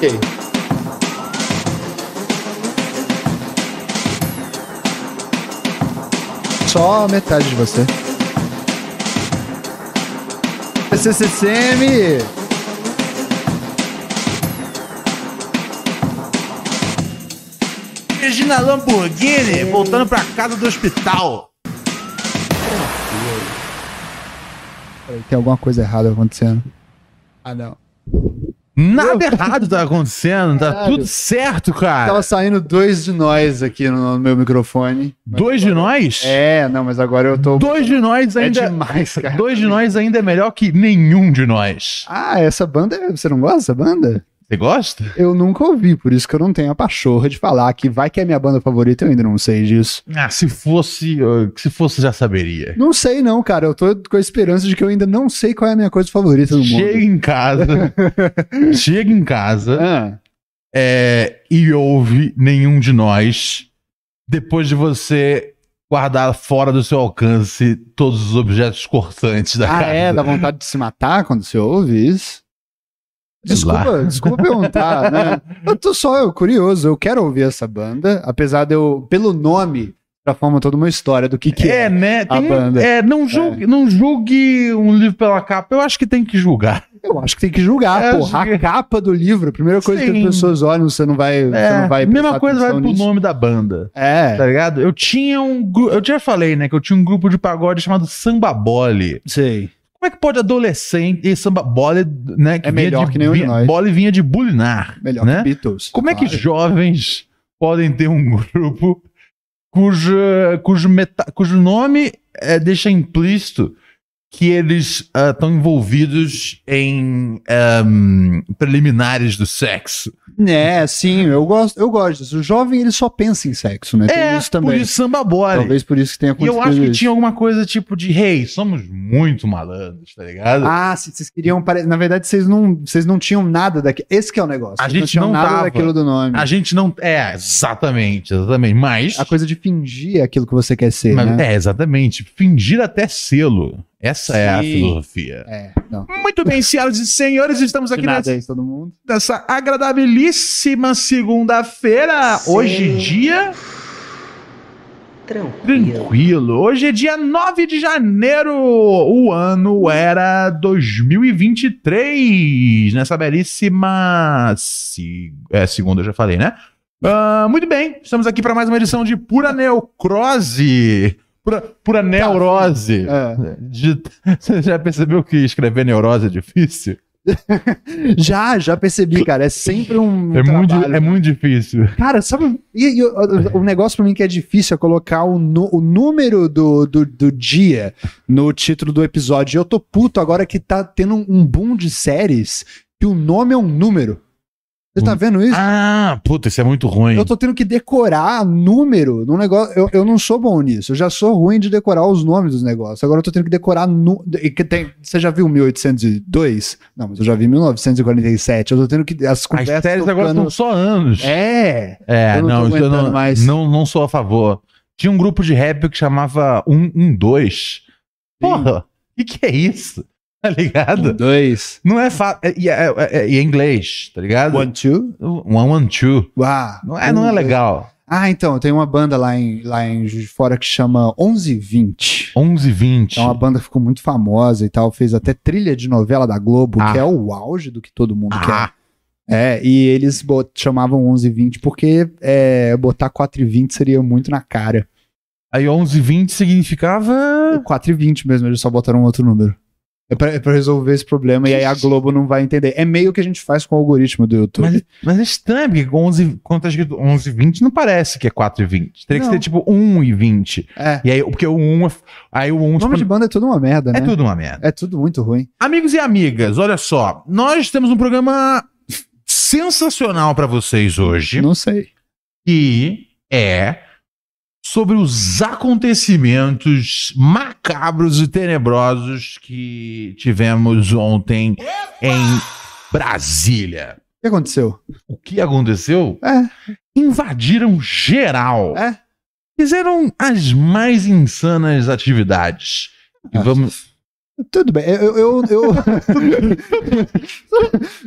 ok. Só metade de você. CCCM! Regina Lamborghini voltando pra casa do hospital. Peraí, Tem alguma coisa errada acontecendo. Ah, não. Nada errado tá acontecendo, tá Caralho. tudo certo, cara. Tava saindo dois de nós aqui no meu microfone. Dois de nós? É, não, mas agora eu tô. Dois de nós É ainda. demais, cara. dois de nós ainda é melhor que nenhum de nós. Ah, essa banda. é- Você não gosta dessa banda? Você gosta? Eu nunca ouvi, por isso que eu não tenho a pachorra de falar que vai que é minha banda favorita, eu ainda não sei disso. Ah, se fosse. uh, Se fosse, já saberia. Não sei, não, cara. Eu tô com a esperança de que eu ainda não sei qual é a minha coisa favorita do mundo. Chega em casa. chega em casa Ah, é, e ouve nenhum de nós. Depois de você guardar fora do seu alcance todos os objetos cortantes da ah casa. é? Dá vontade de se matar quando você ouve isso? Desculpa, desculpa perguntar, né? Eu tô só curioso, eu quero ouvir essa banda, apesar de eu, pelo nome, já forma toda uma história do que que é, é. né? a Tem- banda. É, não julgue, não julgue um livro pela capa. Eu acho que tem que julgar. Eu acho que tem que julgar, É, porra, julga- a capa do livro, a primeira coisa que Sim. as pessoas olham, você não vai, você É, não vai mesma prestar coisa vai pro atenção nisso. nome da banda. É, Tá ligado? Eu tinha um grupo. Eu já falei, né? Que eu tinha um grupo de pagode chamado Samba Bole. sei. Como é que pode adolescente e samba bole, né? É vinha melhor de, que nenhum de vinha- nós. Bole vinha de bulinar. Melhor né? que Beatles. Como é que claro. jovens podem ter um grupo cujo, cujo, meta- cujo nome eh, deixa implícito que eles estão envolvidos em ehm, preliminares do sexo? É, sim, eu gosto, eu gosto disso. O jovem, ele só pensa em sexo, né? Tem isso também. É, por isso samba bole. Talvez por isso que tenha E acontecido eu acho que isso. tinha alguma coisa tipo de, hey, somos muito malandros, tá ligado? Ah, se vocês queriam. pare- Na verdade, vocês não, vocês não tinham nada daquilo. Esse que é o negócio. A vocês gente tinham não nada tava. daquilo do nome. A gente não. É, exatamente, exatamente. Mas. A coisa de fingir é aquilo que você quer ser, mas- né? É, exatamente. Fingir até selo. Essa é a Sim. filosofia. É, não. Muito bem, senhoras e senhores, estamos De aqui nada nessa, é isso, todo mundo. nessa agradabilíssima segunda-feira. Sim. Hoje é dia Tranquilo. tranquilo. Hoje é dia 9 de janeiro. O ano era 2023. Nessa belíssima se- é, segunda, eu já falei, né? Ah, muito bem, estamos aqui para mais uma edição de Pura Neocrose. Pura, pura neurose. É. Tá. De- Você já percebeu que escrever neurose é difícil? Já, já percebi, cara. É sempre um. É muito, trabalho. é muito difícil. Cara, sabe. E, e o, o negócio pra mim que é difícil é colocar o, nu- o número do, do, do dia no título do episódio. E eu tô puto agora que tá tendo um, um boom de séries que o nome é um número. Você tá vendo isso? Hum. Ah, puta, isso é muito ruim. Eu tô tendo que decorar número num negócio. Eu, eu não sou bom nisso. Eu já sou ruim de decorar os nomes dos negócios. Agora eu tô tendo que decorar. Nu... e que tem- Você já viu 1802? Não, mas eu já vi 1947. Eu tô tendo que. As As conversas. séries agora tocando- estão só anos. É. É, Eu não tô não, isso eu aguentando não, mais. não, não sou a favor. Tinha um grupo de rap que chamava 112. Porra, e que é isso? Tá ligado? dois. Não é fácil. E é, é- é- e é inglês, tá ligado? One, two. One, one, two. Ah, Não é, não é um, legal. dois. Ah, então. Tem uma banda lá em, lá em Juiz de Fora que chama 1120. 11, 20. É uma banda que ficou muito famosa e tal. Fez até trilha de novela da Globo, Ah. que é o auge do que todo mundo quer. ah, É, e eles bo- chamavam 11 e 20 porque é, botar 4 e 20 seria muito na cara. aí 11, 20 significava. 4 e 20 mesmo, eles só botaram um outro número. É pra, é pra resolver esse problema e aí a Globo não vai entender. É meio que a gente faz com o algoritmo do YouTube. Mas, mas é estranho, porque 11, quando tá escrito 11 e 20, não parece que é 4 e 20. Teria Não. que ser tipo 1 e 20. é, E aí, porque o 1 é. f- Aí o 1 o nome de banda é tudo uma merda, né? é tudo uma merda. É tudo muito ruim. Amigos e amigas, olha só, nós temos um programa sensacional pra vocês hoje, Não sei. que é sobre os acontecimentos macabros e tenebrosos que tivemos ontem em Brasília. O que aconteceu? O que aconteceu? É, Invadiram geral. é. Ah, Fizeram as mais insanas atividades. E vamos Tudo bem, eu. eu, eu-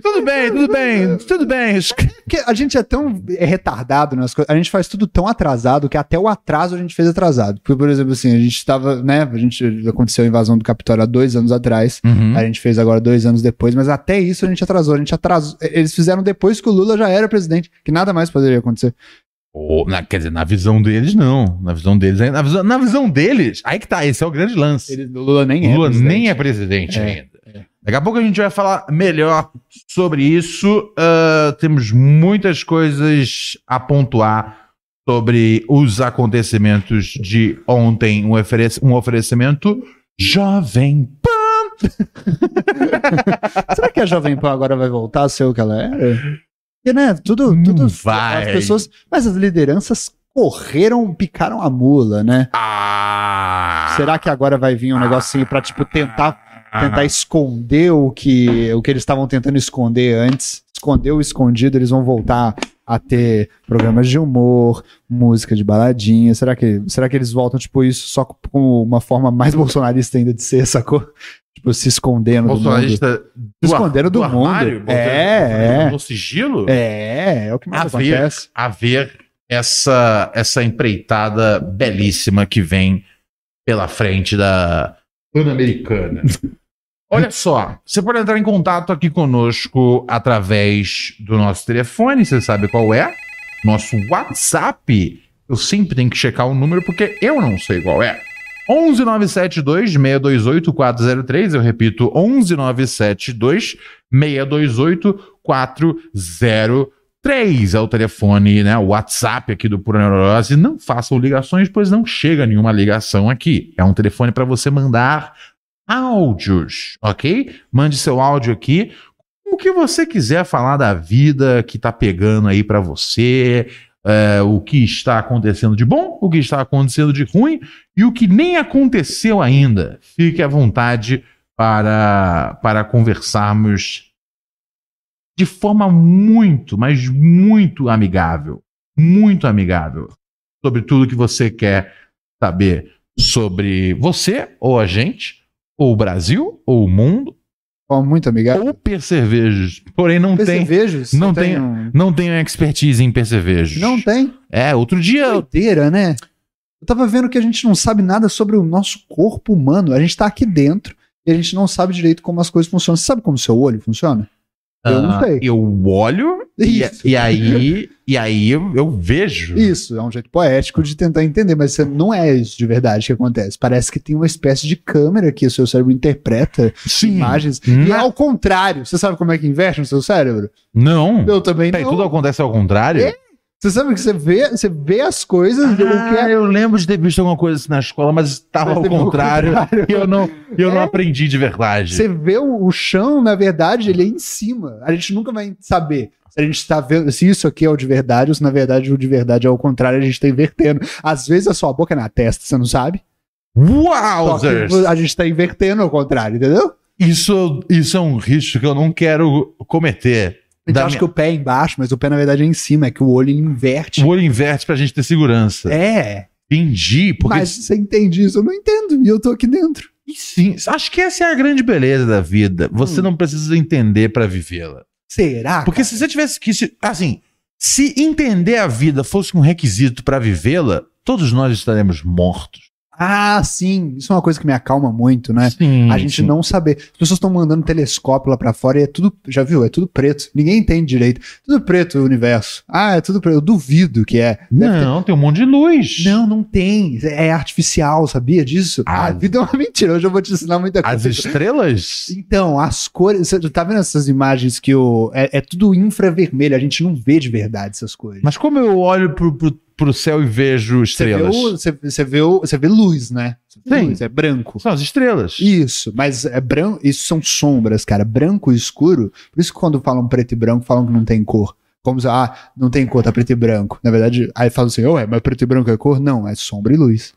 Tudo bem, tudo bem, tudo bem. Porque a gente é tão é retardado nas coisas, a gente faz tudo tão atrasado que até o atraso a gente fez atrasado. Porque, por exemplo, assim, a gente estava, né? A gente aconteceu a invasão do Capitólio há dois anos atrás. Uhum. A gente fez agora dois anos depois, mas até isso a gente atrasou. A gente atrasou. Eles fizeram depois que o Lula já era presidente, que nada mais poderia acontecer. Ou, na, quer dizer, na visão deles, não. Na visão deles, ainda- na visão, na visão deles, aí que tá, esse é o grande lance. Ele, o Lula nem Lula presidente. nem é presidente É, ainda. Daqui a pouco a gente vai falar melhor sobre isso. Ah, temos muitas coisas a pontuar sobre os acontecimentos de ontem. Um, oferec- um oferecimento jovem. Será que a Jovem Pan agora vai voltar a ser o que ela era? Porque, né, tudo, Não tudo vai. As pessoas, mas as lideranças correram, picaram a mula, né? Ah! Será que agora vai vir um negocinho pra, tipo, tentar, Ah. tentar esconder o que, o que eles estavam tentando esconder antes? Esconder o escondido, eles vão voltar a ter programas de humor, música de baladinha. Será que, será que eles voltam, tipo, isso só com uma forma mais bolsonarista ainda de ser, sacou? Tipo, se escondendo do mundo. Bolsonarista Se esconderam do mundo. É, é. No sigilo? É, é o que mais A ver. acontece. a ver essa, essa empreitada belíssima que vem pela frente da Pan-Americana. Olha só, você pode entrar em contato aqui conosco através do nosso telefone, você sabe qual é? Nosso WhatsApp. Eu sempre tenho que checar o número porque eu não sei qual é. 11972-628-403, eu repito, 11972-628-403. 3 é o telefone, né? O WhatsApp aqui do Pura Neurose. Não façam ligações, pois não chega nenhuma ligação aqui. É um telefone para você mandar áudios, ok? Mande seu áudio aqui. O que você quiser falar da vida que tá pegando aí para você, é, o que está acontecendo de bom, o que está acontecendo de ruim e o que nem aconteceu ainda. Fique à vontade para, para conversarmos de forma muito, mas muito amigável, muito amigável, sobre tudo que você quer saber sobre você ou a gente, ou o Brasil, ou o mundo, Ó, muito amigável. ou percevejos. Porém, não tem, Percevejos? não Você tem- um- não tenho expertise em percevejos. Não tem. É, outro dia eu Doideira, né? Eu tava vendo que a gente não sabe nada sobre o nosso corpo humano. A gente tá aqui dentro e a gente não sabe direito como as coisas funcionam. Você sabe como o seu olho funciona? Eu não ah, sei. eu olho e, Isso. e aí e aí eu, eu vejo. Isso, é um jeito poético de tentar entender, mas você- não é isso de verdade que acontece. Parece que tem uma espécie de câmera que o seu cérebro interpreta Sim. Hum. imagens. E Na- ao contrário, você sabe como é que inverte no seu cérebro? Não. Eu também Peraí, não. Hum. tudo acontece ao contrário? É, Você sabe que você vê, você vê as coisas, o que Ah, é eu lembro de ter visto alguma coisa assim na escola, mas estava Mas ao teve o contrário. contrário. E eu não, e eu não É. aprendi de verdade. Você vê o, o chão, na verdade, ele é em cima. A gente nunca vai saber se a gente está vendo, se isso aqui é o de verdade ou se na verdade o de verdade é o contrário, a gente tá invertendo. Às vezes a sua boca é na testa, você não sabe? Só que Wowzers! a gente tá invertendo ao contrário, entendeu? Isso, isso é um risco que eu não quero cometer. A gente Da acha minha- que o pé é embaixo, mas o pé na verdade é em cima, é que o olho ele inverte. O olho inverte pra gente ter segurança. É, Entendi, porque mas você entende isso, eu não entendo, e eu tô aqui dentro. E sim, acho que essa é a grande beleza da vida. Você Hum. Ah, não precisa entender pra vivê-la. Será? Porque se você tivesse que. se- Assim, se entender a vida fosse um requisito pra vivê-la, todos nós estaremos mortos. Ah, sim, isso é uma coisa que me acalma muito, né? Sim, a gente Hum, sim. não saber. As pessoas estão mandando telescópio lá pra fora e é tudo, já viu? É tudo preto. Ninguém entende direito. Tudo preto o universo. Ah, é tudo preto. Eu duvido que é. Deve Não, tem um monte de luz. ter- Não, não tem. É artificial, sabia disso? Ah, Ah. a vida é uma mentira. Hoje eu vou te ensinar muita coisa. As estrelas. Então, as cores. Você tá vendo essas imagens que o. É, é tudo infravermelho, a gente não vê de verdade essas cores. Mas como eu olho pro, pro, pro céu e vejo Você vê, o- estrelas? você, você vê o- você vê luz, né? Você vê Sim. Luz, é branco. São as estrelas. Isso, mas é branco, isso são sombras, cara. Branco e escuro. Por isso que quando falam preto e branco, falam que não tem cor. Como se, ah, não tem cor, tá preto e branco. Na verdade, aí falam assim, ué, mas preto e branco é cor? Não, é sombra e luz.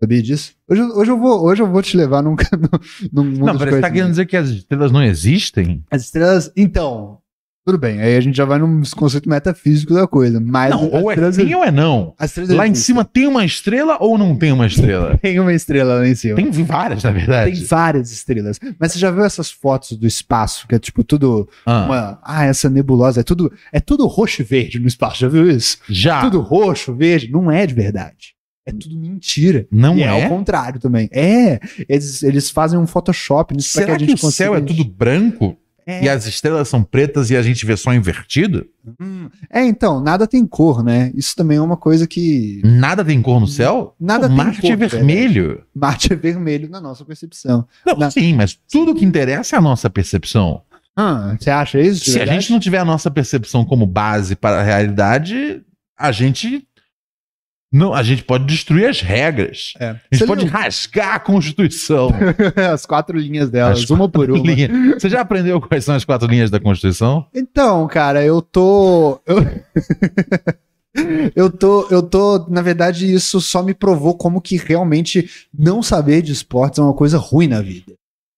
Sabia disso? Hoje, eu- hoje, eu, vou, hoje eu vou te levar num, num mundo não, de parece que coisas. né? tá querendo dizer que as estrelas não existem? As estrelas. Então, Tudo bem, aí a gente já vai num conceito metafísico da coisa. Mas Não, ou é transa- sim ou é não. as transa- Lá em cima tem uma estrela ou não tem uma estrela? tem uma estrela lá em cima. Tem várias, na verdade. Tem várias estrelas. Mas você já viu essas fotos do espaço, que é tipo tudo. Ah, uma- ah, essa nebulosa. É tudo, é tudo roxo e verde no espaço. Já viu isso? já. Tudo roxo, verde. Não é de verdade. É tudo mentira. Não e é? ao contrário também. É. Eles, eles fazem um Photoshop nisso pra Será que que, a gente o céu é consiga- tudo branco É. e as estrelas são pretas e a gente vê só invertido? Hum, É, então, nada tem cor, né? Isso também é uma coisa que. Nada tem cor no céu? Nada o tem Marte cor, é vermelho. Marte é vermelho na nossa percepção. Não, Não. Sim, mas tudo que interessa é a nossa percepção. Ah, você acha isso? de Se a verdade? gente não tiver a nossa percepção como base para a realidade, a gente não, a gente pode destruir as regras. É. A gente Você pode leu rasgar a Constituição. as quatro linhas delas, As uma por uma. Linha. Você já aprendeu quais são as quatro linhas da Constituição? Então, cara, eu tô. Eu... Eu tô, eu tô, na verdade, isso só me provou como que realmente não saber de esportes é uma coisa ruim na vida.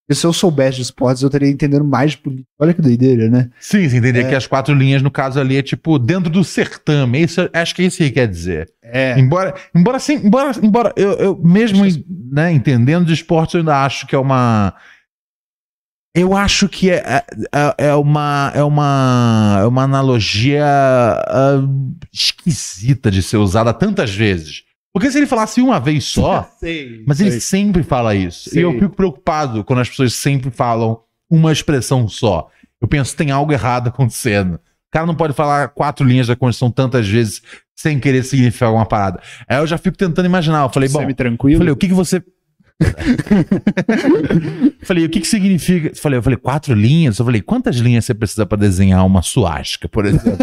E se eu soubesse de esportes, eu estaria entendendo mais de política. Olha que doideira, né? Sim, você entenderia É. que as quatro linhas, no caso ali, é tipo dentro do certame. Isso, acho que é isso que quer dizer. É. Embora, embora sim, embora, embora eu, eu mesmo né, entendendo de esporte, eu ainda acho que é uma. Eu acho que é, é, é uma, é, uma, é uma analogia ah, esquisita de ser usada tantas vezes. Porque se ele falasse uma vez só, Sei, mas ele sei. sempre fala isso. E eu Sei. fico preocupado quando as pessoas sempre falam uma expressão só. Eu penso, tem algo errado acontecendo. O cara não pode falar quatro linhas da Constituição tantas vezes sem querer significar alguma parada. Aí eu já fico tentando imaginar. Eu falei, bom, eu Semi-tranquilo? falei, o que que você... falei, o que que significa... Falei, eu falei, quatro linhas? Eu falei, quantas linhas você precisa para desenhar uma suástica, por exemplo?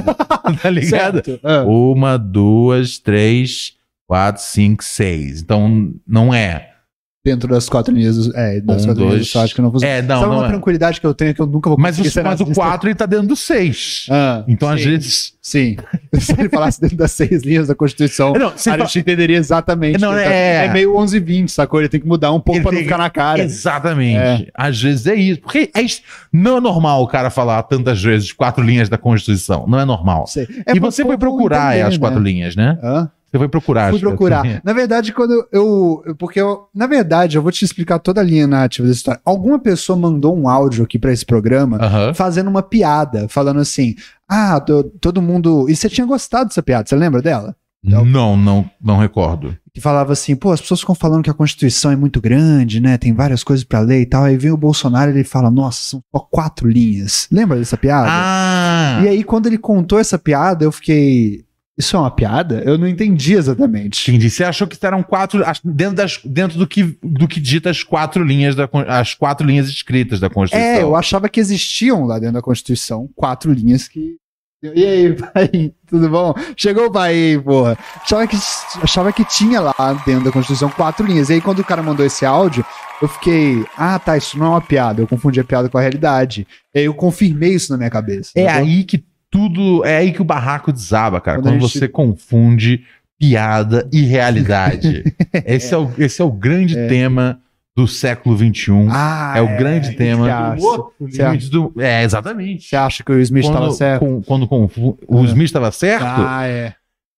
tá ligado? Certo. Ah. Uma, duas, três, quatro, cinco, seis. Então, não é. Dentro das quatro linhas. É, das Um, quatro dois. linhas, eu só acho que não funciona. É, não, Sabe não uma é. tranquilidade que eu tenho que eu nunca vou Mas, o, ser mas o nazista? 4 ele tá dentro do 6. Ah, então, às sim, vezes. Sim. Se ele falasse dentro das seis linhas da Constituição, Não, você a fala- gente entenderia exatamente. Não, Ele tá- é- é meio 11 e 20, sacou? Ele tem que mudar um pouco Ele pra não tem- ficar na cara. Exatamente. Às vezes é isso. Porque é isso- não é normal o cara falar tantas vezes quatro linhas da Constituição. Não é normal. Não sei. e você foi procurar as quatro linhas, né? linhas. Hã? Você foi procurar Fui as quatro linhas. procurar. Na verdade, quando eu- eu. eu- Porque eu. Na verdade, eu vou te explicar toda a linha narrativa dessa história. Alguma pessoa mandou um áudio aqui pra esse programa Aham. fazendo uma piada, falando assim: Ah, to- todo mundo. E você tinha gostado dessa piada, você lembra dela? Não, não, não recordo. Que falava assim: pô, as pessoas ficam falando que a Constituição é muito grande, né? Tem várias coisas pra ler e tal. Aí vem o Bolsonaro e ele fala: nossa, são só quatro linhas. Lembra dessa piada? Ah! E é- aí, quando ele contou essa piada, eu fiquei: isso é uma piada? Eu não entendi exatamente. Entendi. Você achou que eram quatro. as- Dentro, das, dentro do, que, do que dita as quatro linhas da, Con- as quatro linhas escritas da Constituição. É, eu achava que existiam lá dentro da Constituição quatro linhas que. E aí, pai, tudo bom? Chegou o pai, porra. Achava que, achava que tinha lá dentro da Constituição quatro linhas. E aí, quando o cara mandou esse áudio, eu fiquei, ah, tá, isso não é uma piada. Eu confundi a piada com a realidade. E aí eu confirmei isso na minha cabeça. É entendeu? aí que tudo. É aí que o barraco desaba, cara. Quando a Quando, gente- você confunde piada e realidade. esse, é. o, esse é o grande tema do século XXI. Ah, é o grande tema. Você acha, Os limites do- É, exatamente. você acha que o Smith estava Quando, certo? com- quando confu- o É. Smith estava certo, Ah, é.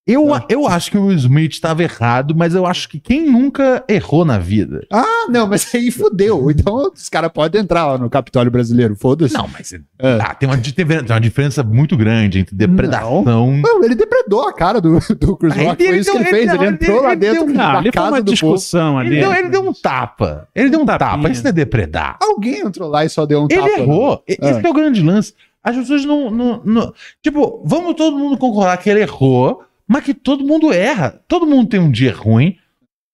eu, tá. eu acho que o Smith estava errado, mas eu acho que quem nunca errou na vida. Ah, não, mas aí fudeu. Então os caras podem entrar lá no Capitólio Brasileiro, foda-se. Não, mas É. ah, tem, uma, di- tem uma diferença muito grande entre depredação. Não, ele depredou a cara do, do Chris Aí Rock. Foi ele isso que deu- ele ele fez. deu- Ele entrou ele- lá ele deu dentro um- da Ah, ele foi casa uma do povo. discussão ali. Ele deu, ele deu um tapa. Ele deu um tapa. tapinha. Isso não é depredar. Alguém entrou lá e só deu um Ele tapa. né? errou. E- Ah. Esse que é o grande lance. As pessoas não, não- não- Tipo, vamos todo mundo concordar que ele errou, mas que todo mundo erra. Todo mundo tem um dia ruim.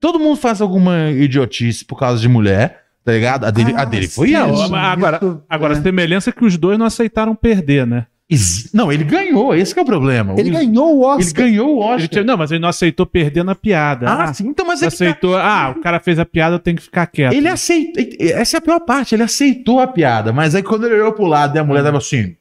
Todo mundo faz alguma idiotice por causa de mulher, tá ligado? A dele, Ah, a dele foi sim. ela. Não, mas agora, Isso, agora é. a semelhança é que os dois não aceitaram perder, né? Ex- Não, ele ganhou. Esse que é o problema. Ele O- ganhou o ele Oscar. ganhou o um- Ele Oscar. tinha- não, mas ele não aceitou perder na piada. Ah, sim. Então, mas É. Você é que tá- aceitou. Ah, o cara fez a piada, eu tenho que ficar quieto. Ele aceitou. Essa é a pior parte. Ele aceitou a piada, mas aí quando ele olhou pro lado e a mulher tava assim.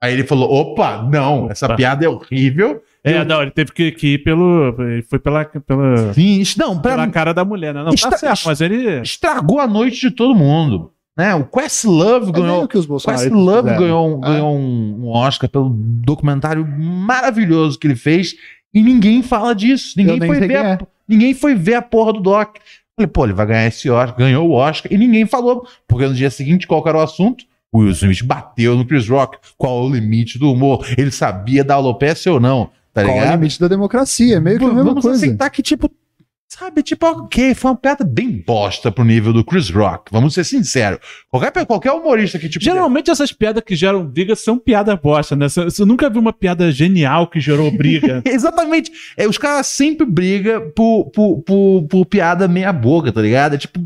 Aí ele falou: opa, não, essa Opa. piada é horrível. É, não, ele teve que, que ir pelo. Ele foi pela, pela, Sim, isso- não, pra pela cara da mulher, né? Não, Está- tá certo, mas ele. estragou a noite de todo mundo. Né? O Questlove É meio ganhou. que os Bolsonaro Questlove fizeram. ganhou, um- Ah. ganhou um um Oscar pelo documentário maravilhoso que ele fez e ninguém fala disso. Ninguém nem foi, sei ver quem a, é. po- ninguém foi ver a porra do Doc. Falei, pô, ele vai ganhar esse Oscar, ganhou o Oscar e ninguém falou, porque no dia seguinte qual que era o assunto? O Will Smith bateu no Chris Rock. Qual o limite do humor? Ele sabia da alopecia ou não? Tá Qual é o ligado? limite da democracia? É meio que a Pô, mesma Vamos coisa. aceitar que, tipo, sabe, tipo, ok, foi uma piada bem bosta pro nível do Chris Rock. Vamos ser sinceros. Qualquer, qualquer humorista que, tipo. Geralmente essas piadas que geram briga são piada bosta, né? Você nunca viu uma piada genial que gerou briga. Exatamente. É, os caras sempre brigam por, por, por, por piada meia boca, tá ligado? É tipo,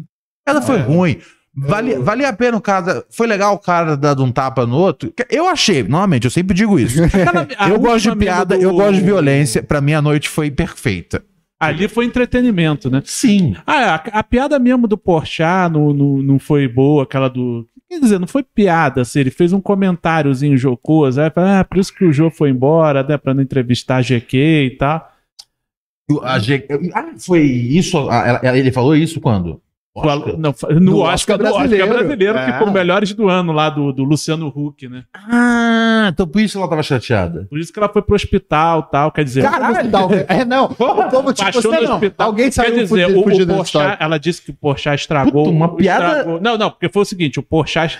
ela foi É. ruim. Vale, Valia a pena o cara. Foi legal o cara dar um tapa no outro. Eu achei, novamente, eu sempre digo isso. Aquela- a eu gosto última de mesmo piada, do- eu gosto de violência. Pra mim, a noite foi perfeita. Ali foi entretenimento, né? Sim. Ah, a, a piada mesmo do Porchat não, não, não foi boa, aquela do. Quer dizer, não foi piada, assim, ele fez um comentáriozinho jocoso, aí fala, ah, por isso que o Jô foi embora, né, pra não entrevistar a GQ e tal. O- a G- Ah, foi isso? a- ela- ela- ele falou isso quando? Fala- não, fa- no, No Oscar, Oscar do Oscar brasileiro, brasileiro. que É. ficou melhores do ano lá do, do Luciano Huck, né? Ah, então por isso ela tava chateada. Por isso que ela foi pro hospital tal, quer dizer. Caralho! Tal- É, não. O povo, tipo, Baixou você no não. hospital. Alguém Quer saiu um dizer, fudido, o, o fudido da Porchat, história. ela disse que o Porchat estragou. Puta, uma o- piada- estragou- Não, não, porque foi o seguinte, o Porchat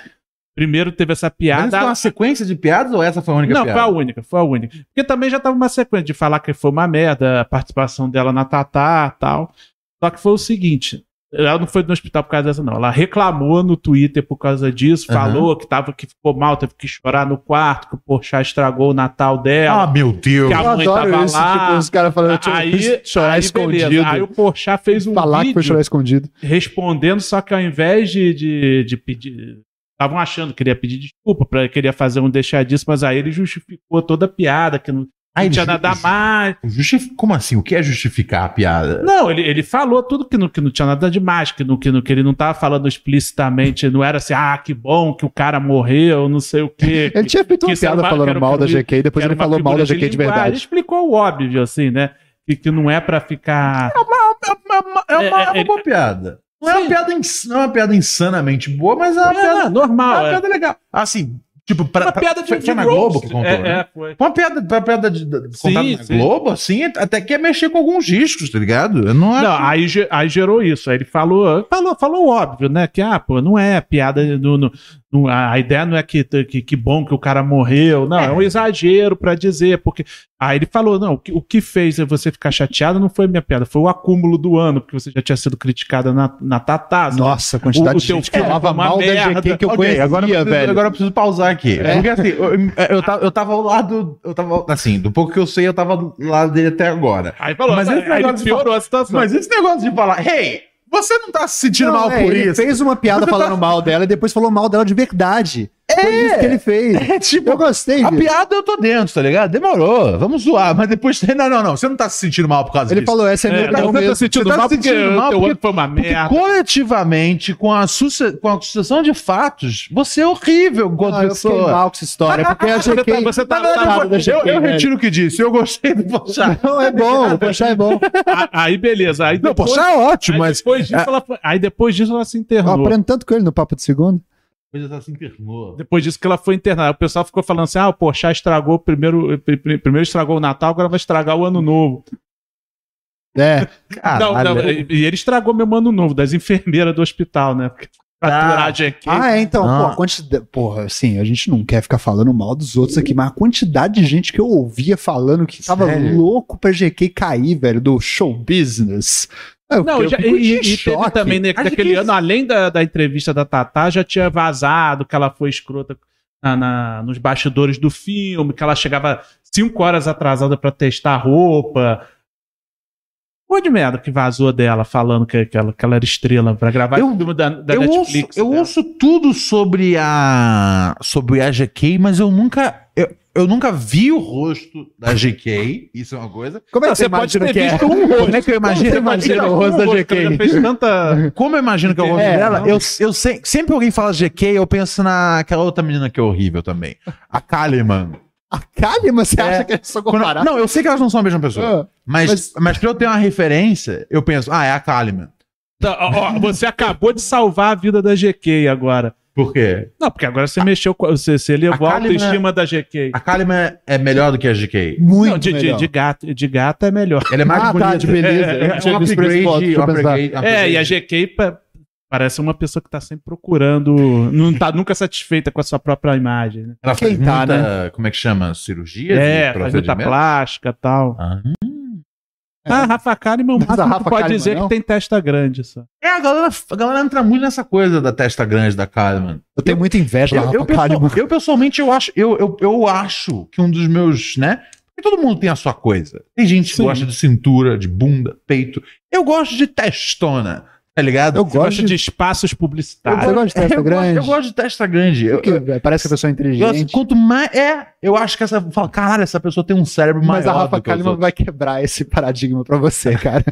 primeiro teve essa Mas foi piada, uma sequência de piadas ou essa foi a única Não, piada? foi a única, foi a única. Porque também já tava uma sequência de falar que foi uma merda a participação dela na Tatá e tal. Só que foi o seguinte. Ela não foi no hospital por causa dessa, não. Ela reclamou no Twitter por causa disso, Aham. falou que tava, que ficou mal, teve que chorar no quarto, que o Porchat estragou o Natal dela. Ah, meu Deus. é? Que a Eu mãe adoro tava isso, lá. tipo, os caras falando tipo, aí, tá chorar aí, beleza. escondido. Aí o Porchat fez um falar que foi vídeo chorar escondido. respondendo, só que ao invés de, de, de pedir. Estavam achando que ele ia pedir desculpa, pra, queria fazer um deixadíssimo, mas aí ele justificou toda a piada, que não, Ah, não ele tinha ju- nada a ju- mais. justifi- Como assim? O que é justificar a piada? Não, ele, ele falou tudo que não, que não tinha nada de mais, que, não, que, não, que ele não tava falando explicitamente, não era assim, ah, que bom que o cara morreu, não sei o quê. Ele tinha feito uma que isso era piada uma- que falando era mal da uma- GK e depois Era ele uma falou mal da figura GK de linguagem. Ele verdade. explicou o óbvio, assim, né? Que, que não é pra ficar. É uma, é uma, É, é, é uma ele- boa piada. Não é, Sim. uma piada ins- não é uma piada insanamente boa, mas é uma, piada, É, é normal. uma É piada legal. Assim, tipo, pra, uma pra- piada de. foi, de foi na roast. Globo que contou, É, né? é, foi. Uma piada, uma piada de, de, Sim, contada na sim. Globo, assim, até que é mexer com alguns riscos, tá ligado? Eu não acho. Não, aí, ge- aí gerou isso. Aí ele falou, falou, falou óbvio, né? Que, ah, pô, não é piada. Não, não- não- a a ideia não é que, que, que bom que o cara morreu. Não, é, um exagero pra dizer. porque Aí ele falou, não, o que, o que fez você ficar chateado não foi minha piada, foi o acúmulo do ano, porque você já tinha sido criticada na, na Tatá. né? Nossa, a quantidade O- o de teu gente que filho falava foi uma mal merda. da GK que eu Ok, conhecia, agora, eu preciso- velho. agora eu preciso pausar aqui. É. Porque assim, eu, eu, eu, tava, eu tava ao lado. Eu tava, assim, do pouco que eu sei, eu tava do lado dele até agora. Aí falou, Mas aí, esse aí ele negócio de piorou a situação. Mas esse negócio de falar, hey, você não tá se sentindo Não, mal é, por ele isso. fez uma piada falando mal dela e depois falou mal dela de verdade. É. Foi isso que ele fez. É tipo, Eu gostei a disso. piada eu tô dentro, tá ligado? Demorou, vamos zoar, mas depois. Não, não, não, você não tá se sentindo mal por causa Ele disso. falou, essa é, É, minha não, opinião você tá mesmo. sentindo Você tá mal se porque sentindo o mal teu porque- ano foi uma Porque merda. coletivamente, com a, suce- com a sucessão de fatos, você é horrível enquanto Ah, eu fiquei pessoa. mal com essa história, é porque a Você tá- GK... você tá- Na verdade, tá- eu- da Eu, eu velho. retiro o que disse, eu gostei do Pochá. Não, é bom, poxa, é bom. A- Aí beleza. Aí Não, depois, Pochá é ótimo, aí, mas. depois disso ela, foi- aí depois disso ela se internou. Eu aprendo tanto com ele no papo de segundo. Coisa tá se internou. Depois disso que ela foi internada. O pessoal ficou falando assim: ah, o Porchat estragou primeiro, pri- pri- primeiro estragou o Natal, agora vai estragar o ano novo. É, Não, não, é. e e ele estragou mesmo o ano novo, das enfermeiras do hospital, né? Porque fraturar a GQ. Ah, é, então, Tá. Ah. pô, a quantidade. Porra, assim, a gente não quer ficar falando mal dos outros aqui, mas a quantidade de gente que eu ouvia falando que tava Sério? louco pra GK cair, velho, do show business. Eu Não, fiquei- eu já, e, fico de e- e teve choque. também, né, que Acho naquele que- ano, além da, da entrevista da Tatá, já tinha vazado que ela foi escrota na- na- nos bastidores do filme, que ela chegava cinco horas atrasada pra testar roupa. Pô de merda que vazou dela falando que, que ela, que ela era estrela pra gravar Eu- o filme da, da eu ouço, Netflix. né? eu dela. ouço tudo sobre a sobre a GK, mas eu nunca eu, eu nunca vi o rosto da GK, isso é uma coisa. Como é Não, que você você pode imagina ter que é? visto um Como rosto. é que eu Você imagino, pode imagino ter o rosto da visto um que ela já GK? fez tanta... Como eu imagino que é o rosto É, dela, não. eu, eu sei, sempre alguém fala GK, eu penso naquela outra menina que é horrível também, a Kaliman. A Kali, mas você É. acha que é só Quando- comparar? não, eu sei que elas não são a mesma pessoa, Ah, mas, mas- mas pra eu ter uma referência, eu penso, ah, é a Kaliman. Tá, ó, ó, você acabou de salvar a vida da GK agora. Por quê? Não, porque agora você mexeu, com- você, você elevou a, Kalima- é- autoestima da GK. A Kalima é melhor do que a GK. Muito Não, de, de, melhor. de gato, de gata é melhor. Ela é mais Ah, bonita. tá, de beleza. É, Eu é, não um tinha visto por esse upgrade, ponto, deixa eu um pensar. upgrade, um É, e a upgrade. GK pa- parece uma pessoa que tá sempre procurando, não tá nunca satisfeita com a sua própria imagem. Né? Ela faz Quem tá, muita, como é que chama? Cirurgia? É, de faz muita procedimento? plástica e tal. Ah. Ah, Rafa Kalimann, Mas a máximo que Rafa pode Kalimann dizer não? que tem testa grande só. É, a galera, a galera entra muito nessa coisa da testa grande da Kalman. Eu tenho muita inveja da Eu, eu, Rafa pessoal- Kalimann. eu, pessoalmente eu acho, eu, eu, eu acho que um dos meus, né? Porque todo mundo tem a sua coisa. Tem gente que Sim. gosta de cintura, de bunda, peito. Eu gosto de testona, tá ligado? Eu Você gosta gosto de, de... espaços publicitários. Você gosta de testa eu grande? Gosto, eu gosto de testa grande. Eu, eu, Porque Parece que a pessoa é eu- assim, inteligente. quanto mais. É, eu acho que essa. Fala, caralho, essa pessoa tem um cérebro maior. Mas a Rafa do que os Kalimann outros." vai quebrar esse paradigma pra você, cara.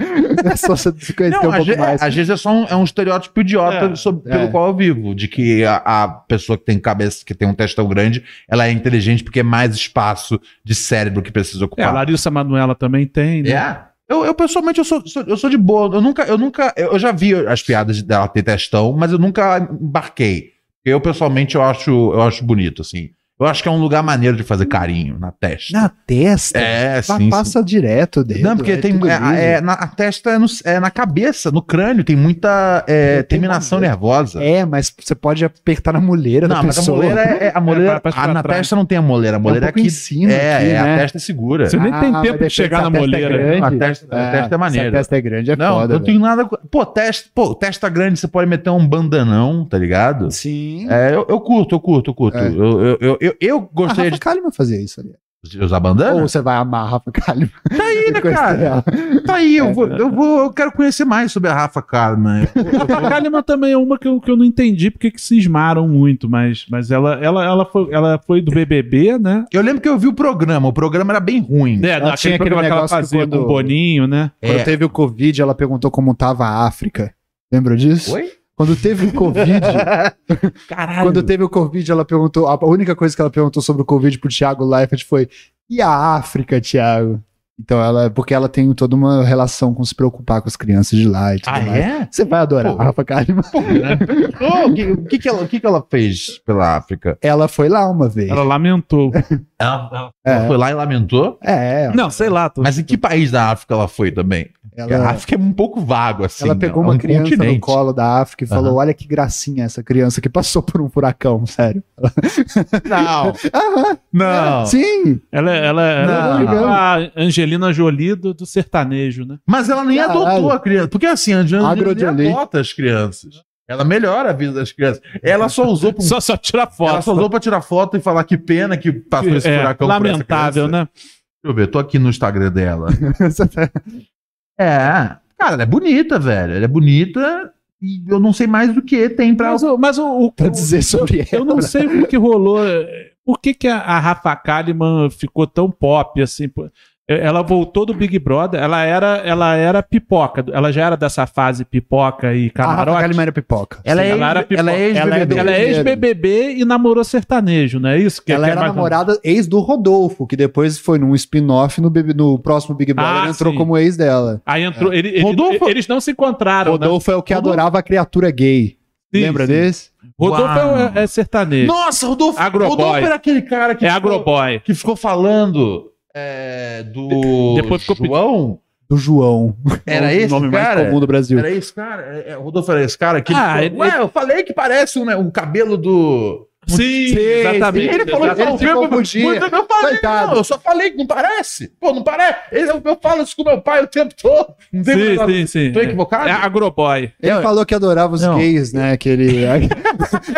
é só você se conhecer Não, um às, pouco ve- mais. às vezes é só um, é um estereótipo idiota É, sobre- é. pelo qual eu vivo, de que a, a pessoa que tem cabeça, que tem um testão grande, ela é inteligente porque é mais espaço de cérebro que precisa É, a ocupar. Larissa Manuela também tem, né? É. Eu, eu, pessoalmente eu sou, sou- eu sou de boa. Eu nunca, eu nunca, eu eu já vi as piadas dela ter testão, mas eu nunca embarquei. Eu pessoalmente eu acho, eu acho bonito assim. Eu acho que é um lugar maneiro de fazer carinho na testa. Na testa? é, Pa- sim. sim. passa direto dele. Não, porque tem é, é, na, a testa é, no- é na cabeça, no crânio, tem muita é, Tem terminação maneira. nervosa. É, mas você pode apertar na moleira da Não, mas a pessoa. moleira é. é- a moleira, pra- pra- pra ah, na trás. testa não tem a moleira, a É um moleira é pouco aqui. em cima é, aqui, é, né? a testa é segura. Você nem Ah, tem mas tempo de depende se chegar a na testa é moleira. grande. A testa, a testa é Se a maneira. testa é grande, é não, foda. eu não tenho nada. co- Pô, testa, pô, testa grande, você pode meter um bandanão, tá ligado? velho. Sim. É, eu, eu curto, eu curto, eu curto. É. Eu, eu, eu, eu, eu A gostaria Rafa Kalimann fazia isso ali. de usar bandana. Ou você vai amar a Rafa Kalimann. tá aí, né, Coisa É. cara? dela. Tá aí, eu vou, eu vou, eu quero conhecer mais sobre a Rafa Carmen. Rafa Kalimann também é uma que eu, que eu não entendi porque que cismaram muito, mas, mas ela, ela, ela, foi, ela foi do BBB, né? Eu lembro que eu vi o programa, o programa era bem ruim. É, Ela tinha aquele programa que ela negócio que fazia quando- com o Boninho, né? É. Quando teve o Covid, ela perguntou como tava a África. Lembra disso? Oi? Quando teve o Covid, Caralho. Quando teve o Covid, ela perguntou. A única coisa que ela perguntou sobre o Covid pro Thiago Leifert foi: e a África, Thiago? Então ela. Porque ela tem toda uma relação com se preocupar com as crianças de lá e tudo Ah, mais. é? Você vai adorar, Pô. a Rafa Kalimann. Oh, o que, o que, que ela, o que, que ela fez pela África? Ela foi lá uma vez. Ela lamentou. Ela, ela- ela foi lá e lamentou? É, ela, não, sei lá. Tô... Mas em que país da África ela foi também? Porque a ela África é um pouco vago, assim. pegou é uma um criança no continente. colo da África e Aham. falou: Olha que gracinha essa criança que passou por um furacão, sério. Não, Aham, não. Sim, Ela, ela, ela, Não. ela- a Angelina Jolie do, do sertanejo, né? Mas ela nem Caralho. adotou a criança. Porque assim, a Angelina Agrodiolei. Jolie adota as crianças. Ela melhora a vida das crianças. Ela só usou pra, É. um Só, só tira ela só foto. usou pra tirar foto e falar que pena que passou esse É, furacão por essa lamentável, criança. né? Deixa eu ver, tô aqui no Instagram dela. Você tá- É. Cara, ela é bonita, velho. Ela é bonita e eu não sei mais do que tem pra. Mas, o- mas o, o- pra dizer sobre Tá, eu não sei o que rolou. eh, Por que, que a, a Rafa Kalimann ficou tão pop assim? pô? Eh, Ela voltou do Big Brother, ela era, ela era pipoca, ela já era dessa fase pipoca e ela. A Rafa camarote. Kalimann era pipoca. Ela Sim, é, ela era ex, pipoca. ela é Ela é ex-BBB. Ela é Brasileiro. ex-BBB e namorou sertanejo, não é isso? Que ela que é era mais- namorada ex do Rodolfo, que depois foi num spin-off no, Big- no próximo Big Brother, Ah, ela entrou sim. como ex dela. Aí entrou. ele- ele- Rodolfo- eles não se encontraram, né? Rodolfo é o que Rodolfo- adorava a criatura gay. Sim, Lembra sim. desse? Rodolfo Uau. é, é sertanejo. Nossa, Rodolfo, Agroboy. Rodolfo era aquele cara que, é ficou, agroboy. que ficou falando é, do Depois ficou É pedindo- João. Do João. Era o esse nome mais cara? comum do Brasil. Era esse cara? É, é, Rodolfo era esse cara que ele Ah, falou, ele- Ué, eu falei que parece um, né, um cabelo do. Sim, exatamente. Ele falou que exatamente. Ele não se viu, confundia. mas eu falei, Coitado. não, eu só falei que não parece. Pô, não parece. Ele- Eu, eu falo isso com meu pai o tempo todo. Não tem Sim, nada- sim, sim. Tô equivocado? É agroboy. Ele falou que adorava os Não. gays, né? Que ele... É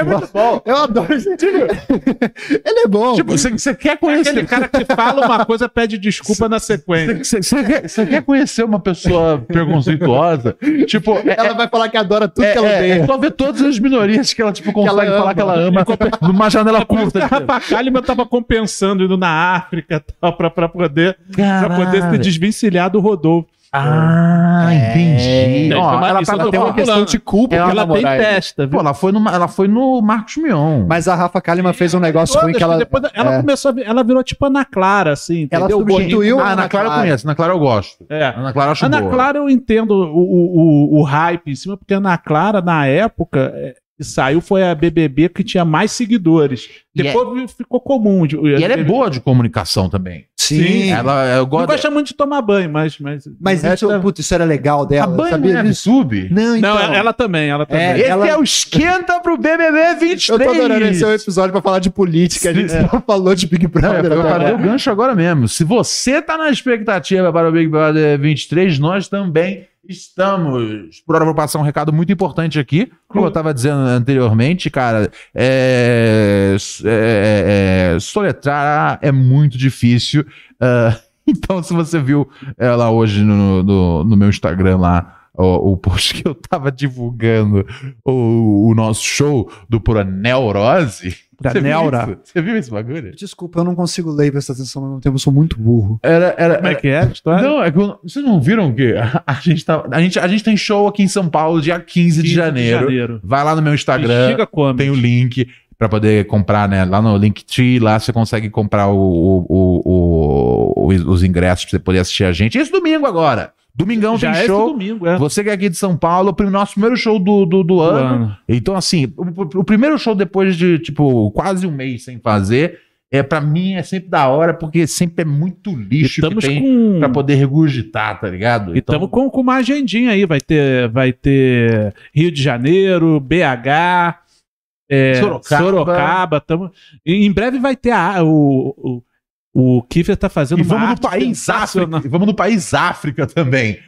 muito bom. Eu adoro esse Ele é bom. Tipo, você- você quer É conhecer. aquele cara que fala uma coisa pede desculpa na sequência. Você você quer, você quer conhecer uma pessoa preconceituosa? Tipo, é, ela vai falar que adora tudo é- que ela é- odeia. é só ver todas as minorias que ela tipo, consegue ela falar ama. que ela ama numa janela Por isso que curta. a Rafa Kalimann tava compensando indo na África e tal, pra, pra, poder, pra poder se desvencilhar do Rodolfo. Ah, É. entendi. Ó, Isso ela, tá tava- eu tô Ela tem uma falando. questão de culpa Porque pela ela tem namorada. testa, viu? pô, ela foi, numa, ela foi no Marcos Mion. Mas a Rafa Kalimann fez um negócio ruim Todas que ela... depois ela é. começou a, vi- ela virou tipo Ana Clara, assim, Ela entendeu? substituiu- Boninho. a Ah, Ana Ana Clara eu Clara. conheço, Ana Clara eu gosto. É. Ana Clara eu acho Ana boa. Clara eu entendo o, o, o, o hype em cima, porque Ana Clara, na época, é, que saiu foi a BBB que tinha mais seguidores. E é Depois ficou comum. de- E ela é boa de comunicação também. Sim. Ela, eu Não gosto gosta muito de tomar banho, mas. Mas, Mas o resto isso, é- puta, isso era legal A dela. banho sabia não é disso? sub. Não, então. Não, é- ela- ela também, ela também. É, Esse ela- é o esquenta pro BBB 23. Eu tô adorando esse é um episódio pra falar de política. A gente Sim. só falou de Big Não, Brother. É, tá eu até falei agora. o gancho agora mesmo. Se você tá na expectativa para o Big Brother 23, nós também estamos. Por hora, eu vou passar um recado muito importante aqui. Como eu estava dizendo anteriormente, cara, é, é- é- soletrar é muito difícil. Ah, então, se você viu é, lá hoje no, no, no meu Instagram lá. O, o post que eu tava divulgando o, o nosso show do Pura Neurose. Pra Você viu Neura. isso? Você viu esse bagulho? Desculpa, eu não consigo ler e prestar atenção ao mesmo tempo, eu sou muito burro. Era, era, Como é que é a história? Não, é que eu- vocês não viram que a, a gente tá, a, gente, a gente tem show aqui em São Paulo dia 15 de, 15 janeiro. Vai lá no meu Instagram, Bexiga come. tem o link pra poder comprar, né? Lá no Linktree, lá você consegue comprar o, o- o- o- os- os ingressos pra você poder assistir a gente. Esse domingo agora. Domingão Já tem é show. esse domingo, é. Você que é aqui de São Paulo, o nosso primeiro show do, do, do ano. Então, assim, o, o primeiro show depois de, tipo, quase um mês sem fazer, é para mim é sempre da hora, porque sempre é muito lixo Estamos que tem com. pra poder regurgitar, tá ligado? E estamos com, com uma agendinha aí. Vai ter, vai ter Rio de Janeiro, BH, é, Sorocaba. Sorocaba. tamo- e em breve vai ter a- o, o, o Kiefer tá fazendo E uma vamos no arte país sensacional. África. Vamos no país África também.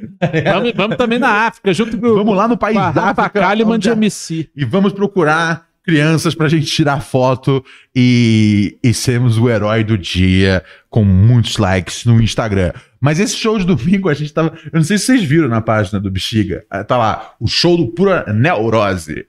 Vamos, vamos também na África, junto com Vamos lá no país com a Rafa África. Kalimann de onde- é? MC. E vamos procurar crianças pra gente tirar foto e, e sermos o herói do dia com muitos likes no Instagram. Mas esse show de domingo a gente tava. Eu não sei se vocês viram na página do Bexiga. Ah, Tá lá, o show do Pura Neurose.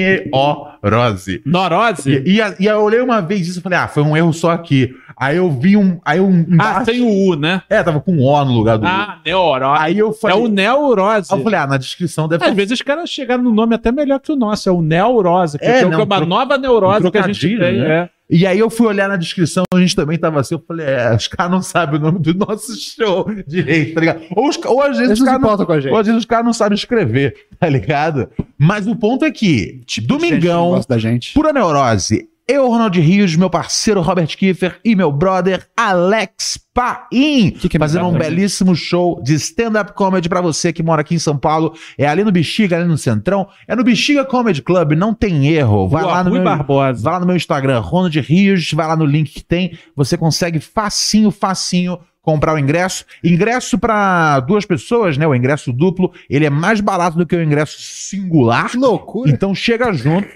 N-E-O-Rose. Norose? E, e, a- e eu olhei uma vez isso e falei, ah, foi um erro só aqui. Aí eu vi um. Aí um Ah, tem o U, né? É, tava com um O no lugar do. U. Ah, Neurose. Aí eu É falei. o É, Neurose. Aí eu falei, ah, na descrição deve Às ter vezes os caras chegaram no nome até melhor que o nosso, é o Neurose, que É, é, não, uma tro- nova neurose um que a gente trocadilho, tem. né? é. E aí eu fui olhar na descrição, a gente também tava assim, eu falei, é, os caras não sabem o nome do nosso show direito, tá ligado? Ou, os ca- ou às vezes Eles os não se caras não, importam com a gente. ou às vezes os caras não sabem escrever, tá ligado? Mas o ponto é que, tipo, Gente que não domingão, gosta da gente. pura neurose, eu, Ronald Rios, meu parceiro Robert Kiefer e meu brother Alex Paim, Que que é fazendo um melhor? belíssimo show de stand-up comedy pra você que mora aqui em São Paulo. É ali no Bexiga, ali no Centrão. É no Bexiga Comedy Club, não tem erro. Vai Rua lá no Rui meu... Barbosa. Vai lá no meu Instagram, Ronald Rios, vai lá no link que tem. Você consegue facinho, facinho comprar o ingresso. Ingresso pra duas pessoas, né? O ingresso duplo, ele é mais barato do que o ingresso singular. Que loucura. Então chega junto.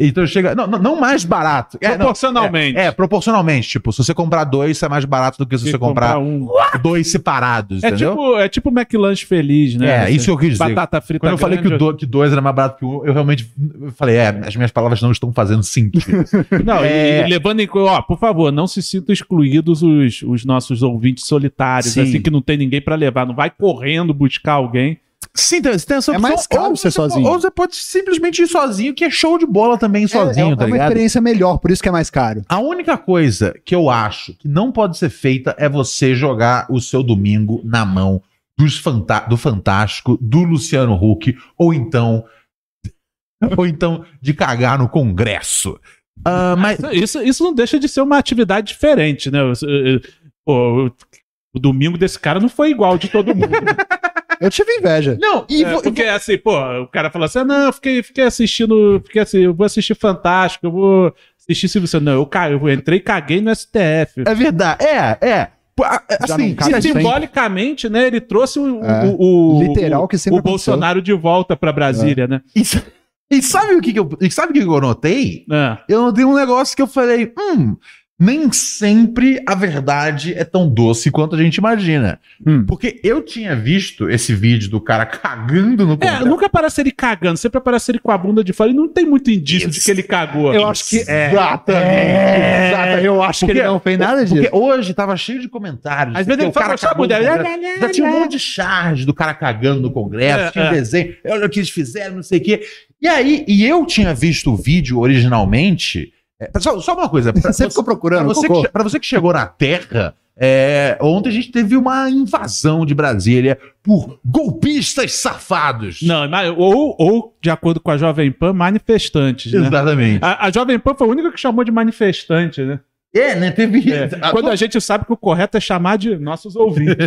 Então chega. Não, não, não mais barato. É, não, Proporcionalmente. é, proporcionalmente. Tipo, se você comprar dois, isso é mais barato do que se Se você comprar, um. dois separados, É entendeu? tipo, é tipo McLanche feliz, né? é, isso que eu quis dizer. Batata frita Quando eu falei que, grande, o do- que dois era mais barato que um, eu realmente eu falei, é, as minhas palavras não estão fazendo sentido. Não, e- É. e levando em conta, ó, por favor, não se sintam excluídos os, os nossos ouvintes solitários, Sim. assim que não tem ninguém pra levar, não vai correndo buscar alguém. Sim, tem, tem essa É opção. mais caro Ou ser você sozinho. po- Ou você pode simplesmente ir sozinho, que é show de bola também ir sozinho, é, é tá uma ligado? experiência melhor, por isso que é mais caro. A única coisa que eu acho que não pode ser feita é você jogar o seu domingo na mão dos fanta- do Fantástico, do Luciano Huck, ou então. ou então de cagar no Congresso. Ah, mas. Isso, isso não deixa de ser uma atividade diferente, né? Eu- eu- pô, eu- o domingo desse cara não foi igual de todo mundo. Eu tive inveja. Não, e É, vo- porque assim, pô, o cara fala assim: ah, não, eu fiquei, fiquei assistindo, fiquei assim, eu vou assistir Fantástico, eu vou assistir Silvio Santos. Não, eu, ca- eu entrei e caguei no STF. é verdade. É, é. Pô, a- a- Já Assim, não cabe se- E sempre. simbolicamente, né, ele trouxe o, É, o, o- literal que sempre o aconteceu. Bolsonaro de volta pra Brasília, né? e, sa- e sabe o que, que eu. E sabe o que que eu notei? É. eu notei um negócio que eu falei, hum, nem sempre a verdade é tão doce quanto a gente imagina. Hum. Porque eu tinha visto esse vídeo do cara cagando no É, Congresso. nunca aparece ele cagando, sempre aparece ele com a bunda de fora e não tem muito indício de Isso. que ele cagou. acho que. É, Exatamente. exata- eu acho que Porque- ele não fez nada disso. Porque hoje tava cheio de comentários. Às porque vezes ele o cara fala é com a cagou no mulher. Congresso. Já tinha um monte de charge do cara cagando no Congresso, É, tinha um é. desenho, olha o que eles fizeram, não sei o quê. E aí, e eu tinha visto o vídeo originalmente. é, Só, só uma coisa, pra Você ficou procurando, Pra você, cocô? que, che- pra você que chegou na Terra, É, ontem a gente teve uma invasão de Brasília por golpistas safados. Não, mas- ou, ou, de acordo com a Jovem Pan, manifestantes, né? Exatamente. A, a Jovem Pan foi a única que chamou de manifestante, né? É, né? Teve. É. a- Quando a gente sabe que o correto é chamar de nossos ouvintes.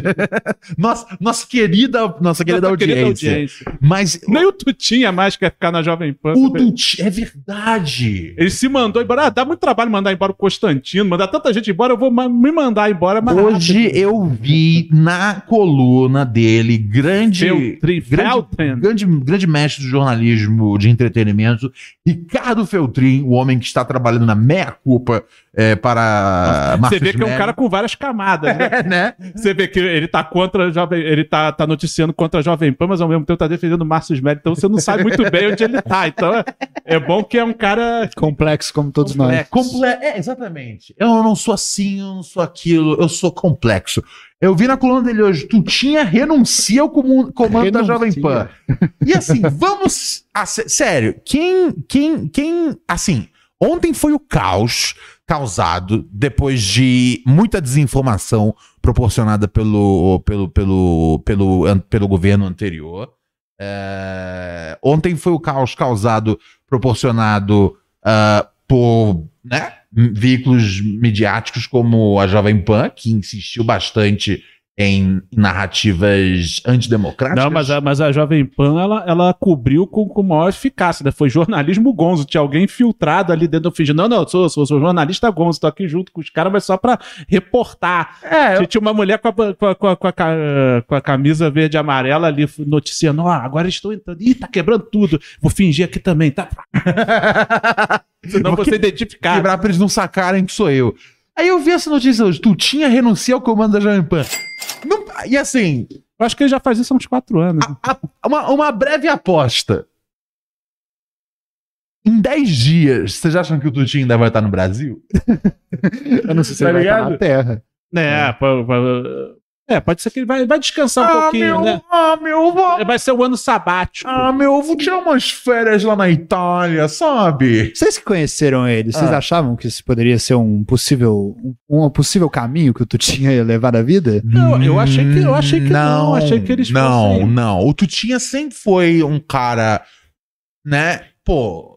Nossa, nossa querida, nossa querida, Nossa audiência. audiência. Mas Nem o Tutinha mais quer ficar na Jovem Pan. o Dutti é verdade. Ele se mandou embora. Ah, dá muito trabalho mandar embora o Constantino, mandar tanta gente embora, eu vou ma- me mandar embora. Mas Hoje eu vi na coluna dele, grande, Feltri- Feltrin. grande, grande, grande mestre do jornalismo de entretenimento, Ricardo Feltrin, o homem que está trabalhando na meia culpa é, para Você Marcos vê que é um Mello. cara com várias camadas, né? É, né? Você vê que ele tá contra a Jovem, ele tá, tá noticiando contra a Jovem Pan, mas ao mesmo tempo tá defendendo o Márcio Smelly, então você não sabe muito bem onde ele tá. Então é, é bom que é um cara Complexo como todos É, comple... é, exatamente. Eu não sou assim, eu não sou aquilo, eu sou complexo. Eu vi na coluna dele hoje, Tutinha renuncia ao comu- comando da Renuncia. Jovem Pan. E assim, vamos. a sé- sério, quem, quem, quem. Assim, ontem foi o caos causado depois de muita desinformação proporcionada pelo, pelo, pelo, pelo, an- pelo governo anterior. É, ontem foi o caos causado, proporcionado ah, por né, veículos midiáticos como a Jovem Pan, que insistiu bastante em narrativas antidemocráticas. Não, mas a, mas a Jovem Pan, ela, ela cobriu com, com maior eficácia, né? Foi jornalismo gonzo. Tinha alguém infiltrado ali dentro do fingindo, não, não, eu sou, sou, sou jornalista gonzo, tô aqui junto com os caras, mas só pra reportar. É, Tinha- Tinha uma mulher com a, com, a, com, a, com, a, ca- com a camisa verde e amarela ali noticiando, ó, agora estou entrando, ih, tá quebrando tudo, vou fingir aqui também, tá? Senão Vou vou ser identificado. quebrar pra eles não sacarem que sou eu. Aí eu vi essa notícia hoje, Tutinha renuncia ao comando da Jovem Pan. Não- e assim, Eu acho que ele já faz isso há uns quatro anos. né? a- a- uma, uma breve aposta. Em 10 dias, vocês acham que o Tutinha ainda vai estar no Brasil? Eu não sei se Tá ele vai estar ligado? na Terra. Ah, É, pô, pô, é, pode ser que ele vai, vai descansar um pouquinho, meu, né? ah, meu, eu vou, Vai ser o ano sabático. ah, meu, eu vou tirar umas férias lá na Itália, sabe? Vocês que conheceram ele, vocês Ah. achavam que isso poderia ser um possível, um, um possível caminho que o Tutinha ia levar na vida? Eu- eu achei que- eu achei que não, achei que eles Não, fossem- não. O Tutinha sempre foi um cara, né? Pô.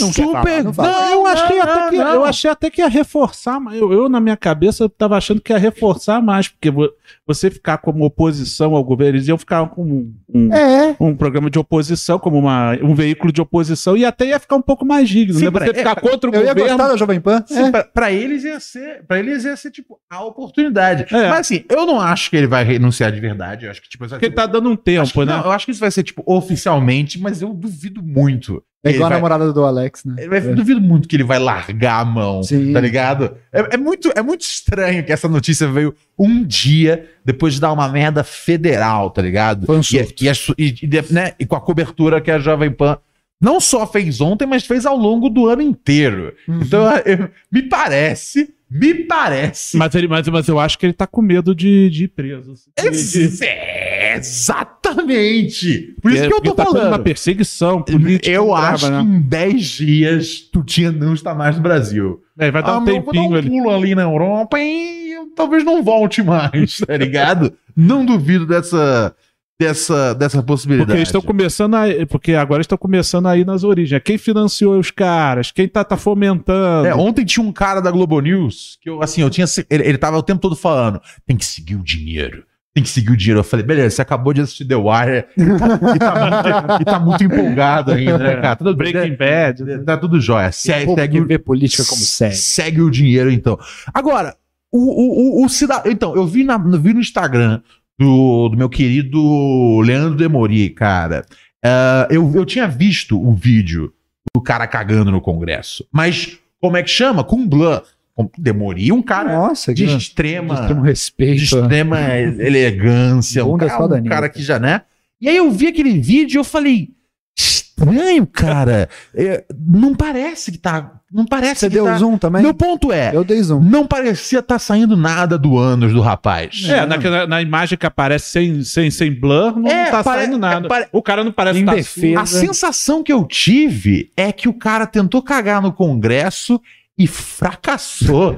Não quer falar, não fala. eu, achei até que, não. eu achei até que ia reforçar, mas eu, eu, na minha cabeça eu tava achando que ia reforçar mais, porque vo- você ficar como oposição ao governo, eles iam ficar com um, um- É. um programa de oposição, como uma- um veículo de oposição, e até ia ficar um pouco mais digno, Sim, é, né? pra- Você ficar contra o Eu ia governo. gostar da Jovem Pan? Sim, É. pra, pra eles ia ser, para eles ia ser tipo a oportunidade. É. Mas assim, eu não acho que ele vai renunciar de verdade. Eu acho que tipo, vai Porque ser- ele tá dando um tempo, né? não, eu acho que isso vai ser tipo oficialmente, mas eu duvido muito. É igual a Ele vai- namorada do Alex, né? Ele vai- Duvido muito que ele vai largar a mão, Sim. tá ligado? É, é muito, é muito estranho que essa notícia veio um dia depois de dar uma merda federal, tá ligado? Foi um E, surto. e, a su- e- e de- né, e com a cobertura que a Jovem Pan não só fez ontem, mas fez ao longo do ano inteiro. Uhum. Então, eu- me parece, me parece. Mas, ele, mas, mas eu acho que ele tá com medo de, de ir preso. assim, Ex- De- de- é, exatamente! Por isso é, que eu porque tô tá tendo uma falando. perseguição política. eu brava, acho né? que em 10 dias Tutinha não está mais no Brasil. É, vai dar um meu, eu tempinho vou dar um ali. pulo ali na Europa e eu talvez não volte mais, tá ligado? não duvido dessa, dessa, dessa possibilidade. Porque eles estão começando a, porque agora estão começando aí nas origens. Quem financiou os caras? Quem tá, tá fomentando? É, ontem tinha um cara da Globo News que eu, assim, eu tinha. se- Ele, ele tava o tempo todo falando: tem que seguir o dinheiro. Tem que seguir o dinheiro. Eu falei, beleza, você acabou de assistir The Wire e tá, e tá muito, e tá muito empolgado ainda, né, cara? Tudo, Breaking Bad. né? Tá tudo jóia. É, Segue, Pô, segue, que o- vê política como sério. Segue o dinheiro, então. Agora, o, o, cidadão. Então, eu vi, na, eu vi no Instagram do, do meu querido Leandro Demori, cara. Ah, eu, eu tinha visto o vídeo do cara cagando no Congresso. Mas como é que chama? Com blur. Com Demori, um cara Nossa, de que extrema. É, de extremo respeito. De extrema elegância. Um Bunda é cara, só da um cara Anitta. que já, né? E aí eu vi aquele vídeo e eu falei. Estranho, cara. É, não parece que tá. Não parece Você que deu tá. zoom também? Meu ponto é, Eu dei zoom. não parecia estar saindo nada do ânus do rapaz. É, na, na- na imagem que aparece sem, sem, sem blur, não É, tá pare- saindo nada. é, pare- O cara não parece Em tá defesa. A sensação que eu tive é que o cara tentou cagar no Congresso e fracassou.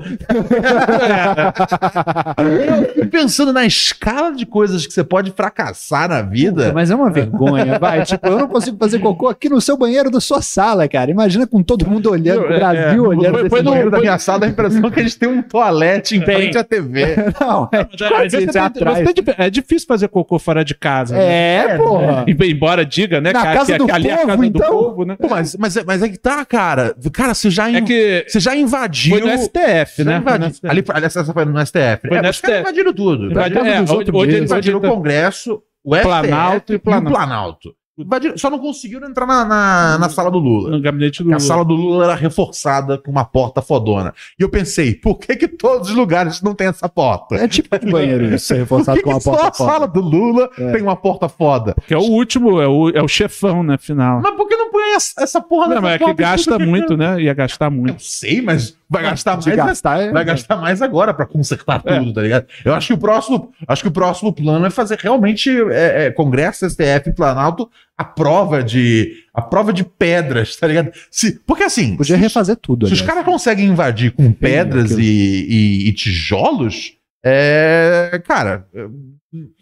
Eu fico pensando na escala de coisas que você pode fracassar na vida. Mas é uma vergonha, vai. Tipo, eu não consigo fazer cocô aqui no seu banheiro da sua sala, cara. Imagina com todo mundo olhando, o É, Brasil é. olhando. Foi, desse foi jeito. no banheiro da minha sala dá a impressão que eles têm um toalete em Tem. frente à TV. Não, é Mas, às vezes vezes você tem- atrás. você tem- é difícil fazer cocô fora de casa. né? É, porra. E, embora diga, né, Na cara, casa que, do que ali é a povo, casa então? do povo, né? Pô, mas, mas, é- mas é que tá, cara. Cara, você já, in- É que você já invadiu. foi no STF, você né? Foi no invadiu- STF. Ali, aliás, essa foi no STF. Foi é, no os caras STF. invadiram tudo. Invadiu- Invadiram, é, dos hoje, outros hoje dias, eles invadiram o Congresso, o STF Planalto e e o Planalto. Hum. Planalto. Invadiram- só não conseguiram entrar na, na, na sala do Lula. no gabinete do A sala do Lula era reforçada com uma porta fodona. E eu pensei, por que, que todos os lugares não tem essa porta? É tipo de banheiro isso, Por reforçado que, com que uma só a porta sala foda. do Lula É. tem uma porta foda? Que é o último, é o, é o chefão, né, final. Mas por que não põe essa, essa porra Não, nessa mas é que porta? gasta muito, né? Ia gastar Eu muito. sei, mas vai gastar mais. De gastar é... Vai gastar mais agora pra consertar É. tudo, tá ligado? Eu acho que o próximo, acho que o próximo plano é fazer realmente é, é, Congresso, STF, e Planalto, a prova de a prova de pedras, tá ligado? Se, porque assim, Podia se- refazer tudo. Se os aliás. caras conseguem invadir com pedras aquilo. e, e- e tijolos, é. Cara,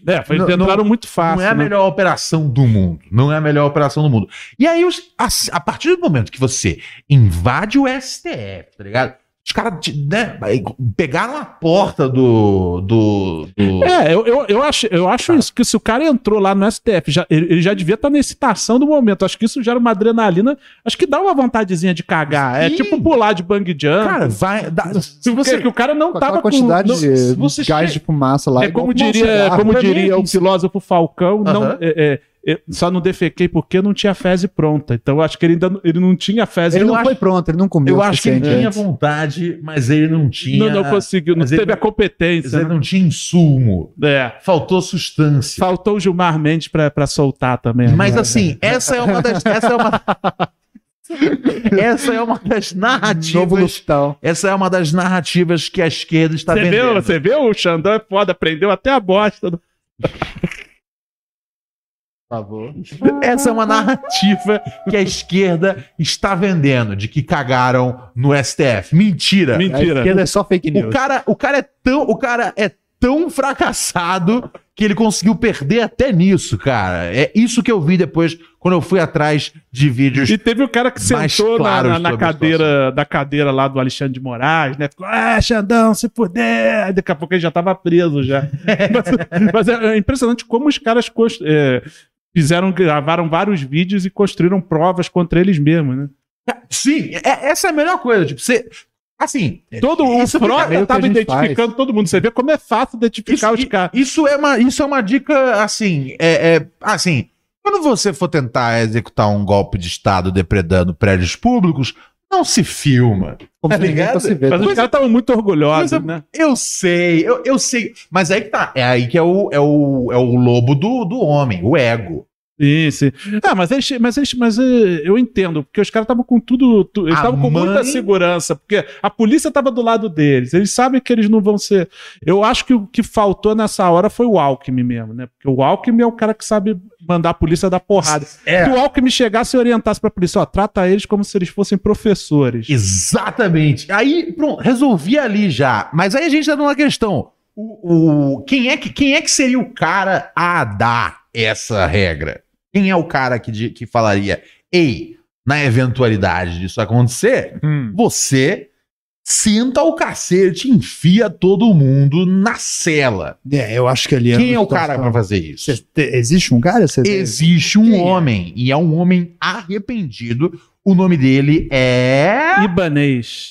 É, foi, Não- tentaram muito não fácil. é a né? melhor operação do mundo. Não é a melhor operação do mundo. E aí, os- a, a partir do momento que você invade o STF, tá ligado? Os caras te- né, pegaram a porta do. do, do- É, eu, eu, eu acho, eu acho isso, que se o cara entrou lá no STF, já, ele, ele já devia estar na excitação do momento. Acho que isso gera uma adrenalina. Acho que dá uma vontadezinha de cagar. É Sim. tipo pular de bang jump. Cara, vai. dá- se Porque você. que o cara não Com tava aquela com- quantidade não- de você gás che- de fumaça lá. É igual como fumar um diria, cigarro. como Pra mim é diria o isso. filósofo Falcão, não, Aham. é, é, é, só não defequei porque não tinha fezes pronta. Então eu acho que ele ainda não- ele não tinha fezes. Ele Ele não acho- foi pronto, ele não comeu Eu o acho que ele suficiente tinha antes. vontade, mas ele não tinha. não, não conseguiu, não mas ele teve a não- competência. Ele né? não tinha insumo. É. Faltou substância. Faltou o Gilmar Mendes pra, pra soltar também. né? Mas assim, essa é uma das. Essa é uma, essa é uma das Novo narrativas. Lustal. Essa é uma das narrativas que a esquerda está Você viu, tá vendendo. você viu? O Xandão é foda, prendeu até a bosta. do- Por favor. Essa é uma narrativa que a esquerda está vendendo, de que cagaram no STF. Mentira. A Mentira. esquerda é só fake O news. cara, o cara é tão, o cara é tão fracassado que ele conseguiu perder até nisso, cara. É isso que eu vi depois quando eu fui atrás de vídeos E teve o cara que Mais sentou na- claro na, na sobre a cadeira da cadeira lá do Alexandre de Moraes, né? Ficou, ah, Xandão, se puder. Aí Daqui a pouco ele já tava preso já. mas, mas é, é impressionante como os caras cons- é, fizeram, gravaram vários vídeos e construíram provas contra eles mesmos, né? Sim, é- essa é a melhor coisa. Tipo, você. Assim, Todo o Isso fica Frota meio que a tava gente identificando todo mundo. Você vê como é fácil identificar os isso, caras. isso é uma, isso é uma dica assim. É, é- assim, quando você for tentar executar um golpe de Estado depredando prédios públicos, não se filma. Como Tá se ninguém ligado? fosse ver. Mas os caras estavam muito orgulhosos, Coisa- né? Eu sei, eu, eu sei. Mas aí que tá. É aí que é o, é o, é o lobo do, do homem, o ego. Sim, sim. Ah, mas, eles, mas, eles, mas eh, eu entendo, porque os caras estavam com tudo. tu- eles A estavam com mãe- muita segurança, porque a polícia estava do lado deles. Eles sabem que eles não vão ser. Eu acho que o que faltou nessa hora foi o Alckmin mesmo, né? Porque o Alckmin é o cara que sabe mandar a polícia dar porrada. É. Se o Alckmin chegasse e orientasse pra polícia, ó, trata eles como se eles fossem professores. Exatamente. Aí, pronto, resolvi ali já. Mas aí a gente tá numa questão. O, o- quem, é que, quem é que seria o cara a dar essa regra? Quem é o cara que, di- que falaria, ei, na eventualidade disso acontecer, Hum. você sinta o cacete, enfia todo mundo na cela. É, eu acho que ali Quem é uma o cara situação- pra fazer isso? Cê te- Existe um cara? Cê- Existe um Quem é? homem, e é um homem arrependido. O nome dele é. Ibanês.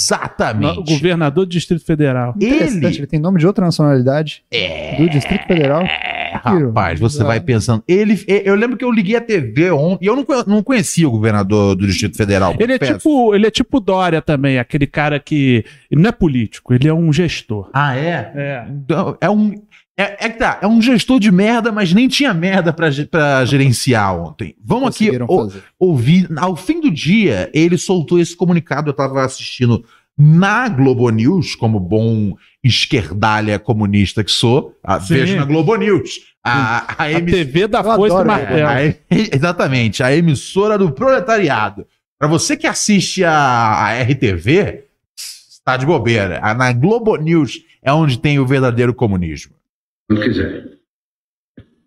No- Exatamente. governador do Distrito Federal. Interessante, Ele ele tem nome de outra nacionalidade. é. Do Distrito Federal. É, rapaz, você vai pensando. Ele, eu lembro que eu liguei a TV ontem e eu não, conhe- não conhecia o governador do Distrito Federal. Ele é, confesso. tipo, ele é tipo Dória também, aquele cara que. Ele não é político, ele é um gestor. Ah, é? É. Então, É um. É, é que tá, é um gestor de merda, mas nem tinha merda pra, ge- pra gerenciar ontem. Vamos aqui conseguiram ou- fazer. ouvir. Ao fim do dia, ele soltou esse comunicado. Eu tava assistindo na Globo News, como bom esquerdalha comunista que sou. Ah, Sim. vejo na Globo News. A, a A MC TV da Eu Foice e adoro, né? Martelo. A e- exatamente, a emissora do proletariado. Para você que assiste a, a RTV, Tá de bobeira. Ah, Na Globo News é onde tem o verdadeiro comunismo. Quando quiser.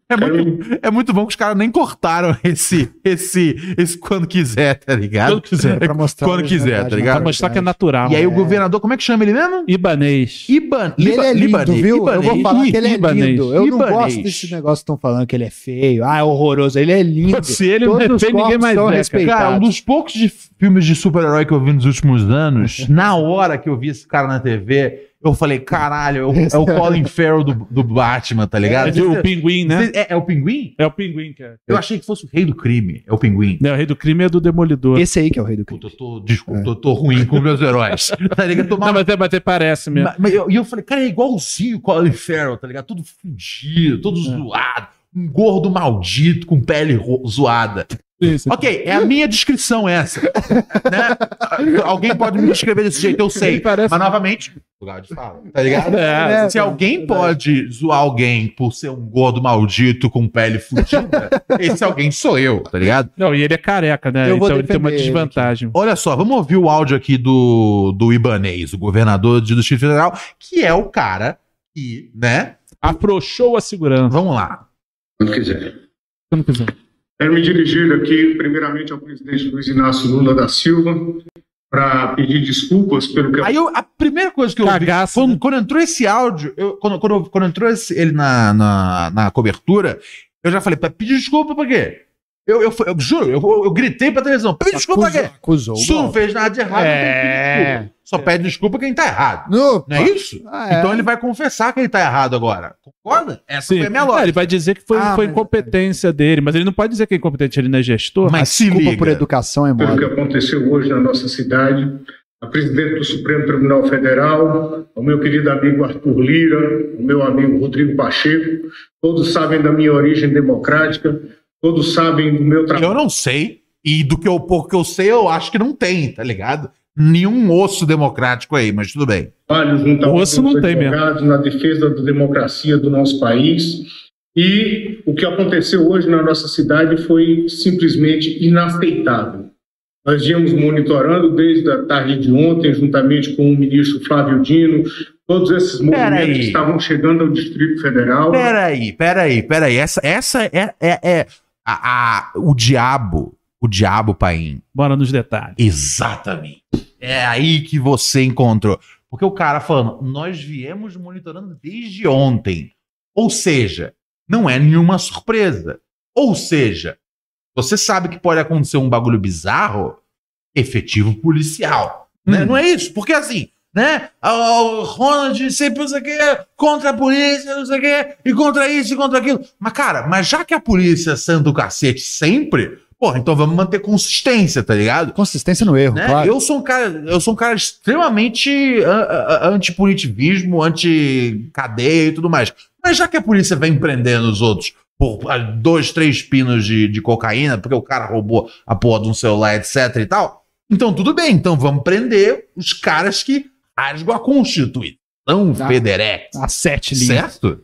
É muito, é muito bom que os caras nem cortaram esse, esse, esse quando quiser, tá ligado? Quando É quiser. É pra mostrar quando a quiser, originalidade, tá né? ligado? Pra mostrar que é natural. E aí o É. governador, como é que chama ele mesmo? Ibanês. Iban, E ele é lindo, Libanês, viu? Ibanês. Eu vou falar que ele é Ibanês, lindo. Eu não Ibanês. gosto desse negócio que estão falando que ele é feio. Ah, é horroroso. Ele é lindo. Se ele Todos não os tem ninguém corpos mais são é, cara. respeitados. Cara, um dos poucos de filmes de super-herói que eu vi nos últimos anos, na hora que eu vi esse cara na TV, eu falei, caralho, é o, é o Colin Farrell do, do Batman, tá É ligado? de- o pinguim, né? É, é o pinguim? É o pinguim, cara. Eu achei que fosse o rei do crime, é o pinguim. Não, o rei do crime é do demolidor. Esse aí que é o rei do crime. Puta, eu tô, desculpa, eu tô ruim com meus heróis. Tá ligado? Eu tô mal- é. Não, mas até, mas até parece mesmo. Ma- mas eu- E eu, falei, cara, é igualzinho o Colin Farrell, tá ligado? Tudo fudido, É. todo zoado, um gordo maldito com pele ro- zoada. Sim, sim. Ok, é a minha descrição essa. né? Alguém pode me descrever desse jeito, eu sei. Ele parece- Mas novamente, lugar de fala, tá ligado? É, Se alguém pode zoar alguém por ser um gordo maldito com pele fudida, esse alguém sou eu, tá ligado? Não, e ele é careca, né? Eu vou então ele tem uma defender ele desvantagem. Olha só, vamos ouvir o áudio aqui do, do Ibanês, o governador de- do Distrito Federal, que é o cara que, né? Afrouxou a segurança. Vamos lá. Quando quiser. Quando quiser. Quero me dirigir aqui, primeiramente, ao presidente Luiz Inácio Lula da Silva, para pedir desculpas pelo que Aí eu- a primeira coisa que eu vi, Cagaço, quando, né? um, quando entrou esse áudio, eu- quando, quando, quando entrou esse- ele na, na, na cobertura, eu já falei, "Pá, pedir desculpa pra quê? Eu, eu, eu juro, eu, eu gritei pra televisão, pedir desculpa pra quê? é. Acusou. Se tu não fez nada de errado, não tem que pedir É. desculpa. Só pede desculpa quem tá errado. Não, Não é isso? Ah, é. Então ele vai confessar que ele tá errado agora. Concorda? Essa Sim. foi a minha Ah, lógica. ele vai dizer que foi, Ah, foi mas- incompetência dele, mas ele não pode dizer que é incompetente, ele não é gestor. Mas se Desculpa liga. por educação é pelo que mole. aconteceu hoje na nossa cidade, a presidente do Supremo Tribunal Federal, ao meu querido amigo Arthur Lira, ao meu amigo Rodrigo Pacheco, todos sabem da minha origem democrática, todos sabem do meu trabalho. Eu não sei. E do que eu, pouco que eu sei, eu acho que não tem, tá ligado? Nenhum osso democrático aí, mas tudo bem. trabalho junto ao Osso não tem mesmo. na defesa da democracia do nosso país. E o que aconteceu hoje na nossa cidade foi simplesmente inaceitável. Nós viemos monitorando desde a tarde de ontem, juntamente com o ministro Flávio Dino, todos esses movimentos Peraí. que estavam chegando ao Distrito Federal. Peraí, peraí, peraí. Essa, essa é, é, é a, a- o diabo. O diabo, Paim. Bora nos detalhes. Exatamente. É aí que você encontrou. Porque o cara falando, nós viemos monitorando desde ontem. Ou seja, não é nenhuma surpresa. Ou seja, você sabe que pode acontecer um bagulho bizarro, efetivo policial. né? Hum. Não é isso? Porque assim, né? O Ronald sempre não sei o quê, contra a polícia, não sei o quê, e contra isso e contra aquilo. Mas, cara, mas já que a polícia é sendo do cacete sempre, porra, então vamos manter consistência, tá ligado? Consistência no erro, né? claro. Eu sou um cara, eu sou um cara extremamente ah, ah, antipunitivismo, anti-cadeia e tudo mais. Mas já que a polícia vem prendendo os outros por ah, dois, três pinos de, de cocaína, porque o cara roubou a porra de um celular, etc e tal, então tudo bem, então vamos prender os caras que rasgam a Constituição Tá. Federec, A sete linhas. certo?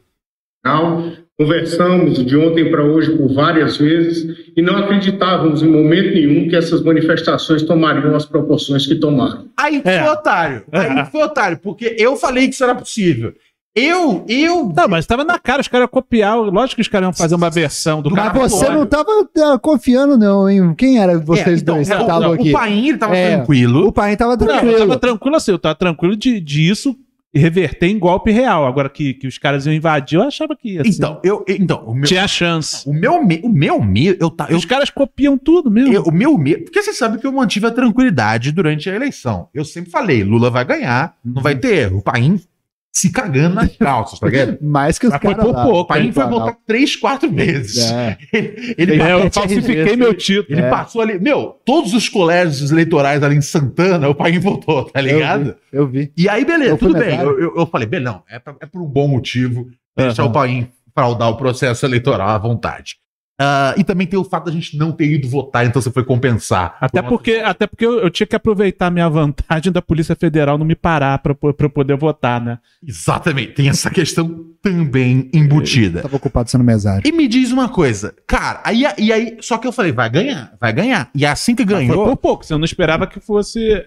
Federal. Conversamos de ontem para hoje por várias vezes e não acreditávamos em momento nenhum que essas manifestações tomariam as proporções que tomaram. Aí É. foi otário, aí foi otário, porque eu falei que isso era possível. Eu, eu Não, mas tava na cara, os caras iam copiar. Lógico que os caras iam fazer uma versão do Mas cara. você Lógico. não tava ah, confiando, não, hein? Quem era vocês É, então, dois que é, o- estavam Tá aqui? O Paim, ele tava É. tranquilo. O pai tava Não, eu tava tranquilo. tranquilo assim, eu tava tranquilo de, de isso reverter em golpe real. Agora que, que os caras iam invadir, eu achava que ia. ser. Então, eu, então, o meu, tinha chance. o meu, me- o meu medo, eu tá, eu, Os caras copiam tudo mesmo. eu- o meu medo, porque você sabe que eu mantive a tranquilidade durante a eleição. Eu sempre falei, Lula vai ganhar, não vai ter erro. O Paim se cagando nas calças, tá ligado? Mais que os Mas foi caras. por lá. O pouco. Paim hein? foi Tá, votar três, quatro vezes. É. Ele, ele É, eu bateu- falsifiquei meu título. ele passou ali, meu, todos os colégios eleitorais ali em Santana, o Paim votou, tá ligado? Eu vi. E aí, beleza, Eu fui tudo bem. medalha. Eu, eu, eu falei, bem, não, é, pra- é por um bom motivo deixar Aham. o Paim fraudar o processo eleitoral à vontade. Ah, e também tem o fato da gente não ter ido votar, então você foi compensar. Até Por- porque, até porque eu, eu tinha que aproveitar a minha vantagem da Polícia Federal não me parar pra, po- pra eu poder votar, né? Exatamente, tem essa questão também embutida. Tava ocupado sendo mesário. E me diz uma coisa, cara, aí, e aí, só que eu falei, vai ganhar, vai ganhar. E assim que Ah, Foi ganhou, por pouco, você não esperava que fosse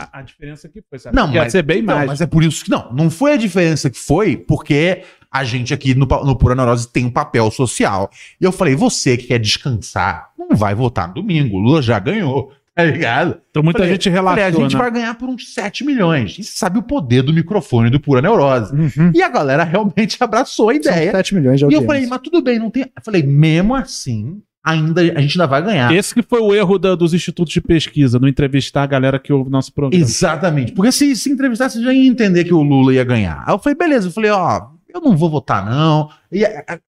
A, a diferença que foi, sabe? Não, Ia mas- ser bem Não, mais. mas é por isso que não. Não foi a diferença que foi, porque a gente aqui no, pa- no Pura Neurose tem um papel social. E eu falei, você que quer descansar, não vai votar no domingo. O Lula já ganhou, tá ligado? Então muita Falei, gente Falei, relatou, a gente né? vai ganhar por uns 7 milhões. E você sabe o poder do microfone do Pura Neurose. Uhum. E a galera realmente abraçou a São ideia. 7 milhões de E audiência. eu falei, mas tudo bem, não tem. Eu falei, mesmo assim, ainda, a gente ainda vai ganhar. Esse que foi o erro da- dos institutos de pesquisa, não entrevistar a galera que ouve nosso programa. Exatamente. Porque se se entrevistasse, já ia entender que o Lula ia ganhar. Aí eu falei, beleza, eu falei, ó, eu não vou votar, não. E, a- a-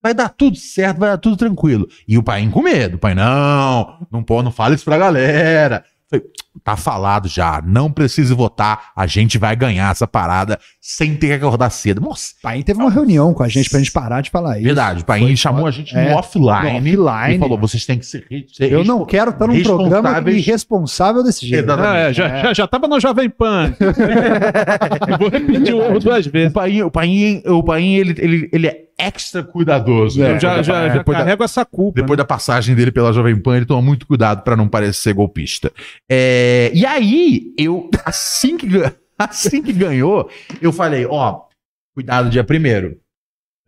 vai dar tudo certo, vai dar tudo tranquilo. E o pai com medo, o pai, não, não, pô, não fala isso pra galera. Eu Falei, tá falado já, não precisa votar, a gente vai ganhar essa parada sem ter que acordar cedo. Nossa, O Paim teve uma reunião com a gente pra gente parar de falar é isso. verdade, o pai chamou a gente É, no offline. No offline. E falou, vocês têm que ser. ser Eu não quero estar num programa responsáveis. irresponsável desse jeito. Exatamente. Ah, é, já, É. Já, já tava na Jovem Pan. Vou repetir o erro duas O vezes. Paim, o Paim, o Paim ele, ele, ele é extra cuidadoso. É, né? Eu já, Depois da- já, já depois, da, carrego essa culpa. depois da passagem dele pela Jovem Pan, ele toma muito cuidado pra não parecer golpista. É, e aí, eu, assim que, gan- assim que ganhou, eu falei: ó, cuidado dia primeiro.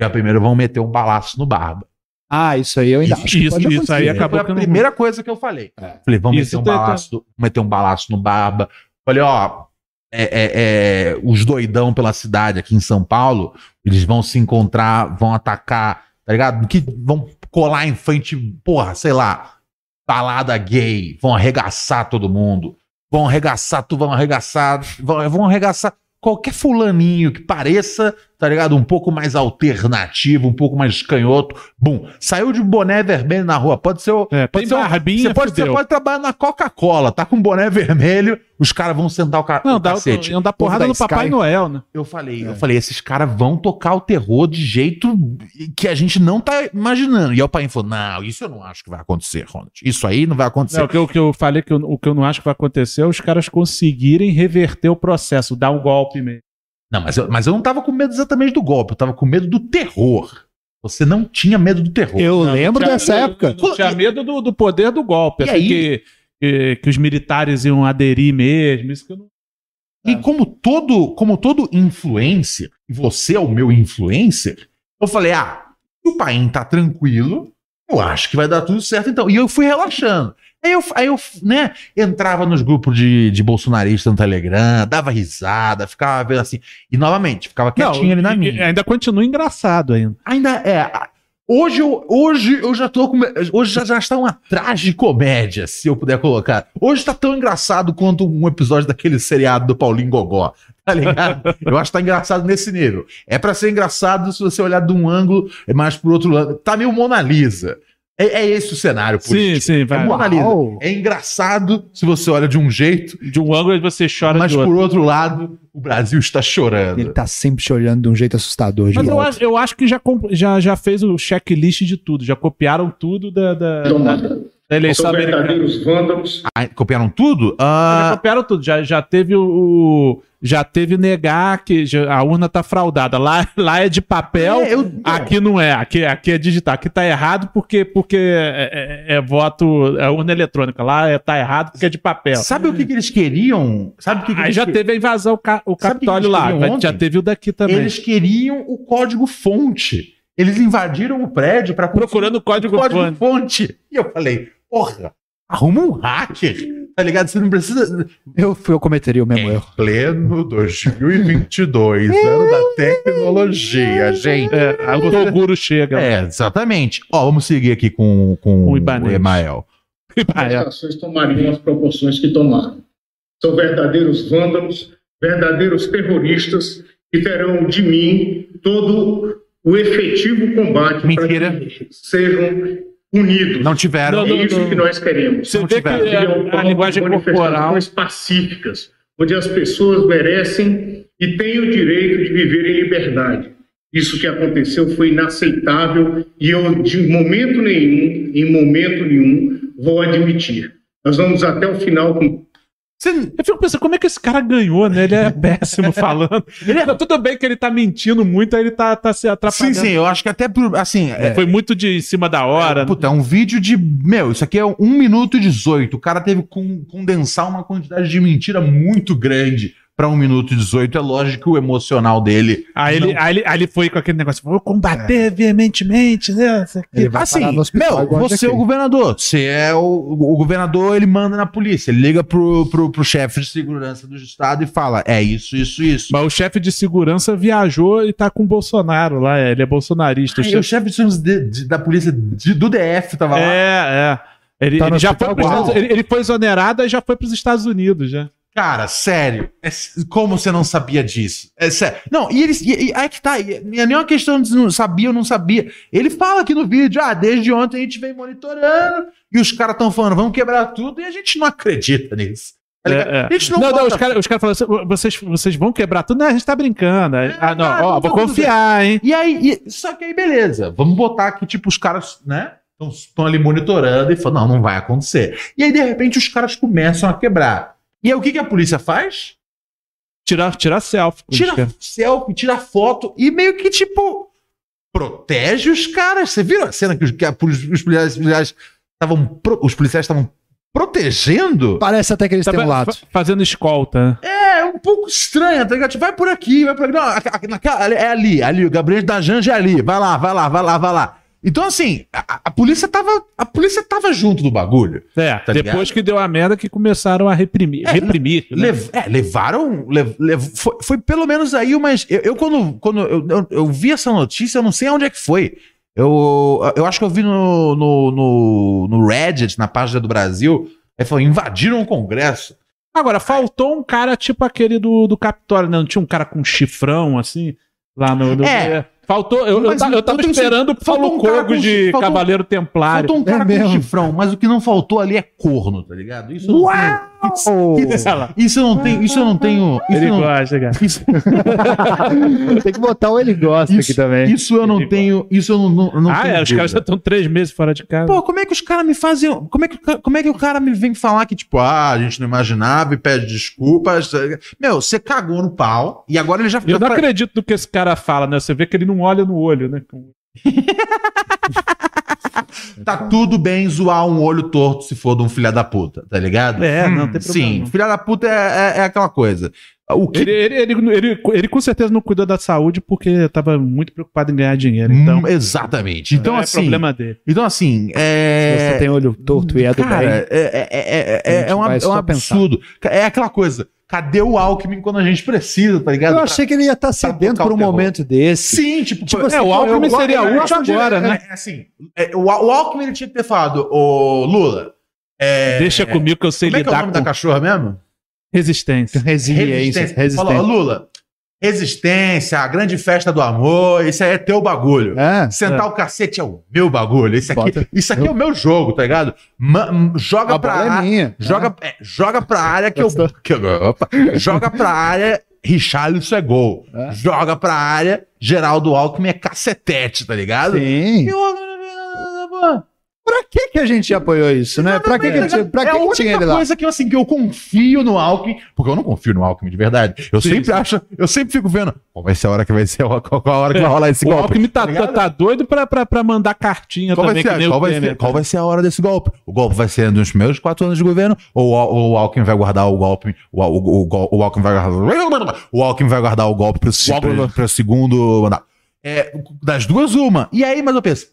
Dia primeiro vão meter um balaço no barba. Ah, isso aí eu ainda acho. que Isso- pode isso acontecer. aí acabou Foi a que eu não- primeira coisa que eu falei. É. Falei, vamos Isso meter um, tem- balaço, no- meter um balaço no barba. Falei, ó, é, é, é, os doidão pela cidade aqui em São Paulo, eles vão se encontrar, vão atacar, tá ligado? Que vão colar em frente, porra, sei lá, balada gay, vão arregaçar todo mundo. Vão arregaçar, tu vão arregaçar, vão, vão arregaçar qualquer fulaninho que pareça, tá ligado? Um pouco mais alternativo, um pouco mais canhoto. Bum, saiu de boné vermelho na rua. Pode ser o, É, Pode tem ser um- barbinha, você pode, você fudeu. pode trabalhar na Coca-Cola, tá com boné vermelho, os caras vão sentar o, ca Não, o dá, cacete. não dá da porrada no Sky. Papai Noel, né? Eu falei, É. eu falei, esses caras vão tocar o terror de jeito que a gente não tá imaginando. E aí o pai falou: não, isso eu não acho que vai acontecer, Ronald. Isso aí não vai acontecer. Não, o, que eu, o que eu falei, que eu- o que eu não acho que vai acontecer é os caras conseguirem reverter o processo, dar um golpe mesmo. Não, mas eu, mas eu não tava com medo exatamente do golpe, eu tava com medo do terror. Você não tinha medo do terror. Eu Não, lembro não tinha- dessa não- época. Não tinha medo do, do poder do E golpe, assim, aí? que, que, que os militares iam aderir mesmo. Isso que eu não... É. E como todo, como todo influencer, e você é o meu influencer, eu falei, ah, se o Paim tá tranquilo, eu acho que vai dar tudo certo então. E eu fui relaxando. Aí eu, aí eu né, entrava nos grupos de, de bolsonaristas no Telegram, dava risada, ficava vendo assim. E novamente, ficava quietinho ali na e- minha. e Ainda continua engraçado ainda. Ainda é. a- Hoje eu, hoje eu já tô com. Hoje já, já está uma tragicomédia, se eu puder colocar. Hoje tá tão engraçado quanto um episódio daquele seriado do Paulinho Gogó. Tá ligado? Eu acho que tá engraçado nesse nível. É pra ser engraçado se você olhar de um ângulo, mas por outro lado. Tá meio Mona Lisa. É, é esse o cenário político. sim, É Mona Uau. Lisa. É engraçado se você olha de um jeito, De um ângulo você chora mas de por outro. outro lado, o Brasil está chorando. Ele tá sempre te olhando de um jeito assustador. de Mas eu volta. acho, eu acho que já, comp- já, já fez o checklist de tudo, já copiaram tudo da, da, da- Tomada. da eleição São americana. verdadeiros vândalos. Ah, copiaram tudo? Ah, Já copiaram tudo, já, já teve o. Já teve negar que já- a urna tá fraudada. Lá, lá é de papel, é, eu- aqui não é. Aqui, aqui é digital. Aqui tá errado porque, porque é, é- é voto. É urna eletrônica. Lá é, tá errado porque é de papel. Sabe o que, que eles queriam? Sabe o que, que Aí eles já que- teve a invasão, ca- o Sabe o que Capitólio eles lá. queriam mas ontem? Já teve o daqui também. Eles queriam o código fonte. Eles invadiram o prédio para Procurando o código, código fonte. fonte. E eu falei, porra, arruma um hacker. Tá ligado? Você não precisa. Eu, fui- eu cometeria o mesmo erro. Pleno 2022, ano da tecnologia, gente. É, aí o Toguro chega. lá. É, exatamente. Ó, vamos seguir aqui com, com O Ibanez. Emael. Ah, as é. ações tomariam as proporções que tomaram. São verdadeiros vândalos, verdadeiros terroristas que terão de mim todo o efetivo combate para Mentira. que sejam unidos. Não tiveram. Não, é isso que nós queremos. Você Não vê que tiveram. É, a, a linguagem corporal. manifestações pacíficas, onde as pessoas merecem e têm o direito de viver em liberdade. Isso que aconteceu foi inaceitável e eu, de momento nenhum, em momento nenhum, vou admitir. Nós vamos até o final com Você- Eu fico pensando, como é que esse cara ganhou, né? Ele é péssimo falando. Ele é- tudo bem que ele tá mentindo muito, aí ele tá, tá se Sim, atrapalhando. sim, eu acho que até por. Assim, é, Foi muito de em cima da hora. Puta, é um vídeo de. Meu, isso aqui é 1 minuto e 18. O cara teve que con- condensar uma quantidade de mentira muito grande pra 1 minuto e 18. É lógico que o emocional dele. Aí ele, aí, ele, aí ele foi com aquele negócio, vou combater veementemente, né? Isso aqui. É. Ele vai assim, parar Tá no hospital meu, igual você é o aqui. governador. Você é o, o governador, ele manda na polícia. Ele liga pro, pro, pro chefe de segurança do estado e fala: é isso, isso, isso. Mas o chefe de segurança viajou e tá com o Bolsonaro lá, é, ele é bolsonarista. o Aí chefe- o chefe de segurança de- de- da polícia de- do DF tava lá. É, é. Ele, Tá no ele já hospital foi pros igual. Estados- ele, ele foi exonerado e já foi para os Estados Unidos, né? já. Cara, sério, é s- como você não sabia disso? É sério. Não, e eles. E, e- aí que tá. E, e é nem uma questão de não sabia ou não sabia. Ele fala aqui no vídeo: ah, desde ontem a gente vem monitorando e os caras estão falando, vamos quebrar tudo, e a gente não acredita nisso. Tá É, ligado? é. A gente Não, não, bota os caras os cara falaram assim, vocês, vocês vão quebrar tudo? Não, a gente tá brincando. Aí, É, ah, não, cara, ó, não vou vamos confiar, hein? E aí, e- só que aí beleza, vamos botar que tipo os caras, né, estão ali monitorando e falam, não, não vai acontecer. E aí de repente os caras começam a quebrar. E aí o que, que a polícia faz? Tirar tira selfie. com os Tira caras. selfie, tira foto e meio que tipo protege os caras. Você viu a cena que os, que a poli- os policiais policiais estavam pro- os policiais estavam protegendo? Parece até que eles têm um Tava lado. Tá fa- fazendo escolta. né? É um pouco estranha, tá ligado? Tipo, vai por aqui, vai por aqui. Não, a- a- naquela- ali- é ali, ali, o Gabriel da Janja é ali. Vai lá, vai lá, vai lá, vai lá. Então, assim, a, a polícia tava. A polícia tava junto do bagulho. É, Tá depois ligado? que deu a merda que começaram a reprimir. É, reprimir né? Lev- é, levaram. lev- lev- foi, foi pelo menos aí, mas eu, eu quando, quando eu, eu- eu vi essa notícia, eu não sei onde é que foi. Eu, eu acho que eu vi no, no, no, no Reddit, na página do Brasil. Aí falou: invadiram o Congresso. Agora, faltou um cara tipo aquele do, do Capitólio, né? Não tinha um cara com chifrão, assim, lá no... no- É. Faltou... Eu, eu Mas ta- eu tava faltou esse- esperando o Paulo faltou um cara Cogo com de chi- faltou- Cavaleiro Templário. Faltou um cara com mesmo. chifrão, mas o que não faltou ali é corno, tá ligado? Isso eu não tenho- isso- Sei lá. Isso eu não tenho, isso eu não tenho, um isso Ele eu não, gosta, cara. isso, Tem que botar o ele gosta aqui também. isso eu não Ele tenho, isso eu não, não, não ah, tenho é, os caras dúvida. já estão três meses fora de casa. Pô, como é que os caras me fazem, como é que o ca- como é que o cara me vem falar que tipo, ah, a gente não imaginava e pede desculpas. tá Meu, você cagou no pau e agora ele já eu já não tá- acredito no que esse cara fala, né? Você vê que ele não olha no olho, né? tá tudo bem zoar um olho torto se for de um filha da puta, tá ligado? É, não tem problema. Sim, não. filha da puta é, é, é aquela coisa. O que Ele, ele, ele, ele- ele com certeza não cuidou da saúde porque tava muito preocupado em ganhar dinheiro. Então, Hum, exatamente. Então é assim, problema dele. então assim, é Você tem olho torto e é do Cara, bem. é, é, é, A é, gente é, um, vai ab- é um só pensar. absurdo. É aquela coisa. Cadê o Alckmin quando a gente precisa, tá ligado? Eu Pra- achei que ele ia estar cedendo botar por o um terror. momento desse. Sim, tipo, Tipo pô, assim, É, o Alckmin eu- seria eu- eu útil acho agora, de- né? é, assim, é, o, Al- o Alckmin ele tinha que ter falado, ô Lula, é, Deixa comigo que eu sei como é que é o lidar nome com da cachorra mesmo? resistência. Resiliência, Falou, resistência. "Ô, Lula, resistência, a grande festa do amor, isso aí é teu bagulho. É, Sentar É. o cacete é o meu bagulho. Isso aqui, Bota. isso aqui é o meu jogo, tá ligado? Ma- joga a pra bola é minha. Joga, é, joga pra área que eu. Que eu opa. joga pra área, Richarlison é gol. É. Joga pra área, Geraldo Alckmin é cacetete, tá ligado? Sim. E o- Pra que que a gente apoiou isso, né? Pra que que, Exatamente, tinha- pra que é a que única tinha ele lá? coisa que eu, assim, que eu confio no Alckmin, porque eu não confio no Alckmin de verdade. Eu Sim, sempre sim. acho, eu sempre fico vendo, "Pô, vai ser a hora que vai ser, qual, qual a hora que vai rolar esse o golpe? Alckmin tá, tá ligado? tá doido pra, pra, pra mandar cartinha Qual vai, também, ser, que nem qual o vai Temer. ser- qual vai ser a hora desse golpe? O golpe vai ser nos meus quatro anos de governo? Ou, o Al- ou o Alckmin vai guardar o golpe? O, Al- o, o, gol- o Alckmin vai guardar. O Alckmin vai guardar o golpe pro, se- pro, pro segundo mandato. É, das duas, uma. E aí, mas eu penso.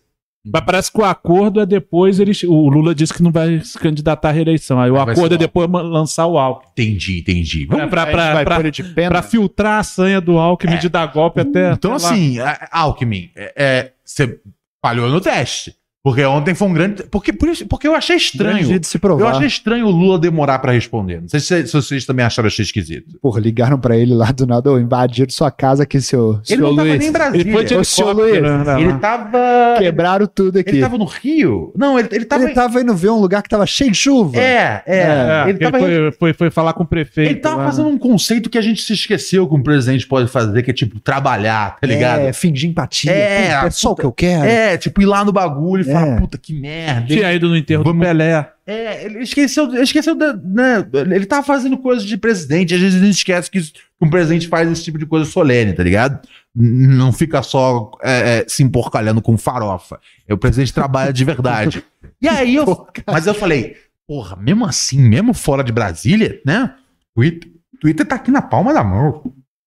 Mas parece que o acordo é depois. Eles, o Lula disse que não vai se candidatar à reeleição. Aí o Aí vai acordo ser é depois man- lançar o Alckmin. Entendi, entendi. Vamos- A Pra, pra, gente pra, vai pra- pôr ele de pena? pra filtrar a sanha do Alckmin de dar golpe até. então, sei lá. assim, a- a- Alckmin, é, é, você falhou no teste. Porque ontem foi um grande. Porque, por isso, porque eu achei Grande estranho. jeito de se provar. Eu achei estranho o Lula demorar pra responder. Não sei se, se vocês também acharam achei esquisito. Porra, ligaram pra ele lá do nada, ô, invadiram sua casa aqui, seu, Ele seu não tava Luiz. nem em Brasília. Ele foi de Ô, senhor helicóptero, Luiz, né, lá. Ele tava. Quebraram tudo aqui. Ele tava no Rio? Não, ele, ele tava. em- indo ver um lugar que tava cheio de chuva. É, é. É, ele, ele tava, ele, foi, foi, foi falar com o prefeito. tava lá, fazendo né? um conceito que a gente se esqueceu que um presidente pode fazer, que é tipo trabalhar, tá ligado? É, fim de empatia. É, puta, é só o que eu quero. É, tipo ir lá no bagulho e falar, É. puta que merda. Tinha ido no enterro Vamos- do Pelé. É, ele esqueceu, ele esqueceu da, né, ele tá fazendo coisas de presidente, às vezes a gente esquece que, isso- que um presidente faz esse tipo de coisa solene, tá ligado? N- Não fica só é, é, se emporcalhando com farofa. É, O presidente trabalha de verdade. E aí eu, mas eu falei, porra, mesmo assim, mesmo fora de Brasília, né? Twitter, Twitter tá aqui na palma da mão.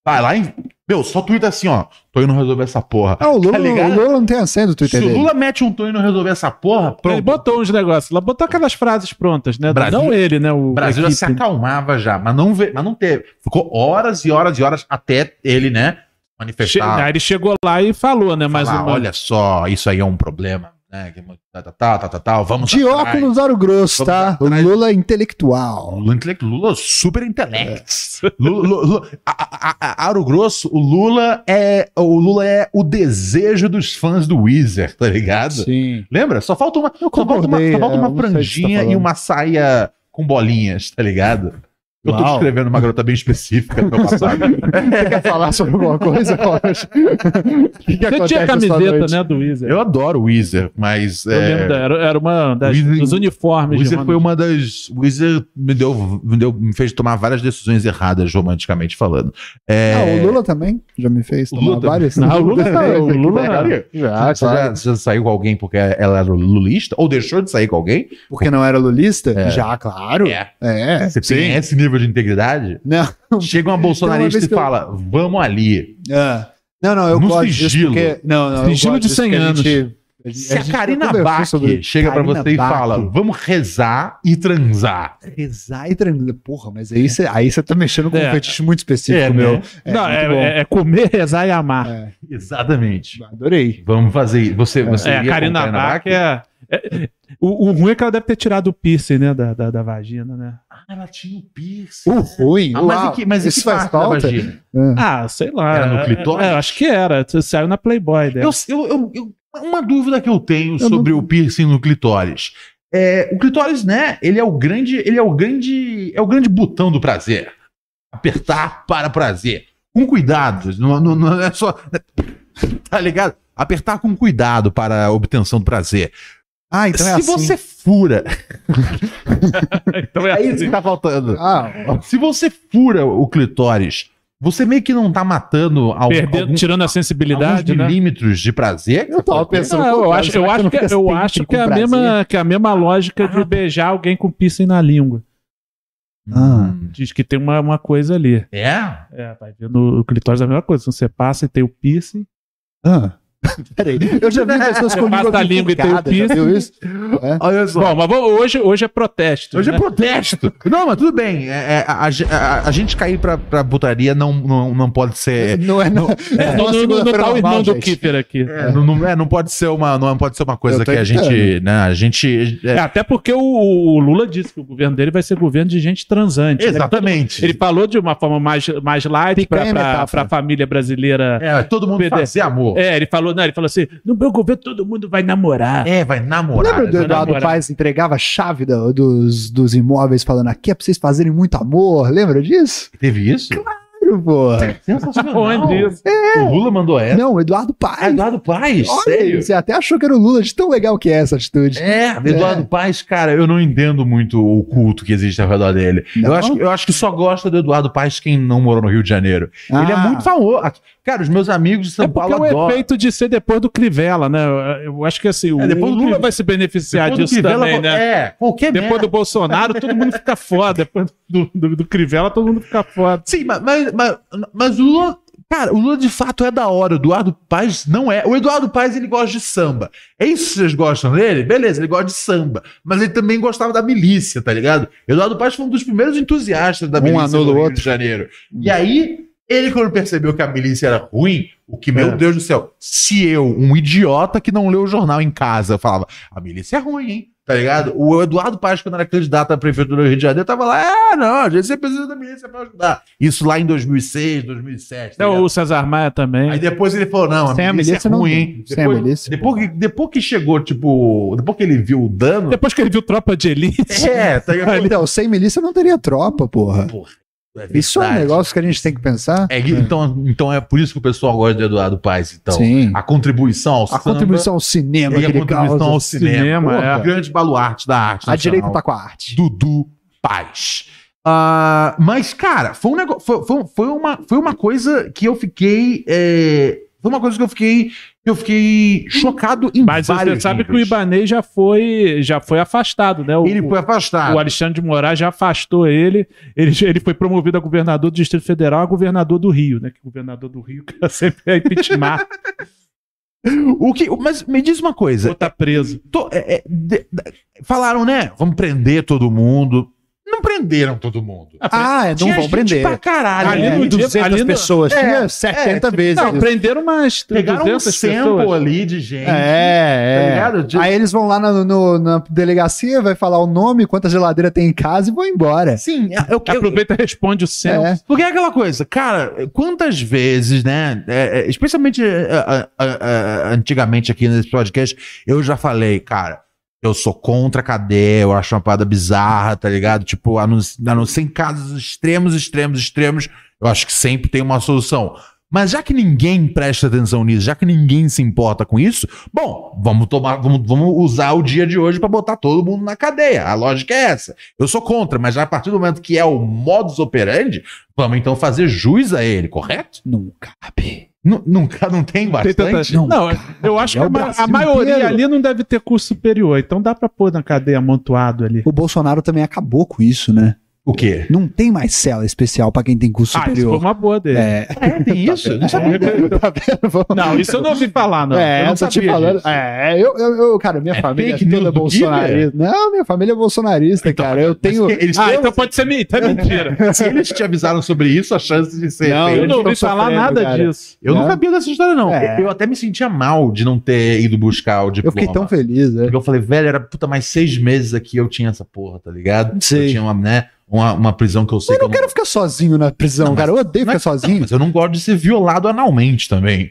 Vai lá em, meu, só Twitter assim, ó, tô indo resolver essa porra. Ah, o Lula, Tá ligado? o Lula não tem a senha do Se Twitter o dele. Lula mete um Twitter e não resolver essa porra, Ele pronto. botou uns negócios lá, botou aquelas frases prontas, né? Brasil- não ele, né? O O Brasil já equipe. se acalmava já, mas não, ve- mas não teve. Ficou horas e horas e horas até ele, né, Che- manifestar. Aí ele chegou lá e falou, né? Mais falar, uma. olha só, isso aí é um problema, né, que- tá, tá, tá, tá, tá, tá, vamos De atrás. óculos Aro Grosso, Vamos tá? O atrás. Lula é intelectual. Lula, intele- Lula super intelects. Lula, Lula- Lula- a- a- a- a- Aro Grosso, o Lula é o Lula é o desejo dos fãs do Weezer, tá ligado? Sim. Lembra? Só falta uma, só falta uma, concordei, só falta é, uma eu não sei o que você tá franjinha e falando. uma saia com bolinhas, tá ligado? Eu tô Uau. descrevendo uma grota bem específica do meu passado. Você quer falar sobre alguma coisa, Rocha? O que, que Você tinha a essa camiseta, noite? né, do Weezer. Eu adoro o Weezer, mas Eu lembro, da- é, era, era uma das, Weezer- dos o uniformes de Weezer Ronald. foi uma das. O Weezer me deu, me deu, me fez tomar várias decisões erradas romanticamente falando. É, Ah, o Lula também já me fez O tomar Lula também. várias. Não, o Lula tá- o Que Lula- pariu. Já, você, já, já. você já saiu com alguém porque ela era lulista? Ou deixou de sair com alguém? Porque não era lulista? É. Já, claro. É. É. Você tem Sim. esse nível de integridade? Não. Chega Então, uma uma bolsonarista vez e que eu- fala: vamos ali. Ah. Não, não, eu No gosto disso sigilo. porque... Não, não, eu Sigilo gosto de disso 100 que a gente- a gente- Se a gente Karina conversou Bach sobre isso. chega pra Karina você e Bach, fala, vamos rezar e transar. Rezar e tranquilo. Porra, mas aí você aí você tá mexendo com É. um fetiche muito específico, É, né? meu. Não, muito é, bom. é- é comer, rezar e amar. Exatamente. Adorei. Vamos fazer isso. Você, você É, a iria Karina com Bach é. é- o, o ruim é que ela deve ter tirado o piercing, né? Da, da, da vagina, né? Ah, ela tinha o piercing. O ruim, Ah, uau, mas, e que, mas e isso que faz parte da falta? vagina? Ah, sei lá. Era no É, clitóris? é, acho que era. Saiu na Playboy né? dela. Eu, eu, eu- eu- uma dúvida que eu tenho Eu sobre o piercing no clitóris. É, o clitóris, né? Ele é o grande, ele é o grande, é o grande botão do prazer. Apertar para prazer. Com cuidado, não, não- não é só tá ligado? Apertar com cuidado para a obtenção do prazer. Ah, então Se é assim. você fura, Então é é isso assim. que tá faltando. Ah, Se você fura o clitóris, você meio que não tá matando al- Perdendo, algum- tirando a alguns sensibilidade, né? milímetros de prazer. eu tava pensando... Não, eu pô, acho, será eu acho não que, fica eu sempre acho com que é a prazer? mesma, que é a mesma lógica de beijar alguém com piercing na língua. Ah. Hum. Diz que tem uma, uma coisa ali. É? É, vai ver no clitóris é a mesma coisa. Então, Você passa e tem o piercing. Ah. Peraí, eu já vi pessoas É, com Passa a língua e tem o bifurcada, já piercing. viu isso? Olha só. Bom, mas vou- hoje, hoje é protesto. Hoje é né? protesto. Não, mas tudo bem. É, é, a, a- a- a gente cair pra, pra putaria não, não, não pode ser. Não é, não. É, não, não, não, não tá o irmão do Kiffer aqui. é, Não, não- é, não pode ser uma, não pode ser uma coisa Eu tô que a gente. Né, a gente. é, É, até porque o, o Lula disse que o governo dele vai ser governo de gente É, transante. né? exatamente. Ele falou de uma forma mais, mais light Picanha é para metáfora. a família brasileira. É, todo mundo PD. fazer amor. É, É, ele falou, não, ele falou assim: no meu governo todo mundo vai namorar. É, vai namorar. Lembra do Vai Eduardo namorar. Paes entregava a chave da- dos, dos imóveis falando aqui é pra vocês fazerem muito amor? Lembra disso? Teve isso? É. Claro, porra. Sensacional. Onde isso? O Lula mandou essa. Não, Eduardo Paes. Ah, Eduardo Paz? Olha, sério? Você até achou que era o Lula de tão legal que é essa atitude. É, Eduardo Paes, cara, eu não entendo muito o culto que existe ao redor dele. Eu Não? acho, eu acho que só gosta do Eduardo Paes quem não morou no Rio de Janeiro. Ele é Ah, muito famoso. Cara, os meus amigos de São É porque Paulo o adoram. efeito de ser depois do Crivella, né? Eu- Eu acho que assim, o, É, depois do Lula Crivella. vai se beneficiar Depois do disso Crivella, também, né? É, qualquer Depois merda. do Bolsonaro, todo mundo fica foda. Depois do, do, do Crivella, todo mundo fica foda. Sim, mas, mas, mas, mas o Lula. Cara, o Lula de fato é da hora. O Eduardo Paes não é. O Eduardo Paes ele gosta de samba. É isso que vocês gostam dele? Beleza, ele gosta de samba. Mas ele também gostava da milícia, tá ligado? Eduardo Paes foi um dos primeiros entusiastas da Um milícia anula no o Rio outro. de Janeiro. E Hum. aí, ele quando percebeu que a milícia era ruim, o que, meu É. Deus do céu, se eu, um idiota que não leu o jornal em casa, falava, a milícia é ruim, hein? Tá ligado? O Eduardo Paes, quando era candidato à prefeitura do Rio de Janeiro, tava lá, ah, não, a gente sempre precisa da milícia pra ajudar. Isso lá em 2006, 2007. tá Então, ligado? o César Maia também. Aí depois ele falou, não, a Sem milícia, a milícia é não- ruim, hein? sem a Depois- milícia. Depois que, depois que chegou, tipo, depois que ele viu o dano... É Depois que ele viu Tropa de Elite. É, tá ligado? Então, sem milícia não teria tropa, porra. Porra. Isso é um verdade. negócio que a gente tem que pensar. É, que- Então, então é por isso que o pessoal gosta de Eduardo Paes, então. Sim. A contribuição ao A contribuição ao cinema e que a ele contribuição causa. ao cinema. é Cinema, Porra, é. Grande baluarte da arte A direita nacional. tá com a arte. Dudu Paz. Ah, mas, cara, foi um negócio. Foi, foi- foi uma, foi uma coisa que eu fiquei. é, foi uma coisa que eu fiquei. Eu fiquei chocado em Mas vários você sabe que o níveis. Ibanez já foi, já foi afastado, né? O, Ele foi afastado. o Alexandre de Moraes já afastou ele. ele. Ele foi promovido a governador do Distrito Federal a governador do Rio, né? Que governador do Rio que sempre é impeachment, O que, mas me diz uma ou coisa. tá preso. Tô- é, é, de- de- falaram, né? Vamos prender todo mundo. Não prenderam todo mundo. Ah, é, não Tinha vão gente prender. Pra caralho. Ali é, no dia- 200 ali no- pessoas, É, tinha 70 vezes. Não, prenderam umas Pegaram um 200 sample pessoas. ali de É, gente. é. Tá ligado? De- Aí eles vão lá na- no- na delegacia, vai falar o nome, quanta geladeira tem em casa e vão embora. Sim, eu, eu, Aproveita e responde o censo. É. Porque é aquela coisa, cara, quantas vezes, né? é, é, especialmente é, é, é, é, antigamente aqui nesse podcast, eu já falei, cara, eu sou contra a cadeia, eu acho uma parada bizarra, tá ligado? Tipo, a não, a não ser em casos extremos, extremos, extremos, eu acho que sempre tem uma solução. Mas já que ninguém presta atenção nisso, já que ninguém se importa com isso, bom, vamos tomar, vamos, vamos usar o dia de hoje pra botar todo mundo na cadeia. A lógica é essa. Eu sou contra, mas a partir do momento que é o modus operandi, vamos então fazer juiz a ele, correto? Não cabe. Nu- nunca não tem Tem bastante. tanta- Não, Não, eu acho é que o a, ma- Brasil a maioria inteiro. ali não deve ter curso superior, então dá pra pôr na cadeia amontoado ali. O Bolsonaro também acabou com isso, né? O quê? Não tem mais cela especial pra quem tem curso Ah, isso foi superior. uma boa dele. É, É, tem isso? Não sabia. tá vendo? Vamos- Não, isso eu não ouvi falar, não. é, eu eu não tô te sabia falando. disso. É, eu, eu, eu- cara, minha É família fake news toda é do bolsonarista. Não, minha família é bolsonarista, cara. Eu tenho. Mas que- Eles, Ah, então pode ser mi- então é mentira. Se eles te avisaram sobre isso, a chance de ser. Não, feio- Eu Eles não ouvi estão falar sofrendo, nada cara. disso. Eu não É. sabia dessa história, não. É. Eu até me sentia mal de não ter ido buscar o Eu diploma. fiquei tão feliz, né? Porque eu falei, velho, era puta, mais seis meses aqui eu tinha essa porra, tá ligado? Sei. Eu tinha uma, né, uma, uma prisão que eu sei Eu que eu não quero ficar sozinho na prisão, Não, mas- cara. Eu odeio não é- ficar sozinho. Mas eu não gosto de ser violado analmente também.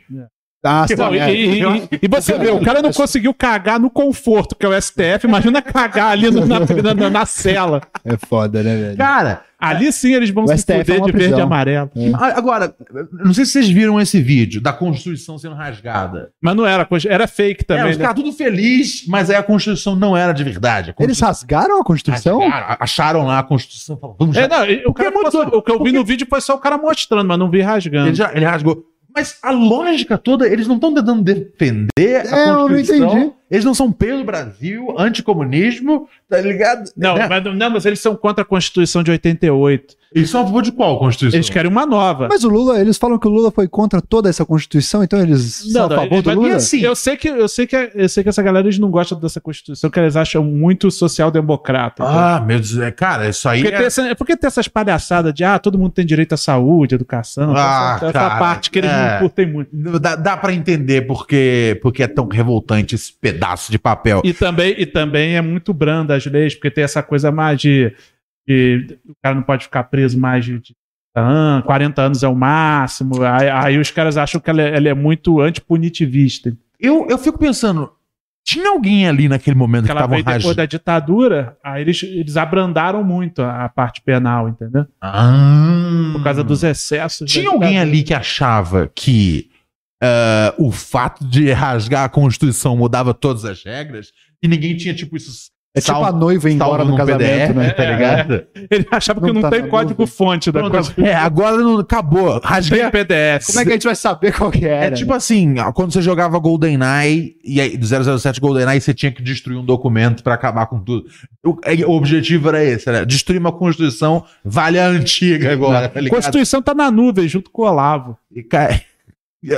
Ah, Não, sim, e, é. e- e- e você vê, o cara não conseguiu cagar no conforto, que é o STF, imagina cagar ali no- na, na, na- na cela. é foda, né, velho? Cara, Ali sim eles vão O se STF é fuder uma de verde prisão. e amarelo. a- agora, não sei se vocês viram esse vídeo da Constituição sendo rasgada. Mas não era, coisa- era fake É, também. os né? caras tudo feliz, mas aí a Constituição não era de verdade. A Eles Constituição- rasgaram a Constituição? Rasgaram, acharam lá a Constituição, falaram, vamos É, rasgar. não, e- o, Porque cara é muito passou- doido. o que eu vi no vídeo foi só o cara mostrando, mas não vi rasgando. ele, já- ele rasgou. Mas a lógica toda, eles não estão tentando defender a É, eu não Constituição. entendi. Eles não são pelo Brasil, anticomunismo, tá ligado? Não, né? É. mas, não, mas eles são contra a Constituição de 88. Eles são a favor de qual Constituição? Eles querem uma nova. Mas o Lula, eles falam que o Lula foi contra toda essa Constituição, então eles Não, são a não, favor ele do vai- Lula? e assim, eu sei que eu sei que eu sei que essa galera eles não gostam dessa constituição, que eles acham muito social-democrata. entendeu? Ah, meu Deus, é, cara, isso aí Porque, é... tem essa- porque tem essas palhaçadas de ah, todo mundo tem direito à saúde, educação, Ah, essa, essa cara, parte que eles é. não curtem muito. Dá, dá para entender porque, porque é tão revoltante esse pedaço de papel. E também, e também é muito branda as leis, porque tem essa coisa mais de, de- o cara não pode ficar preso mais de, de 30 anos, 40 anos é o máximo. Aí, aí os caras acham que ela, é- ela é muito antipunitivista. Eu, eu fico pensando, tinha alguém ali naquele momento Porque que ela tava veio depois rasgando? da ditadura, aí eles, eles abrandaram muito a, a parte penal, entendeu? Ah, Por causa dos excessos. né? Tinha da alguém ditadura. ali que achava que eh, o fato de rasgar a Constituição mudava todas as regras e ninguém tinha, tipo, isso é tipo a salvo- noiva embora salvo do num casamento, PDF, né? tá ligado? Ele achava que Não não, tá tem na código dúvida. fonte da Pronto, coisa. É, agora não, acabou. Rasguei Tem PDF. Como é que a gente vai saber qual que É era? né? tipo assim, quando você jogava GoldenEye, e aí, do 007 GoldenEye, você tinha que destruir um documento pra acabar com tudo. O, é- o objetivo era esse, era destruir uma Constituição, vale a antiga agora, tá A ligado? Constituição tá na nuvem, junto com o Olavo. E cai-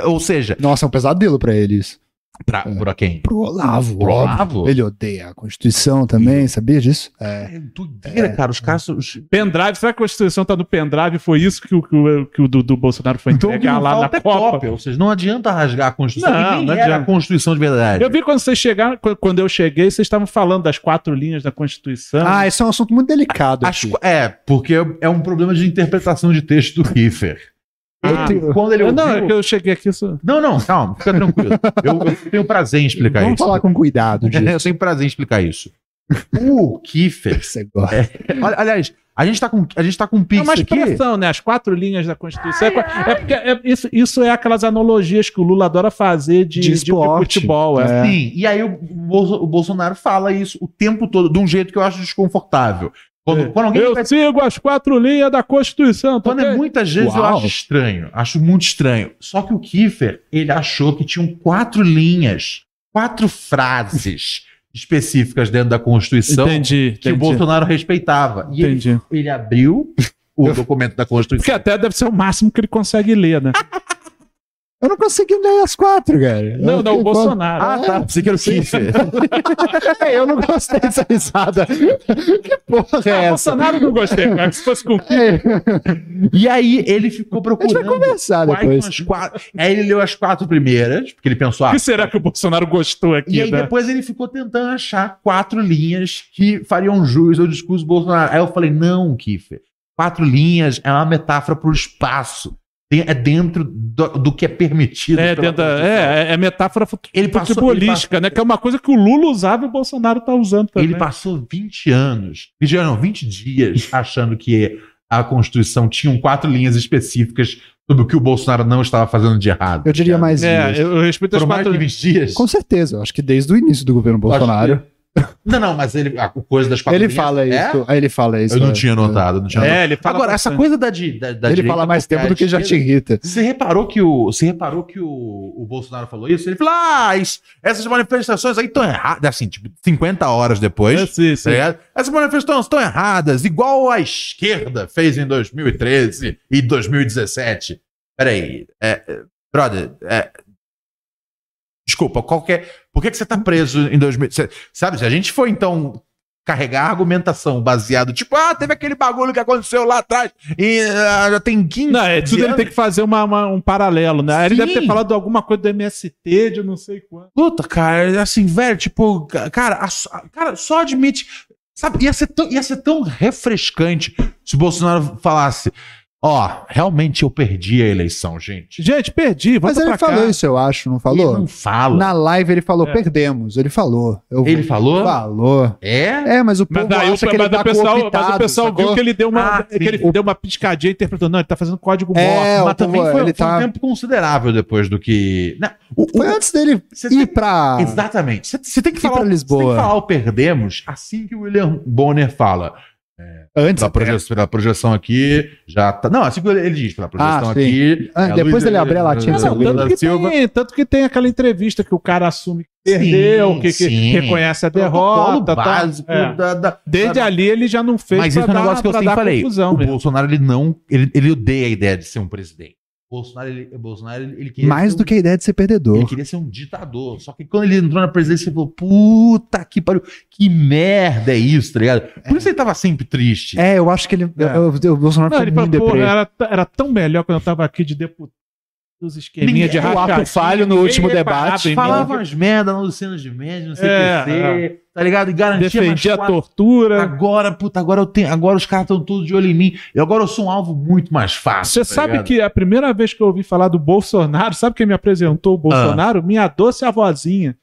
Ou seja, né? Nossa, é um pesadelo pra eles. pra, pra quem? É. Pro Olavo, Pro óbvio. Olavo? Ele odeia a Constituição também, sabia disso? É. É doideira, cara, os caras... são- os- Pendrive, será que a Constituição tá no pendrive? Foi isso que o, que o, que o do, do Bolsonaro foi Então o que entregar não lá na falta é Copa? cópia, ou seja, não adianta rasgar a Constituição, Não, e nem não era adianta. a Constituição de verdade. Eu vi quando vocês chegaram, qu- quando eu cheguei, vocês estavam falando das quatro linhas da Constituição. Ah, isso é um assunto muito delicado. As- aqui. é, porque é um problema de interpretação de texto do Kiefer. Ah. Ele- Quando ele Eu- não, ouviu- é que eu cheguei aqui. Isso... Não, não, calma, fica tranquilo. Eu, eu tenho prazer em explicar Vamos é isso. falar com cuidado disso. eu tenho prazer em explicar isso. O Kiefer. É. Você gosta. Olha, Aliás, A gente tá com, a gente tá com um É pix uma aqui. expressão, né? As quatro linhas da Constituição. é, é porque é- isso, isso é aquelas analogias que o Lula adora fazer de, De de esporte. futebol. É. É. Sim, e aí o, Bolso- o Bolsonaro fala isso o tempo todo, de um jeito que eu acho desconfortável. Quando, quando alguém É. Eu pede- sigo as quatro linhas da Constituição. tá quando é ok? muitas vezes eu Uau. acho estranho, acho muito estranho. Só que o Kiefer, ele achou que tinham quatro linhas, quatro frases específicas dentro da Constituição entendi, Então, que o entendi. Bolsonaro respeitava. E ele, entendi. ele abriu o documento da Porque Constituição. até deve ser o máximo que ele consegue ler, né? Eu não consegui ler as quatro, cara. Não, Eu não, o fiquei- Bolsonaro. Ah, tá. Você quer o Kiefer? É, eu não gostei dessa risada. Que porra é Ah, essa? Bolsonaro não gostei, cara. Se fosse com É, E aí ele ficou a gente vai procurando. conversar quais depois. são as quatro- Aí ele leu as quatro primeiras, porque ele pensou, Tá. O ah, que será que o Bolsonaro gostou aqui, E aí né? depois ele ficou tentando achar quatro linhas que fariam jus ao discurso do Bolsonaro. Aí eu falei, não, Kiffer, quatro linhas é uma metáfora para o espaço. Tem- É dentro do, do que é permitido. É, pela dentro da- Constituição. é, é- é metáfora fut- Ele passou- futebolística, né? Que é uma coisa que o Lula usava e o Bolsonaro tá usando também. Ele passou 20 anos, 20 anos não, 20 dias achando que a Constituição tinha um quatro linhas específicas sobre o que o Bolsonaro não estava fazendo de errado. Eu diria mais É, dias. eu eu respeito as Foram mais quatro de 20 dias? Com certeza, eu acho que desde o início do governo Eu acho Bolsonaro. que- Não, não, mas ele, a coisa das quatro Ele linhas- fala É? isso. Ele fala isso. Eu não é. tinha notado, não tinha É, ele fala Agora, essa bastante. coisa da, di- da, da Ele direita fala mais porque tempo a do que já te esquerda- irrita. Você reparou que o, você reparou que o, o Bolsonaro falou isso? Ele falou, ah, isso- essas manifestações aí estão erradas. Assim, tipo, 50 horas depois. É, sim, tá sim. ligado? Essas manifestações estão erradas, igual a esquerda fez em 2013 e 2017. Peraí, é, é, brother, é, desculpa, qual que é- por que, que você está preso em 2017? Sabe, se a gente for então carregar a argumentação baseado, tipo, ah, teve aquele bagulho que aconteceu lá atrás e ah, já tem 15 Não, é tudo ele tem que fazer uma- uma- um paralelo, né? Aí Ele Sim. deve ter falado alguma coisa do MST, de não sei quanto. Puta, cara, assim, velho, tipo, ca- cara, a- a- cara, só admite. Sabe, ia ser, tão, ia ser tão refrescante se o Bolsonaro falasse: Ó, realmente eu perdi a eleição, gente. Gente, perdi, Mas volta ele pra cá. falou isso, eu acho, não Ele falou? não fala. Na live ele falou, É. perdemos. Ele falou. Eu- Ele falou? Falou. É? É, mas o povo Mas, daí, o- acha que ele mas tá o pessoal, cooptado, mas o pessoal viu sacou? que ele deu uma, Ah, que ele sim. deu uma piscadinha e interpretou. Não, ele tá fazendo código É, morto. o Mas também povo- foi, ele foi tá- um tempo considerável depois do que. Não, o- o- Foi antes dele você ir tem- pra. Exatamente. Você- Você tem que ir tá. pra falar. você tem Lisboa. que falar o perdemos assim que o William Bonner fala. Antes. Pela, proje- pela projeção aqui, já tá. Não, assim que ele ele diz, pela projeção Ah, sim. aqui. Ah, é depois Luiz- dele abrir a latinha Não, do Luiz- seu não, Lula tanto, Lula que Silva. tem, tanto que tem aquela entrevista que o cara assume que Sim, perdeu, que, que sim. reconhece a Protocolo derrota. tal. básico É. da- da- Desde da- ali ele já não fez Mas isso é um negócio que eu pra sempre dar falei. confusão O mesmo. Bolsonaro, ele não. Ele, ele odeia a ideia de ser um presidente. O Bolsonaro, ele, o Bolsonaro, ele, ele queria. Mais ser do um- que a ideia de ser Ele perdedor. queria ser um ditador. Só que quando ele entrou na presidência, ele falou: puta que pariu, que merda é isso, tá ligado? Por isso ele tava sempre triste. É, eu acho que ele. É. eu- eu- o Bolsonaro Não, foi ele muito falou, pô, deprê. era, t- era tão melhor quando eu tava aqui de deputado. Os esqueminha Ninguém- de o ato rachadinha, falho no ninguém último reparava debate. em mim. Falava umas merda na Luciana de Mendes, não sei o É, que ser, tá ligado? E garantia defendia a mais quatro tortura. Agora, puta, agora eu tenho. Agora os caras estão todos de olho em mim. E agora eu sou um alvo muito mais fácil. Você tá sabe ligado? que a primeira vez que eu ouvi falar do Bolsonaro, sabe quem me apresentou o Bolsonaro? Ah. Minha doce avózinha.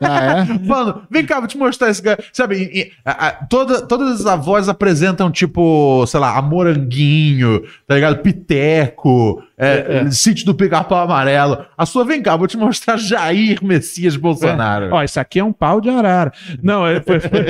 Ah, é? Mano, vem cá, vou te mostrar esse cara. Sabe, e- e- a- a- toda- todas as avós apresentam, tipo, sei lá, a moranguinho, tá ligado? Piteco, é, sítio do pica-pau amarelo. A sua, vem cá, vou te mostrar Jair Messias Bolsonaro. Ó, isso aqui é um pau de arara. Não, é, foi, foi-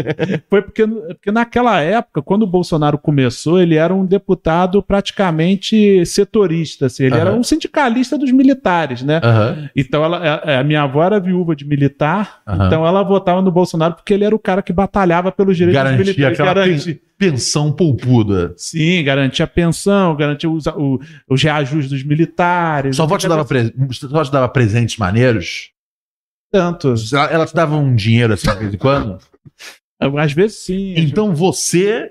foi porque, porque naquela época, quando o Bolsonaro começou, ele era um deputado praticamente setorista. assim, ele era Aham. um sindicalista dos militares, né? Aham. Então, ela, a- a minha avó era viúva de militar, Aham. então ela votava no Bolsonaro porque ele era o cara que batalhava pelos direitos dos Garantia militares. aquela Garantia, pensão polpuda. sim, garantia pensão, garantia os, o- os reajustes dos militares. Sua avó te dava, pre- sua avó te dava presentes maneiros? Tanto. Ela, ela te dava um dinheiro assim de vez em quando? Às vezes sim. às Então você,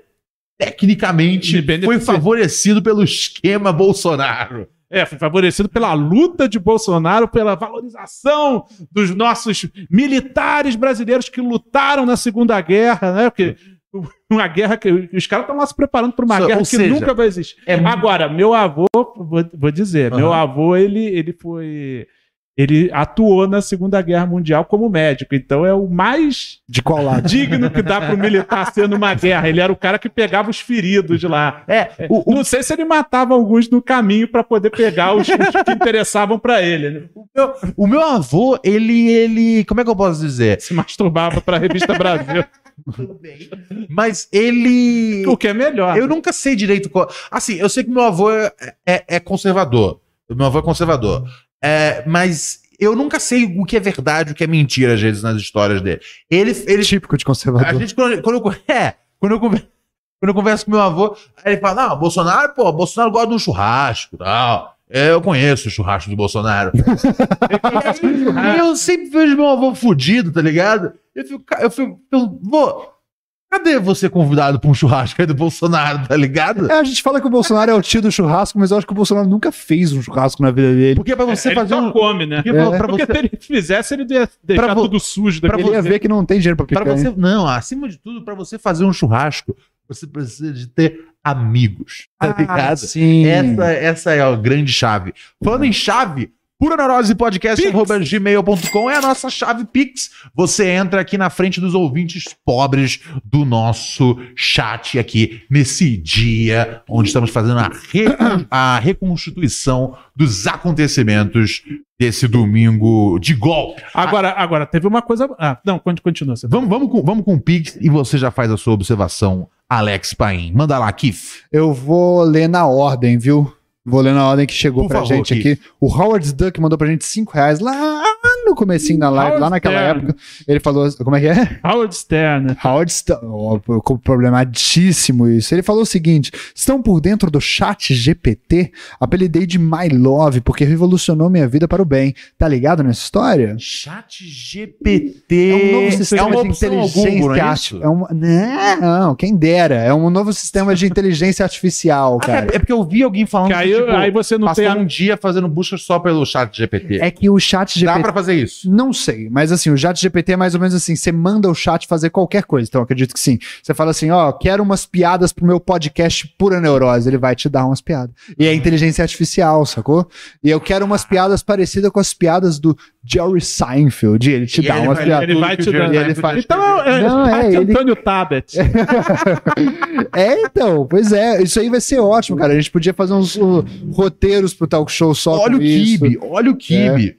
Me tecnicamente, foi beneficiei. favorecido pelo esquema Bolsonaro. É, foi favorecido pela luta de Bolsonaro, pela valorização dos nossos militares brasileiros que lutaram na Segunda Guerra, né? Porque uma guerra que os caras estão lá se preparando para uma Só- guerra ou que seja, nunca vai existir. É Agora, meu avô, vou, vou dizer, Aham. meu avô, ele, ele foi Ele atuou na Segunda Guerra Mundial como médico, então é o mais De qual lado? digno que dá pro militar ser numa guerra. Ele era o cara que pegava os feridos lá. É, o, Não sei se ele matava alguns no caminho para poder pegar os, os que interessavam para ele. Ele o meu avô, ele, ele. Como é que eu posso dizer? se masturbava para a revista Brasil, Mas ele. o que é melhor. Eu nunca sei direito qual. Assim, eu sei que meu avô é, é- é conservador. Meu avô é conservador. É, mas eu nunca sei o que é verdade, o que é mentira, às vezes, nas histórias dele. Ele. ele Típico de a conservador. gente, quando, quando eu, é, quando eu conver- quando eu converso com meu avô, aí ele fala: não, Bolsonaro, pô, Bolsonaro gosta de um churrasco e tal. É, Eu conheço o churrasco do Bolsonaro. E Ah, aí eu sempre vejo meu avô fudido, tá ligado? Eu fico, ca- eu fico, eu, vô, cadê você convidado pra um churrasco aí do Bolsonaro, tá ligado? É, a gente fala que o Bolsonaro é o tio do churrasco, mas eu acho que o Bolsonaro nunca fez um churrasco na vida dele. Porque pra você ele fazer só um. come, né? Porque É. pra, pra Porque você, se ele fizesse, ele ia Pra deixar vo- tudo sujo pra daquele Ele ia ver que não tem dinheiro pra pra picanha. você. Não, acima de tudo, pra você fazer um churrasco, você precisa de ter amigos, tá Ah, ligado? sim. Essa, essa é a grande chave. Falando em chave, pura neurose podcast arroba gmail.com é a nossa chave Pix. Você entra aqui na frente dos ouvintes pobres do nosso chat aqui nesse dia onde estamos fazendo a, recon- a reconstituição dos acontecimentos desse domingo de golpe. Agora, agora, teve uma coisa. Ah, não, con- continua. Você... Vamos, vamos, com, vamos com o Pix e você já faz a sua observação, Alex Paim. Manda lá, Kif. Eu vou ler na ordem, viu? Vou ler na ordem que chegou Por pra favor, gente Keith. aqui. O Howard Duck mandou pra gente 5 reais lá no comecinho da live, lá Howard naquela Stern. época. Ele falou, como é que é? Howard Stern. né? Howard Stern, ó, co- problematíssimo isso. Ele falou o seguinte: estão por dentro do chat GPT? Apelidei de My Love, porque revolucionou minha vida para o bem. Tá ligado nessa história? É um Chat GPT. sistema de inteligência isso? artificial. É uma- Não, quem dera. É um novo sistema de inteligência artificial, Ah, cara. É, é porque eu vi alguém falando Que aí, tipo, aí você não passou tem. a- um dia fazendo busca só pelo chat GPT. É que o chat Dá GPT pra fazer isso. Não sei, mas assim, o chat GPT é mais ou menos assim, você manda o chat fazer qualquer coisa, então eu acredito que sim. Você fala assim, ó, quero umas piadas pro meu podcast Pura Neurose, ele vai te dar umas piadas. E Uhum. é inteligência artificial, sacou? E eu quero umas piadas parecidas com as piadas do Jerry Seinfeld, e ele te E dá ele umas vai- piadas. Ele vai te dando. E ele um faz- Então é, Não, é, Marco ele- Antônio Tabet. É, então, pois é, isso aí vai ser ótimo, cara, a gente podia fazer uns uh, roteiros pro talk show só olha o com isso. Kibe, olha o Kibe.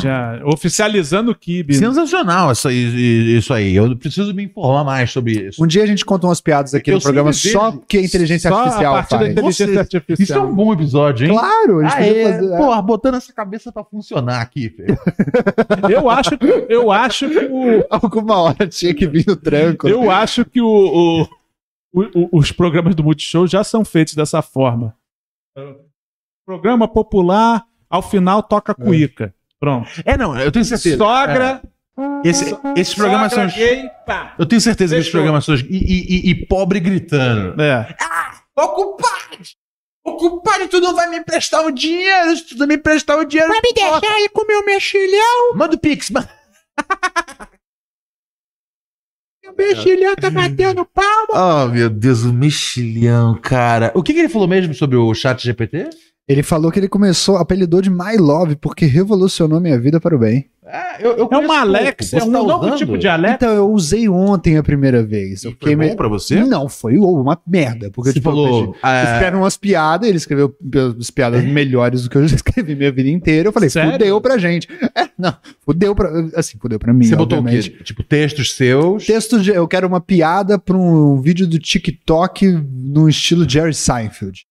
Já oficializando o Kibe. Sensacional essa- isso aí. Eu preciso me informar mais sobre isso. Um dia a gente conta umas piadas aqui Eu no programa sempre só vejo- que a inteligência Só a artificial partir da faz. inteligência Nossa, artificial. Isso é um bom episódio, hein? Claro, a gente Ah, podia é. fazer... Porra, botando essa cabeça pra funcionar aqui. velho. um- Eu acho que, eu acho que o, Alguma hora tinha que vir no tranco. né? eu acho que o, o- o- o- os programas do Multishow já são feitos dessa forma. É, Programa popular, ao final toca cuíca. Pronto. É, não, É. eu tenho certeza. É. Sogra, Esse- esses programas são. sogra gay, pá. Eu tenho certeza que esses Fechou. programas são. E, e- e- e pobre gritando. É. Ocupade! Ocupade, tu não vai me emprestar o dinheiro! Se tu não me emprestar o dinheiro. Vai me deixar aí com meu mexilhão! Manda o Pix, mano! O mexilhão tá batendo pau. Oh, meu Deus, o mexilhão, cara. O que, que ele falou mesmo sobre o chat GPT? Ele falou que ele começou, apelidou de My Love, porque revolucionou minha vida para o bem. Ah, eu, eu É conheço uma Alexa, pouco. é Você um tá novo usando? tipo de Alexa. Então, eu usei ontem a primeira vez. E Eu foi fiquei meio- bom pra você? Não, foi uma merda. Porque Você tipo, eu falou. pedi- ah, Escreve umas piadas, ele escreveu as piadas melhores do que eu já escrevi minha vida inteira. Eu falei, Sério? fudeu pra gente. É, não, fudeu pra. Assim, fudeu pra mim. você botou o obviamente. quê? Tipo, textos seus. Texto de. Eu quero uma piada pra um vídeo do TikTok no estilo Jerry Seinfeld.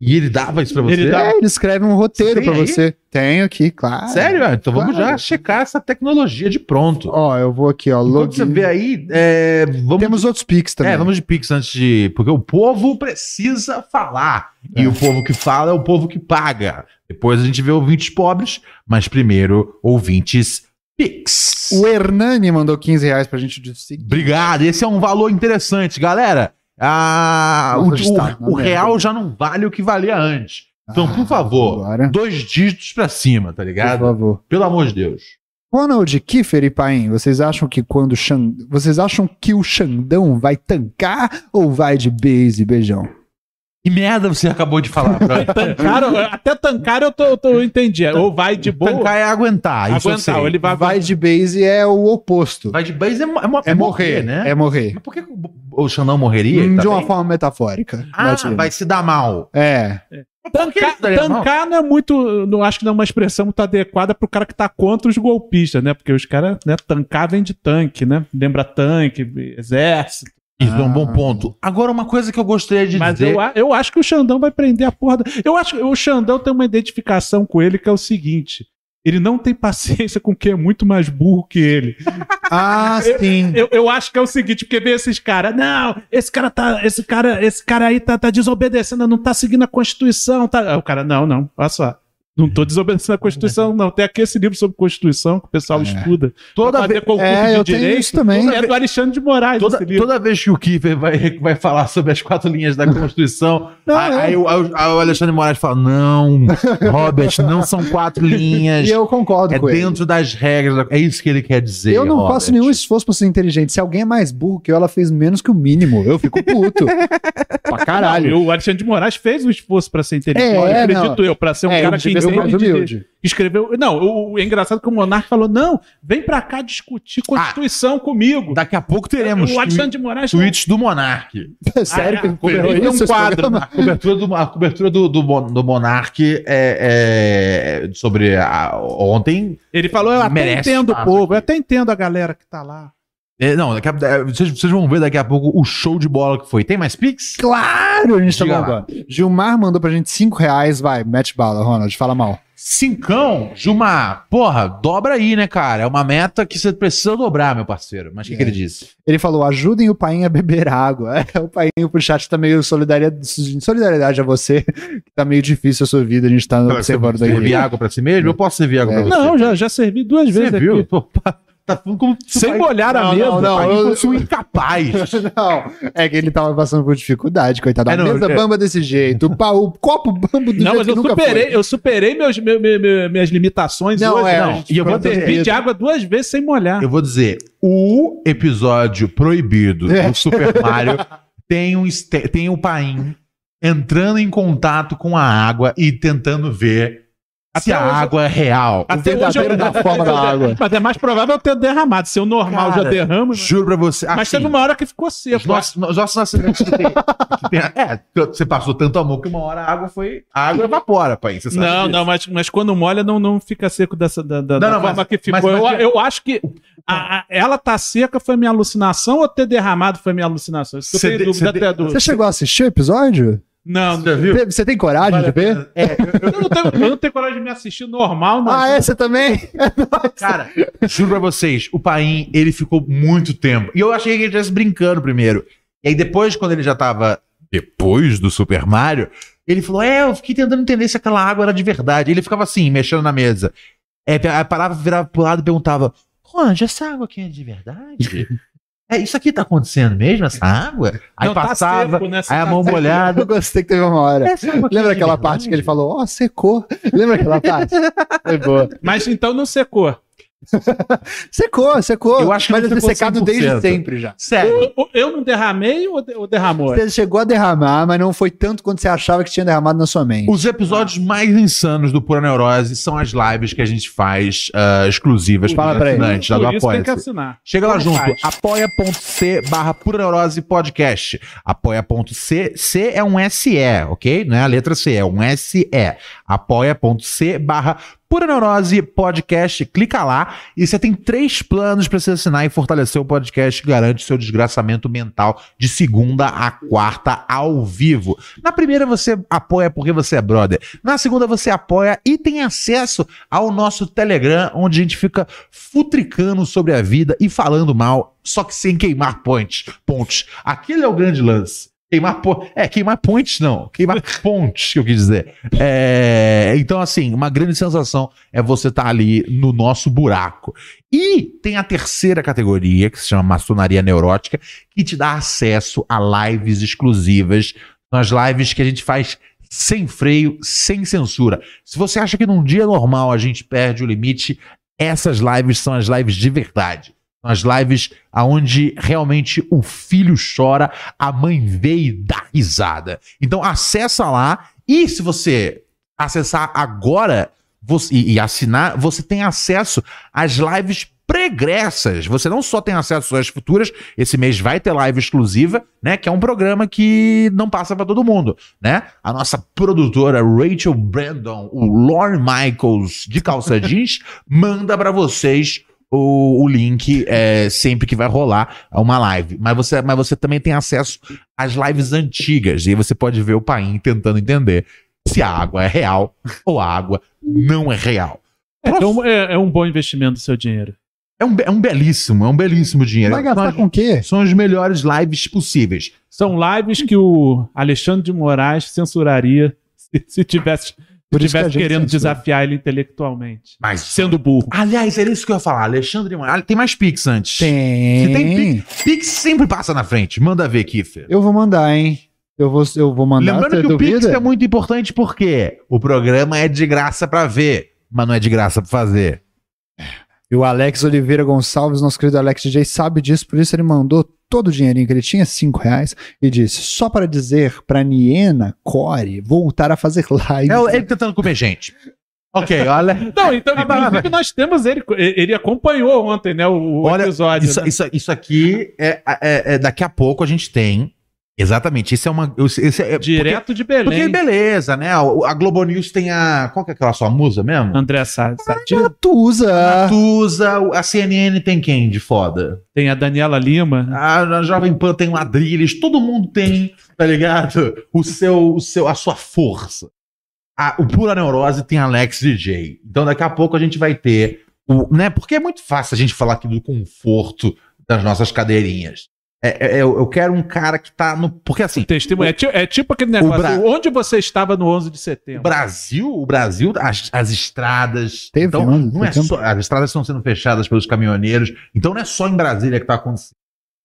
E ele dava isso pra você? Ele dava. É, ele escreve um roteiro Você tem pra aí? você. Tenho aqui, claro. Sério? Ah, Então vamos Claro. já checar essa tecnologia de pronto. Ó, eu vou aqui, ó. Quando você Login. vê aí, é, vamos Temos outros pics também. É, vamos de Pix antes de. Porque o povo precisa falar. E o povo que fala é o povo que paga. Depois a gente vê ouvintes pobres, mas primeiro ouvintes Pix. O Hernani mandou 15 reais pra gente de seguir. Obrigado. Esse é um valor interessante, galera. Ah, o, Nossa, está na o- o merda. real já não vale o que valia antes. Então, Ah, por favor, agora. dois dígitos pra cima, tá Por ligado? favor. Pelo amor de Deus. Ronald, Kiffer e Paim, vocês acham que quando o Xan- vocês acham que o Xandão vai tancar ou vai de base, beijão? Que merda você acabou de falar. Pra... Tancar, eu- até tancar eu tô, eu tô- eu entendi. Ou vai de boa. Tancar é aguentar. Isso eu sei. aguentar, ou ele vai, Vai de base é o oposto. Vai de base é, mo- mo- É morrer, né? É morrer. Mas por que que o Bo- o Xandão morreria? Ele Hum, tá de uma bem? forma metafórica. Ah, Mas, vai se dar mal. É. Tancar, isso daria mal? tancar não é muito. Não, acho que não é uma expressão muito adequada pro cara que tá contra os golpistas, né? Porque os caras, né, tancar vem de tanque, né? Lembra tanque, exército. Isso é um bom Ah. ponto. Agora, uma coisa que eu gostaria de Mas dizer. eu, a- eu acho que o Xandão vai prender a porra. Da... Eu acho que o Xandão tem uma identificação com ele que é o seguinte. Ele não tem paciência com quem é muito mais burro que ele. Ah, sim. Eu, eu acho que é o seguinte, porque vê esses caras, não, esse cara tá, esse cara, esse cara aí tá, tá desobedecendo, não tá seguindo a Constituição, tá. Aí O cara, não, não, olha só. Não tô desobedecendo a Constituição, não. Tem aqui esse livro sobre Constituição que o pessoal É. estuda. Toda, Pra ve- fazer concurso É, eu tenho isso também. é do Alexandre de Moraes toda, esse livro. toda vez que o Kiefer vai, vai falar sobre as quatro linhas da Constituição, Não, aí, é. aí o, aí o- aí o Alexandre Moraes fala: Não, Robert, não são quatro linhas. E eu concordo é com ele. dentro das regras. da- É isso que ele quer dizer. Eu não Robert. faço nenhum esforço pra ser inteligente. Se alguém é mais burro que eu, ela fez menos que o mínimo. Eu fico puto. pra caralho. Não, e o Alexandre de Moraes fez um esforço pra ser inteligente, É, é, acredito eu, pra ser um É, eu cara que devia ser mais entende de- humilde. escreveu. Não, o, o é engraçado que o Monarca falou: não, vem pra cá Ah. discutir Constituição comigo. Daqui a pouco teremos O Alexandre de Moraes. tweets do Monark. É Sério que Ah, ele cobrou Ele tem um isso? é quadro. A cobertura do, a cobertura do, do, Mon- do Monark é, é sobre a- ontem. Ele falou, eu até Merece entendo o papo povo, aqui. eu até entendo a galera que tá lá. É, não, daqui a- é, vocês, vocês vão ver daqui a pouco o show de bola que foi. Tem mais Pix? Claro, a gente tá Diga lá. bombando. Gilmar mandou pra gente 5 reais. Vai, mete bala, Ronald. Fala mal. Cincão, Gilmar, porra, dobra aí, né, cara? É uma meta que você precisa dobrar, meu parceiro. Mas o que, É. que ele disse? Ele falou: ajudem o Painho a beber água. É, o Painho pro chat tá meio solidariedade, solidariedade a você, que tá meio difícil a sua vida. A gente tá observando Servir daí. água pra si mesmo? Eu posso servir água É. pra você? Não, já, já servi duas Você vezes viu? aqui. Pô, pá, tá falando como Sem molhar a Não, mesa. não, não, pai. eu- eu sou incapaz. Não, é que ele tava passando por dificuldade, coitado. A É, não, mesa é. bamba desse jeito, o, pau, o copo bamba do Não, jeito mas que eu nunca superei, foi. eu superei meus, meu- meu- meu- minhas limitações Não, hoje. é, não. gente, E eu vou quando eu servir entro- de água duas vezes sem molhar. Eu vou dizer, o episódio proibido É. do Super Mario tem um este- tem o Paim entrando em contato com a água e tentando ver se Até a hoje- água é real. O verdadeiro da forma da água. Mas é mais provável eu ter derramado. Se eu normal Cara, já derramo. né? Juro pra você. Mas assim, teve uma hora que ficou os seco. nossos, os nossos nascimentos que tem, que tem- É, você passou tanto amor que uma hora a água foi. A água evapora, Paim. Você sabe Não, disso. não, mas, mas quando molha não, não fica seco dessa da, da, Não, da não, forma mas- que ficou. mas- mas- eu, eu acho que a- a- ela tá seca foi minha alucinação ou ter derramado foi minha alucinação? Isso que eu Cê tenho de- dúvida cê de- até do. Você chegou a assistir o episódio? Não, Você viu? Vê- Você tem coragem de ver? eu não, tenho, eu não tenho coragem de me assistir normal, não. Ah, é? Você também? Cara, juro pra vocês, o Paim, ele ficou muito tempo. E eu achei que ele estivesse brincando primeiro. E aí depois, quando ele já tava depois do Super Mario, ele falou, é, eu fiquei tentando entender se aquela água era de verdade. Ele ficava assim, mexendo na mesa. É, a palavra virava pro lado e perguntava, Ronald, essa água aqui é de verdade? É, isso aqui tá acontecendo mesmo, essa água? é? Aí Não, tá passava, seco, né? Você aí a tá mão seco. molhada. Eu gostei que teve uma hora. "Essa água aqui é Lembra de aquela verdade?" parte que ele falou, ó, secou? Lembra aquela parte? Foi boa. Mas então não secou. Secou, secou. Eu acho que Mas não deve ter secou secado 100%. desde sempre já. Sério. Eu, eu não derramei ou, de- ou derramou? Você chegou a derramar, mas não foi tanto quanto você achava que tinha derramado na sua mente. Os episódios Ah. mais insanos do Pura Neurose são as lives que a gente faz ah, exclusivas Fala pra ele. assinantes lá do Por isso tem que Apoia-se. assinar. Chega lá Como junto, faz? apoia.c barra Pura Neurose Podcast. Apoia.c, C é um SE, ok? Não é a letra C, é um SE. Apoia.c barra Pura Neurose Podcast. Clica lá e você tem três planos pra você assinar e fortalecer o podcast que garante seu desgraçamento mental de segunda a quarta ao vivo. Na primeira você apoia porque você é brother. Na segunda você apoia e tem acesso ao nosso Telegram, onde a gente fica futricando sobre a vida e falando mal, só que sem queimar pontes. Pontes. Aquele é o grande lance. Queimar pontes. É, queimar pontes não. Queimar pontes, que eu quis dizer. É, então, assim, uma grande sensação é você estar ali no nosso buraco. E tem a terceira categoria, que se chama maçonaria neurótica, que te dá acesso a lives exclusivas. São as lives que a gente faz sem freio, sem censura. Se você acha que num dia normal a gente perde o limite, essas lives são as lives de verdade. São as lives aonde realmente o filho chora, a mãe vê e dá risada. Então acessa lá e se você acessar agora você- e, e assinar, você tem acesso às lives pregressas. Você não só tem acesso às futuras, esse mês vai ter live exclusiva, né? Que é um programa que não passa para todo mundo, né? A nossa produtora Rachel Brandon, o Lorne Michaels de calça jeans, manda para vocês o, o link é, sempre que vai rolar uma live. Mas você, mas você também tem acesso às lives antigas. E aí você pode ver o Paim tentando entender se a água é real ou a água não é real. Então é, é um bom investimento do seu dinheiro. É um, be- é um belíssimo, é um belíssimo dinheiro. Vai gastar são, com o quê? as, são as melhores lives possíveis. São lives que o Alexandre de Moraes censuraria se, se tivesse, Por se isso que a tivesse gente querendo censura. desafiar ele intelectualmente. Mas Sendo burro. Aliás, era isso que eu ia falar. Alexandre Moraes. Tem mais Pix antes. Tem. Se tem Pix, Pix sempre passa na frente. Manda ver, Kiffer. Eu vou mandar, hein? Eu vou, eu vou mandar. Lembrando você que o Pix duvida? é muito importante porque o programa é de graça pra ver, mas não é de graça pra fazer. E o Alex Oliveira Gonçalves, nosso querido Alex DJ, sabe disso, por isso ele mandou todo o dinheirinho que ele tinha, 5 reais, e disse: só para dizer para Niena Core voltar a fazer live. É o- ele tentando comer gente. Ok, olha. Não, então, tá. inclusive, nós temos ele. Ele acompanhou ontem, né? O, o Olha, episódio. Isso, né? isso, isso aqui é, é- é- Daqui a pouco a gente tem. Exatamente. Isso é uma. Esse, esse é, Direto de Porque, porque Belém. beleza, né? O- A Globo News tem a. Qual que é aquela sua musa mesmo? André Sá. Sá- a Tusa. Tusa, o- a CNN tem quem de foda? Tem a Daniela Lima. A, Uhum. a Jovem Pan tem ladrilhos, todo mundo tem, tá ligado? O seu, o seu, a sua força. A- o Pura Neurose tem Alex DJ. Então daqui a pouco a gente vai ter, o, né? Porque é muito fácil a gente falar aqui do conforto das nossas cadeirinhas. É, é- eu, eu quero um cara que tá no... Porque assim, Testemunha. É, ti- é tipo aquele negócio. Bra- Onde você estava no 11 de o setembro? Brasil, o Brasil, as, as estradas... Teve então, um, não é teve um- só, as estradas estão sendo fechadas pelos caminhoneiros. Então não é só em Brasília que tá acontecendo.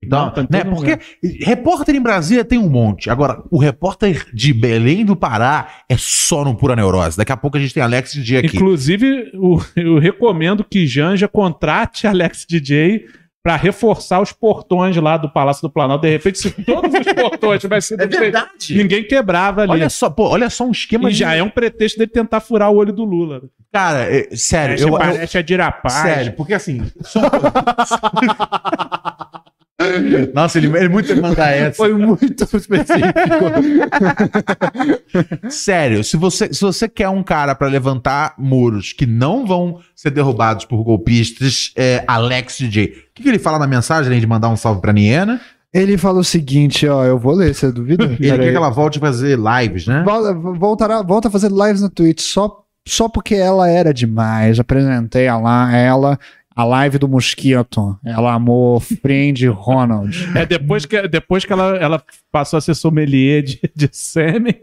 Então, Não, tá em né, todo lugar. porque repórter em Brasília tem um monte. Agora, o repórter de Belém do Pará é só no Pura Neurose. Daqui a pouco a gente tem Alex DJ aqui. Inclusive, o- eu recomendo que Janja contrate Alex DJ para reforçar os portões lá do Palácio do Planalto. De repente, se todos os portões tivessem sido feitos, É verdade. ninguém quebrava ali. Olha só, pô, olha só um esquema e já é um pretexto dele tentar furar o olho do Lula. Cara, é, sério, Parece, eu, eu- parece a Dirapaz. sério, porque assim. só- Nossa, ele, ele muito manda essa. Foi muito específico. Sério, se você, se você quer um cara pra levantar muros que não vão ser derrubados por golpistas, é Alex DJ. O que, que ele fala na mensagem, além de mandar um salve pra Niena? ele fala o seguinte: ó, eu vou ler, você duvida? Ele Pera quer aí. que ela volte a fazer lives, né? Volta, voltará, volta a fazer lives na Twitch só, só porque ela era demais. Apresentei a lá, ela, a live do Mosquito. Ela amou Friend Ronald. É depois que, depois que ela, ela passou a ser sommelier de, de sêmen.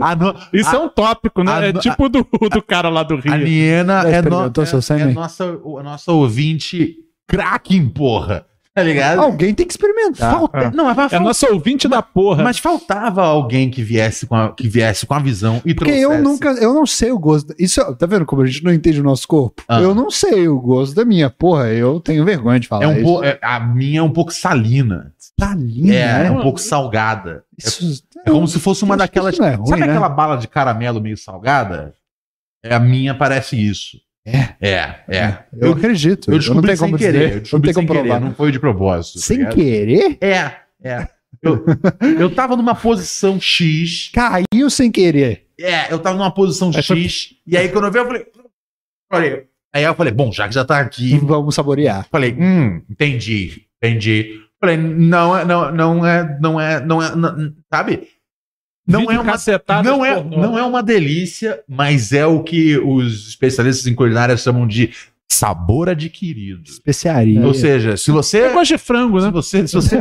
Ah, não. Isso é um tópico, né? a- é tipo do, do cara lá do um A Rio. Niena Já é, no, experimentou seu é, é sêmen? nossa, o- nossa ouvinte craque em porra. Tá ligado? Alguém tem que experimentar. Falta- Não, mas, É fal- nosso ouvinte da porra. um mas faltava alguém que viesse com a, que viesse com a visão e Porque eu nunca, eu não sei o gosto. Isso, tá vendo como a gente não entende o nosso corpo? Ah. Eu não sei o gosto da minha, porra. Eu tenho vergonha de falar É um isso. po- é- a minha é um pouco salina. Tá lindo, É, é né? um pouco salgada. Isso, um- É como se fosse uma Isso daquelas. não é ruim, sabe né? aquela bala de caramelo meio salgada? É, a minha parece isso. É. É, é. eu, acredito. Eu descobri não tenho sem como querer. dizer. Eu não tem descobri sem como querer. provar. Não foi de propósito. tá Sem ligado? querer? É, é. Eu, eu tava numa posição X. Caiu sem querer. É, eu tava numa posição Aí foi- X. E aí quando eu vi, eu falei. falei- Aí eu falei, bom, já que já tá aqui. Vamos saborear. Falei, hum, entendi, entendi. Falei, não é, não, não é, não é, não é, não- sabe? Não é, uma, cacetada. não, é, não é uma delícia, mas é o que os especialistas em culinária chamam de sabor adquirido. Especiaria. Ou seja, se você Eu gosto de frango, se né? você, se você,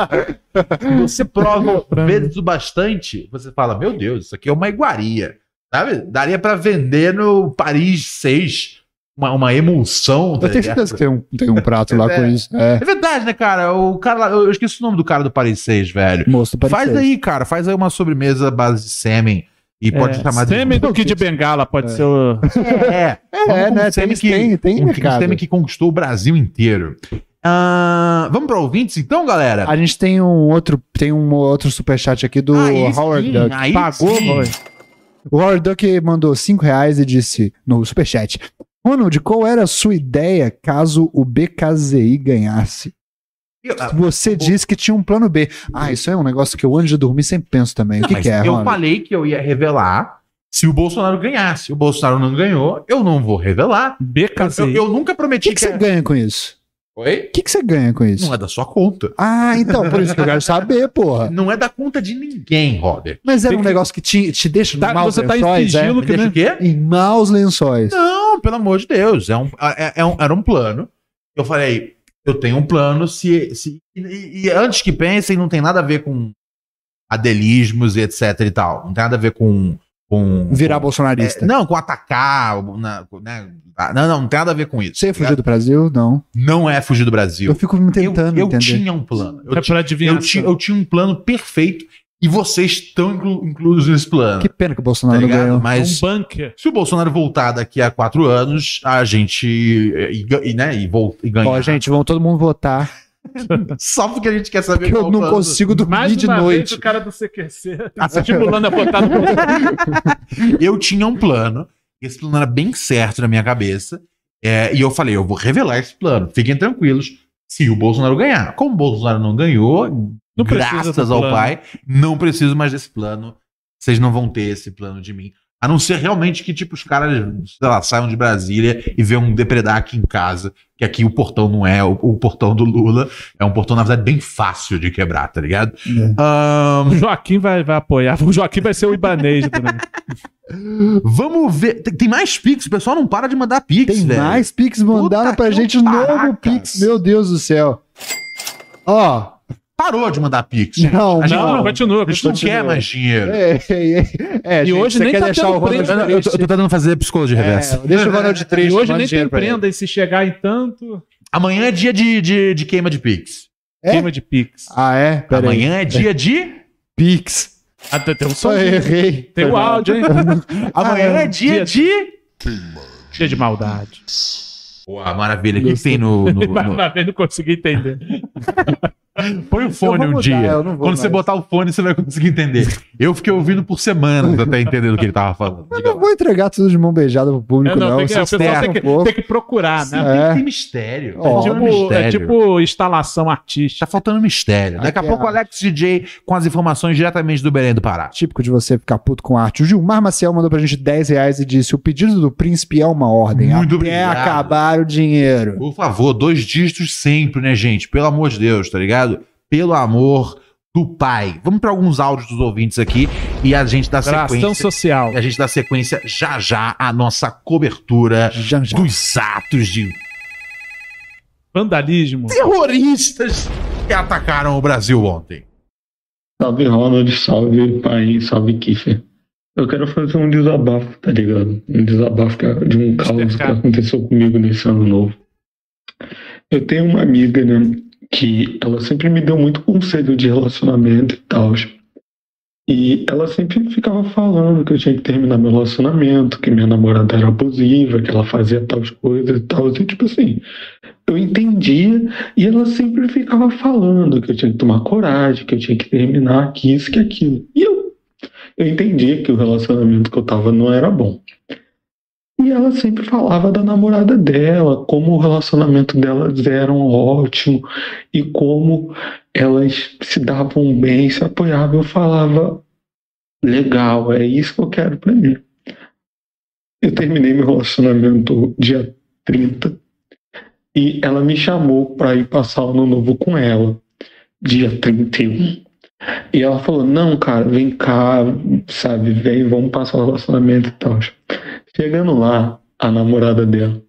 se você prova vezes o bastante, você fala, meu Deus, isso aqui é uma iguaria. Sabe? Daria pra vender no Paris 6 uma, uma emulsão. tá Eu tenho ligado? certeza que tem um, tem um prato lá É. com isso. É, É verdade, né, cara? O cara lá, eu esqueci o nome do cara do Paris 6, velho. moço, parece. Faz aí, cara, faz aí uma sobremesa à base de sêmen É, E pode chamar de. Semi do Kid Bengala pode ser o. É, É, né? Tem, Tem, tem, tem um mercado. sistema que conquistou o Brasil inteiro. Ah, vamos para ouvintes então, galera? A gente tem um outro, tem um outro superchat aqui do Aí Howard Ah, sim, Duck. aí Pagou, sim. Howard. O Howard Duck mandou 5 reais e disse no superchat: Ronald, qual era a sua ideia caso o BKZI ganhasse? Eu- ah, Você disse que tinha um plano B. Ah, isso é um negócio que eu antes de dormir sempre penso também. O que, Ah, mas que é, eu Ronald? falei que eu ia revelar se o Bolsonaro ganhasse. O Bolsonaro não ganhou, eu não vou revelar. BKC. Eu, eu nunca O prometi que, que você ganha com isso? Oi? O que, que você ganha com isso? é. Não é da sua conta. Ah, então, por isso que eu quero saber, porra. Não é da conta de ninguém, Robert. Mas era Tem um que- negócio que te, te deixa Tá- em maus você tá em lençóis, é? Me sigilo que deixa né? o quê? Em maus lençóis. Não, pelo amor de Deus. É um, é, é um- era um plano. Eu falei, eu tenho um plano. Se, se, e, e antes que pensem, não tem nada a ver com adelismos e etc e tal. Não tem nada a ver com. com Virar com, bolsonarista. é, Não, com atacar. na- né? Ah, não, não, não tem nada a ver com isso. tá Você ia fugir do Brasil? Não. Não é fugir do Eu Brasil. fico me Eu, tentando eu entender. tinha um plano. Eu, é ti- pra eu, adivinhar. ti- eu tinha um plano perfeito e vocês estão inclu- inclusos nesse plano. Que pena que o tá Bolsonaro não ligado? ganhou. Um Mas bunker. se o Bolsonaro voltar daqui a quatro anos, a gente. E, e- e, né, e, vol- e ganhar. Tá Ó, gente, vão todo mundo votar. Só porque a gente quer saber Que eu qual não plano. consigo dormir Mais de uma vez noite. o cara do CQC Tipo, estimulando a botar no Eu tinha um plano, esse plano era bem certo na minha cabeça, é, e eu falei: eu vou revelar esse plano, fiquem tranquilos. Se o Bolsonaro ganhar. Como o Bolsonaro não ganhou, Não precisa graças do ao plano. pai, não preciso mais desse plano. Vocês não vão ter esse plano de mim. A não ser realmente que, tipo, os caras, sei lá, saiam de Brasília e vejam um depredar aqui em casa, que aqui o portão não é o, o portão do Lula. É um portão, na verdade, bem fácil de quebrar, tá ligado? É. Ahn, O Joaquim vai, vai apoiar. O Joaquim vai ser o ibanês. do negócio. Vamos ver. Tem, tem mais Pix, o pessoal não para de mandar Pix, Tem velho. mais Pix, mandaram Puta pra que gente um um novo paracas. Pix. Meu Deus do céu. Ó, Parou de mandar Pix. não, A gente Não, não. não, continua. A gente não continua. quer mais dinheiro. É, é, é. É, E gente, hoje você nem quer tá deixar tendo o Ronald prêmio, triste? né? Eu tô- eu tentando fazer psicologia É, deixa o Ronald E triste. hoje manda nem tem dinheiro pra ele. prenda e se chegar em tanto. Amanhã é dia de, de, de queima de Pix. É? Queima de Pix. Ah, é? Pera aí. Amanhã é dia de. Pix. Ah, tem- tem um Só somzinho. errei. Tem o Foi mal. áudio, hein? Amanhã é dia dia de. Cheio de maldade. Uau, maravilha. Quem tem no. no- Mais no- uma vez não consegui entender. Põe o Eu fone vou um mudar, dia. eu não vou Quando você mais. botar o fone, você vai conseguir entender. Eu fiquei ouvindo por semanas até entender o que ele tava falando. Eu Diga lá. não vou entregar tudo de mão beijada pro público, É, não. não, tem que, Vocês o pessoal têm tem que, um pouco. tem que procurar, Sim, né? tem É. que ter mistério. Ó, Tem que É ter um tipo, é mistério. tipo instalação Tá artística. faltando mistério. Daqui a Aqui é pouco o rádio. Alex DJ com as informações diretamente do Belém do Pará. Típico de você ficar puto com arte. O Gilmar Maciel mandou pra gente 10 reais e disse: o pedido do príncipe é uma ordem. Muito até obrigado. acabar o dinheiro. Por favor, dois dígitos sempre, né, gente? Pelo amor de Deus, tá ligado? Pelo amor do pai. Vamos para alguns áudios dos ouvintes aqui e a gente Tá dá Ação sequência. social. e A gente dá sequência já já à nossa cobertura Já, já. dos atos de Vandalismo. terroristas que atacaram o Brasil ontem. Salve Ronald, salve país, salve Kiffer. Eu quero fazer um desabafo, tá ligado? Um desabafo que- de um caos que K. aconteceu comigo nesse ano novo. Eu tenho uma amiga, né, que ela sempre me deu muito conselho de relacionamento e tal. E ela sempre ficava falando que eu tinha que terminar meu relacionamento, que minha namorada era abusiva, que ela fazia tais coisas e tal. E tipo assim, eu entendia e ela sempre ficava falando que eu tinha que tomar coragem, que eu tinha que terminar, que isso, que aquilo. E eu, eu entendia que o relacionamento que eu tava não era bom. E ela sempre falava da namorada dela, como o relacionamento delas era um ótimo e como elas se davam bem, se apoiavam. Eu falava, legal, é isso que eu quero pra mim. Eu terminei meu relacionamento dia 30 e ela me chamou para ir passar o ano novo com ela, dia 31. E ela falou: Não, cara, vem cá, sabe, vem, vamos passar o relacionamento e tal. Chegando lá, a namorada dela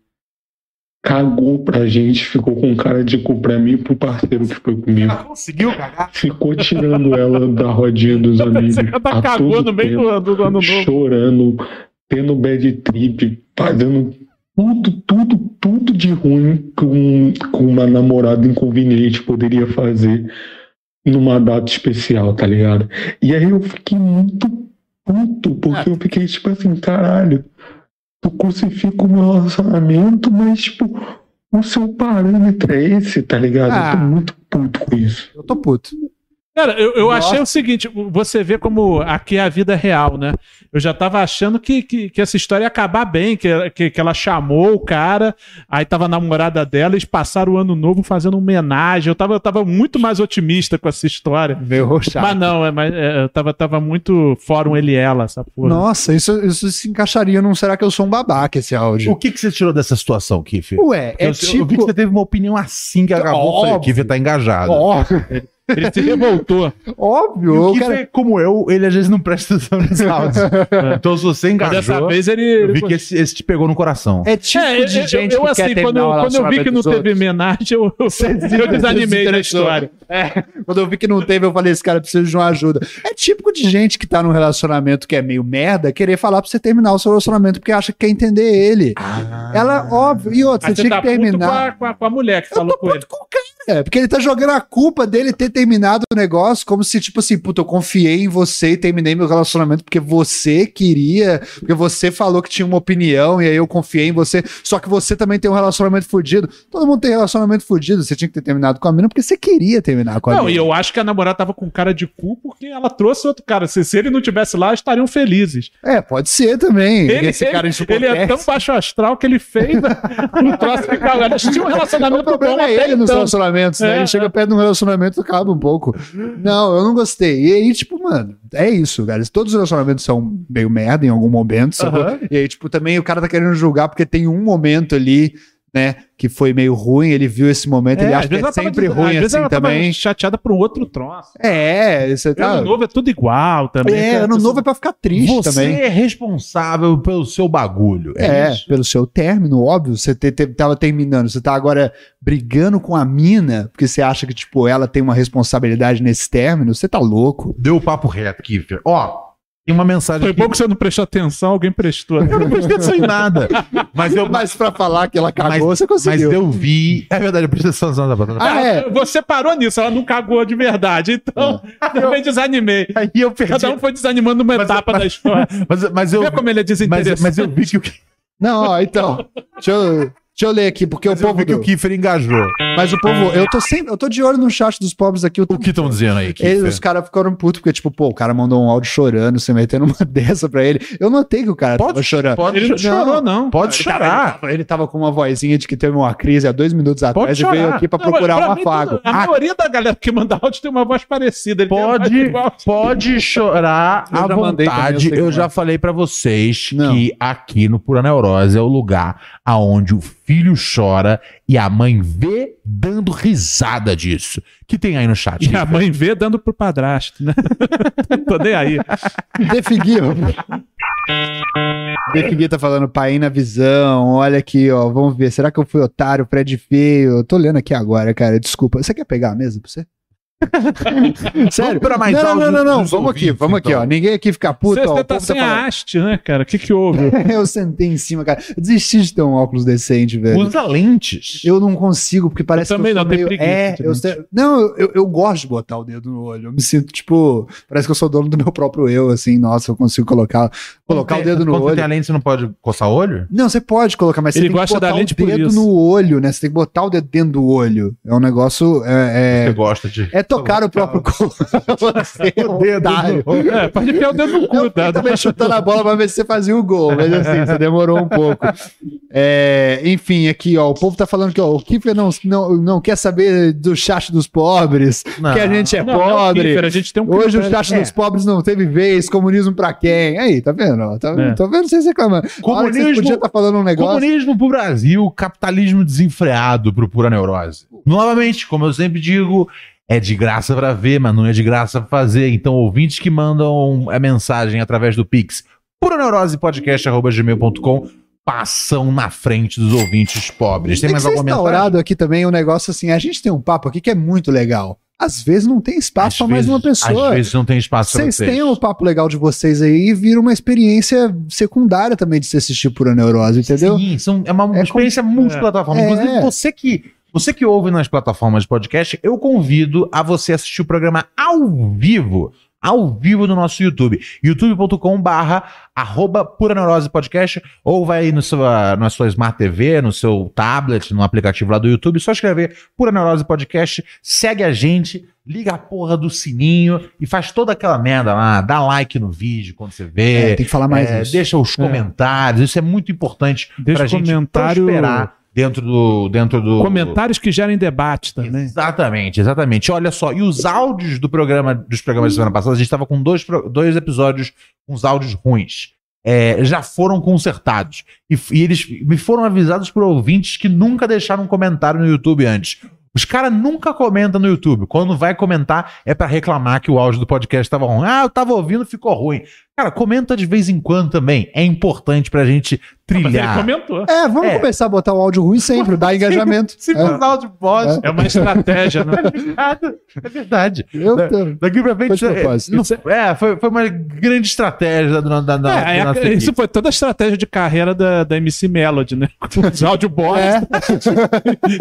cagou pra gente, ficou com cara de cu pra mim e pro parceiro que foi comigo. conseguiu cagar? Ficou tirando ela da rodinha dos amigos. Você tá a cagou todo no meio tempo do ano, do ano novo. chorando, tendo bad trip, fazendo tudo, tudo, tudo de ruim que, um, que uma namorada inconveniente poderia fazer numa data especial, tá ligado? E aí eu fiquei muito puto, porque eu fiquei tipo assim, caralho, tu crucifica o meu relacionamento, mas tipo, o seu parâmetro é esse, tá ligado? Ah. Eu tô muito puto com isso. Eu tô puto. Cara, eu, eu Nossa. achei o seguinte: você vê como aqui é a vida real, né? Eu já tava achando que, que, que essa história ia acabar bem, que, que, que ela chamou o cara, aí tava a namorada dela, eles passaram o ano novo fazendo homenagem. Eu tava, eu tava muito mais otimista com essa história. Veio roxado. Mas não, é, mas, é, eu tava, tava muito fórum ele e ela, essa porra. Nossa, isso, isso se encaixaria num será que eu sou um babaca esse áudio. O que, que você tirou dessa situação, Kiff? Ué, é eu, eu vi que tipo. você teve uma opinião assim que acabou. Óbvio. O Kiff tá engajado. Ó, Ele se revoltou. E óbvio, o o Kiff cara. é como eu, ele às vezes não presta atenção nos áudios. Então se você Mas engajou, dessa vez ele. eu ele- vi que esse, esse te pegou no coração. É tipo É, eu, de eu- gente eu, que assim, quer terminar quando, o quando eu vi relacionamento que não dos outros. teve homenagem, eu, eu, eu desanimei da história. É. Quando eu vi que não teve, eu falei, esse cara precisa de uma ajuda. É típico de gente que tá num relacionamento que é meio merda, querer falar pra você terminar o seu relacionamento porque acha que quer entender ele. Ah. Ela, óbvio, e outra, Aí você tinha que Ah, tá puto com terminar. a, com, a, com a mulher que Eu falou tô com ele. puto com o cara, porque ele tá jogando a culpa dele ter terminado o negócio, como se, tipo assim, puta, eu confiei em você e terminei meu relacionamento porque você queria, porque você falou que tinha uma opinião e aí eu confiei em você, só que você também tem um relacionamento fudido. Todo mundo tem relacionamento fudido, você tinha que ter terminado com a mina porque você queria terminar com a Não, mina. e eu acho que a namorada tava com cara de cu porque ela trouxe outro cara. Se, se ele não tivesse lá, estariam felizes. É, pode ser também. Ele, Esse ele- cara ele é insuportável. tão baixo astral que ele fez um troço ficar. Elas tinham um O relacionamento bom problema é até ele nos então. relacionamentos, né? É, ele chega perto de um relacionamento e acaba um pouco. Não, eu não gostei. E aí, tipo, mano, é isso, cara. Todos os relacionamentos são meio merda em algum momento. sacou? Aham. E aí, tipo, também o cara tá querendo julgar porque tem um momento ali, né, que foi meio ruim, ele viu esse momento, ele É, acha que ela é tava- sempre às ruim vezes assim ela tava também. chateada por um outro troço. É, você tá... Ano novo é tudo igual também. né? É, ano novo é pra ficar triste Você também. é responsável pelo seu bagulho. É, isso? pelo seu término, óbvio, você te, te- tava terminando, você tá agora brigando com a mina, porque você acha que, tipo, ela tem uma responsabilidade nesse término, você tá louco. Deu o papo reto, Kiff. Ó, tem uma mensagem Foi aqui. bom que você não prestou atenção, alguém prestou. Eu não prestei atenção em nada. Mas eu, mas, Mas pra falar que ela cagou, você conseguiu. eu vi. É verdade, eu prestei atenção na batata. Ah, é. Você parou nisso, ela não cagou de verdade. Então, também desanimei. Aí eu perdi. Cada um foi desanimando uma Mas- etapa da história. Mas, mas eu. Vê como ele é Mas, desinteressante. mas eu vi que o, Não, ó, então, deixa eu, deixa eu ler aqui, porque mas o eu vi povo... que o do- Kiefer engajou. Mas o povo, eu tô sempre, eu tô de olho no chat dos pobres aqui, o O que estão dizendo aí, Kiefer? Eles, os caras ficaram putos, porque, tipo, pô, o cara mandou um áudio chorando, você metendo uma dessa pra ele. Eu notei que o cara Pode- tava chorando. pode Ele não chorar. chorou, não. Pode Ele tá tava- Ele chorar. tava, ele tava com uma vozinha de que teve uma crise há dois minutos atrás e veio chorar. aqui pra Não, procurar pra um mim, é. afago. A maioria da galera que manda áudio tem uma voz parecida. Ele tem uma voz Pode, igual. pode chorar Eu à já mandei também, eu vontade. sei eu como é. já falei pra vocês Não. que aqui no Pura Neurose é o lugar aonde o filho chora e a mãe vê dando risada disso. Que tem aí no chat. E a mãe vê dando pro padrasto, né? Tô nem aí. Defiguinho. Defiguinho tá falando, pai na visão, olha aqui, ó, vamos ver, será que eu fui otário, Fred feio? Eu tô olhando aqui agora, cara, desculpa. Você quer pegar a mesa pra você? Sério? pra mais não, não, áudios não, não, dos vamos aqui, ouvintes, vamos aqui, então. ó. Ninguém aqui fica puto, Você ó. você o tá povo tá sem falando. a haste, né, cara? O que que houve? Eu sentei em cima, cara. Eu desisti de ter um óculos decente, velho. Usa lentes. Eu não consigo, porque parece também tipo. que eu não, sou tem meio... preguiça É, de eu mentir. sei- Não, eu, eu- eu gosto de botar o dedo no olho. Eu me sinto, tipo, parece que eu sou dono do meu próprio eu, assim, nossa, eu consigo colocar, colocar o Quando dedo no Quando você olho. tem a lente, você não pode coçar o olho? Não, você pode colocar, mas Ele você tem gosta que da botar lente o por dedo isso. no olho, né? Você tem que botar o dedo dentro do olho. É um negócio... É, Você gosta de. é, é tocar o próprio corpo. Você é um otário. É, pode enfiar o dedo no cu, Eu fiquei tá? também chutando a bola pra ver se você fazia o gol, mas assim, você demorou um pouco. É, enfim, aqui, ó, o povo tá falando que ó, o Kiffer não, não, não quer saber do chat dos pobres, Não. que a gente é Não, não, pobre. Kiefer, a gente tem um Hoje o critério. chat dos pobres não teve vez, comunismo pra quem? Aí, tá vendo? ó? Tá, É. Tô vendo vocês reclamando. Comunismo, vocês Comunismo- podiam estar falando um negócio. Comunismo pro Brasil, capitalismo desenfreado pro pura neurose. Novamente, como eu sempre digo, é de graça pra ver, mas não é de graça pra fazer. Então, ouvintes que mandam a mensagem através do Pix, puraneurosepodcast.gmail.com, passam na frente dos ouvintes pobres. Tem É que mais ser alguma mensagem? instaurado aqui também um negócio assim, a gente tem um papo aqui que é muito legal. Às vezes não tem espaço pra Às mais uma vezes- pessoa. Às vezes não tem espaço pra Vocês vocês. têm um o papo legal de vocês aí e vira uma experiência secundária também de se assistir pura neurose, entendeu? Sim, são- é uma É experiência multiplataforma. É. Inclusive, você que, você que ouve nas plataformas de podcast, eu convido a você assistir o programa ao vivo ao vivo no nosso YouTube, youtube.com barra arroba Pura Neurose Podcast, ou vai aí no sua, na sua Smart TV, no seu tablet, no aplicativo lá do YouTube, só escrever Pura Neurose Podcast, segue a gente, liga a porra do sininho e faz toda aquela merda lá, dá like no vídeo quando você vê, É, tem que falar mais é, isso. deixa os comentários, isso é muito importante Deixa pra gente comentário- prosperar dentro do... Dentro do Comentários que gerem debate tá? também. Exatamente, exatamente. Olha só, e os áudios do programa, dos programas da semana passada, a gente estava com dois, pro- dois episódios com os áudios ruins. É, já foram consertados. E, f- e eles me foram avisados por ouvintes que nunca deixaram um comentário no YouTube antes. Os caras nunca comentam no YouTube. Quando vai comentar, é pra reclamar que o áudio do podcast estava ruim. Ah, eu tava ouvindo, ficou ruim. Cara, comenta de vez em quando também. É importante pra gente Mas ele trilhar. comentou. É, vamos É. começar a botar o áudio ruim sempre, dá engajamento. Se É. for áudio pode. É uma estratégia, né? É verdade. Eu, tenho- Daqui pra Foi frente. de propósito. não- é, foi, foi uma grande estratégia da, da, da, É, da nossa é, equipe. isso foi toda a estratégia de carreira da, da MC Melody, né? Os áudio bosta. É,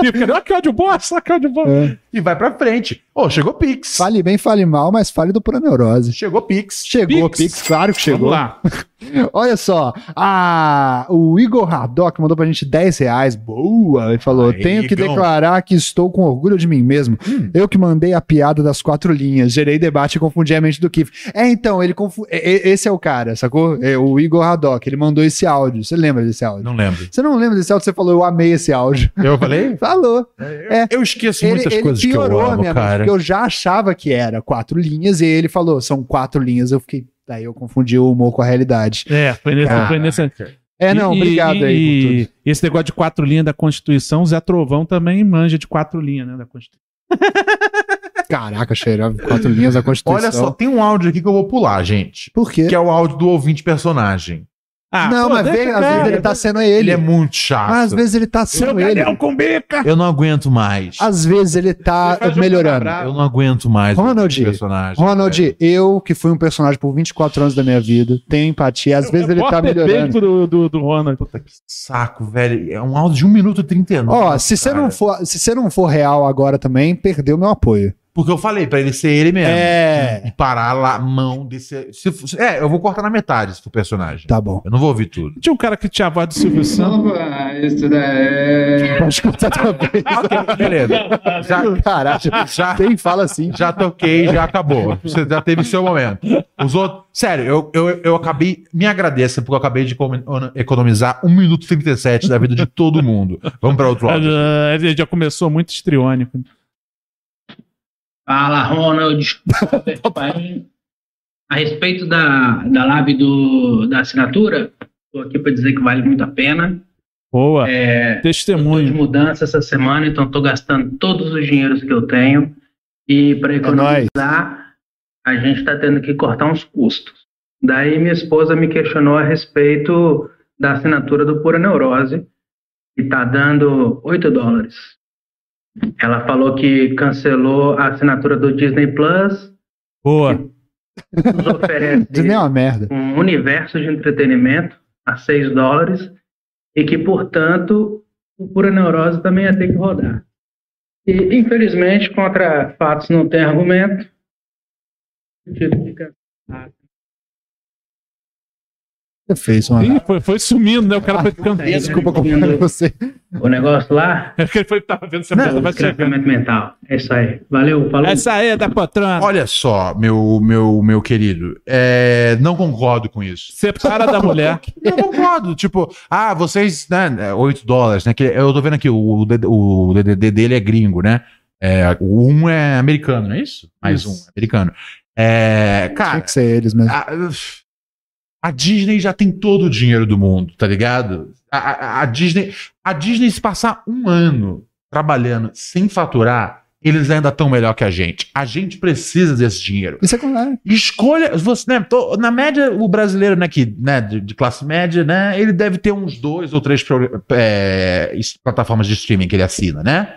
E o cara, "Ah, que áudio bosta, ah, que áudio bosta. é. E vai pra frente. Ô, chegou Pix. Fale bem, fale mal, mas fale do pura neurose. Chegou Pix. Chegou, Pix. Pix. claro que chegou. Vamos lá. Olha só, a- o Igor Haddock mandou pra gente 10 reais, boa, e falou, Aí, tenho que Igão. declarar que estou com orgulho de mim mesmo. Hum. Eu que mandei a piada das quatro linhas, gerei debate e confundi a mente do Kiff. É, então, ele confu... é, é, esse é o cara, sacou? É o Igor Haddock, ele mandou esse áudio, você lembra desse áudio? Não lembro. Você não lembra desse áudio, você falou, eu amei esse áudio. Eu falei? É. Falou. Eu esqueço É. Ele, muitas ele coisas que eu piorou a amo, minha mente, cara. porque eu já achava que era quatro linhas, e ele falou, são quatro linhas, eu fiquei... Daí eu confundi o humor com a realidade. É, foi nesse. Caraca. Foi nesse... Ah. É, não, E- obrigado e- aí por tudo. E esse negócio de quatro linhas da Constituição, o Zé Trovão também manja de quatro linhas, né? Da Constituição. Caraca, cheirava quatro linhas da Constituição. Olha só, tem um áudio aqui que eu vou pular, gente. Por quê? Que é o áudio do ouvinte personagem. Ah, não, pô, mas deixa, vê, às cara. vezes ele tá sendo ele. Ele é muito chato. Mas às vezes ele tá Seu sendo ele. Daniel É um Cumbica! Eu não aguento mais. Às vezes ele tá Ele faz o melhorando. cara bravo. Eu não aguento mais o Ronald, ouvinte personagem. Ronald, eu que fui um personagem por 24 anos da minha vida, tenho empatia, às vezes ele tá Repórter melhorando. peito é do, do, do Ronald. Saco, velho. É um áudio de 1 minuto e 39. Ó, se você cara. não for, se você não for real agora também, perdeu meu apoio. Porque eu falei pra ele ser ele mesmo. É. né? E parar lá a mão desse. se f- é, eu vou cortar na metade se for personagem. Tá bom. Eu não vou ouvir tudo. Tinha um cara que tinha a voz do Silvio Santos. Samba, isso daí. Pode contar também. Beleza. Já, Caralho, já, quem fala assim? já toquei, já acabou. Você já teve seu momento. Os outros. Sério, eu, eu, eu acabei. Me agradeça, porque eu acabei de come- economizar 1 minuto e 37 da vida de todo mundo. Vamos pra outro lado. Ah, Ele já começou muito estriônico. Fala, Ronald. a respeito da, da live do, da assinatura, estou aqui para dizer que vale muito a pena. Boa. É, tô de Testemunho. mudança essa semana, então estou gastando todos os dinheiros que eu tenho. E para economizar, a gente está tendo que cortar uns custos. Daí minha esposa me questionou a respeito da assinatura do Pura Neurose, que está dando 8 dólares. Ela falou que cancelou a assinatura do Disney Plus Boa. nos oferece Isso nem é uma merda. um universo de entretenimento a 6 dólares e que, portanto, o Pura Neurose também ia ter que rodar. E, infelizmente, contra fatos não tem argumento. Eu tive que cancelar. Você fez é uma. Ih, foi, foi sumindo, né? O cara Ah, tá foi ficando. Aí, Desculpa né, vendo acompanhar você. O negócio lá, É que ele foi, tava vendo se a pessoa o vai chegando. desgraçamento mental. É isso aí. Valeu, falou. Essa aí é da patrona. Olha só, meu, meu, meu querido. É, não concordo com isso. Separa da mulher. Eu concordo. tipo, ah, vocês, né, 8 dólares, né? Que eu tô vendo aqui, o, DD o DDD dele é gringo, né? É, o 1 é americano, não é isso? Mais Isso. um, americano. É, Tinha cara, que ser eles mesmo. a, uf, a Disney já tem todo o dinheiro do mundo, tá ligado? A, a- a Disney, a Disney, se passar um ano trabalhando sem faturar, eles ainda estão melhor que a gente. A gente precisa desse dinheiro. Isso é com. é. Escolha, você, né, tô- na média, o brasileiro né, que, né, de, de classe média, né, ele deve ter uns dois ou três pro- é, es- plataformas de streaming que ele assina, né?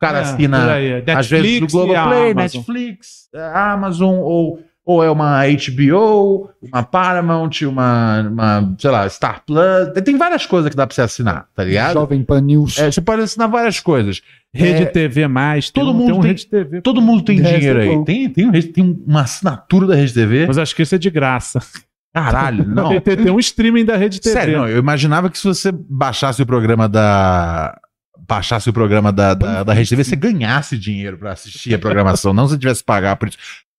O cara É, por assina, aí, às vezes, o Netflix e a Globoplay, Amazon. Netflix, eh, Amazon ou ou é uma HBO, uma Paramount, uma, uma sei lá, Star Plus. Tem várias coisas que dá pra você assinar, tá ligado? Jovem Pan News. É, você pode assinar várias coisas. Rede É, TV mais, todo tem um- mundo tem um tem- Rede TV. todo mundo tem Essa dinheiro é aí. boa. Tem, tem, um Rede- tem uma assinatura da Rede TV. Mas acho que isso é de graça. Caralho, não. Tem, tem- tem um streaming da Rede TV. Sério, não, eu imaginava que se você baixasse o programa da. Baixasse o programa da, da, da Rede TV, você ganhasse dinheiro pra assistir a programação, não se tivesse que pagar por isso.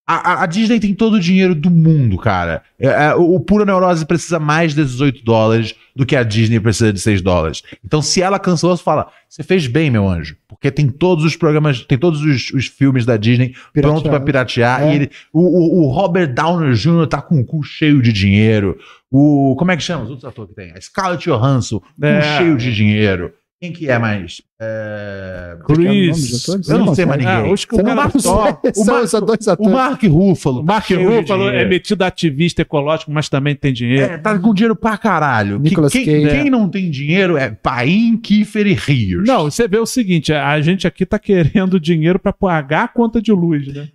A, a- a Disney tem todo o dinheiro do mundo, cara. É, é, o, o Pura Neurose precisa mais de 18 dólares do que a Disney precisa de 6 dólares. Então, se ela cancelou, você fala: você fez bem, meu anjo, porque tem todos os programas, tem todos os, os filmes da Disney pronto pra Pirateado. piratear. É. E ele, o, o- o Robert Downer Jr. tá com o cu cheio de dinheiro. O. Como é que chama? Os outros atores que tem? A Scarlett Johansson, É. cu cheio de dinheiro. Quem que é mais? É, Cruz. Você um Eu não sei consegue. mais ninguém. É, os que o Você não cara consegue. só. o São Marco- só dois o atores. Mark Ruffalo. tá O Tá Mark cheio de Ruffalo é dinheiro. metido ativista ecológico, mas também tem dinheiro. É, tá com dinheiro pra caralho. Que- Nicolas quem, Cage. quem não tem dinheiro é Paim, Kiefer e Rios. Não, você vê o seguinte, a gente aqui tá querendo dinheiro pra pagar a conta de luz, né?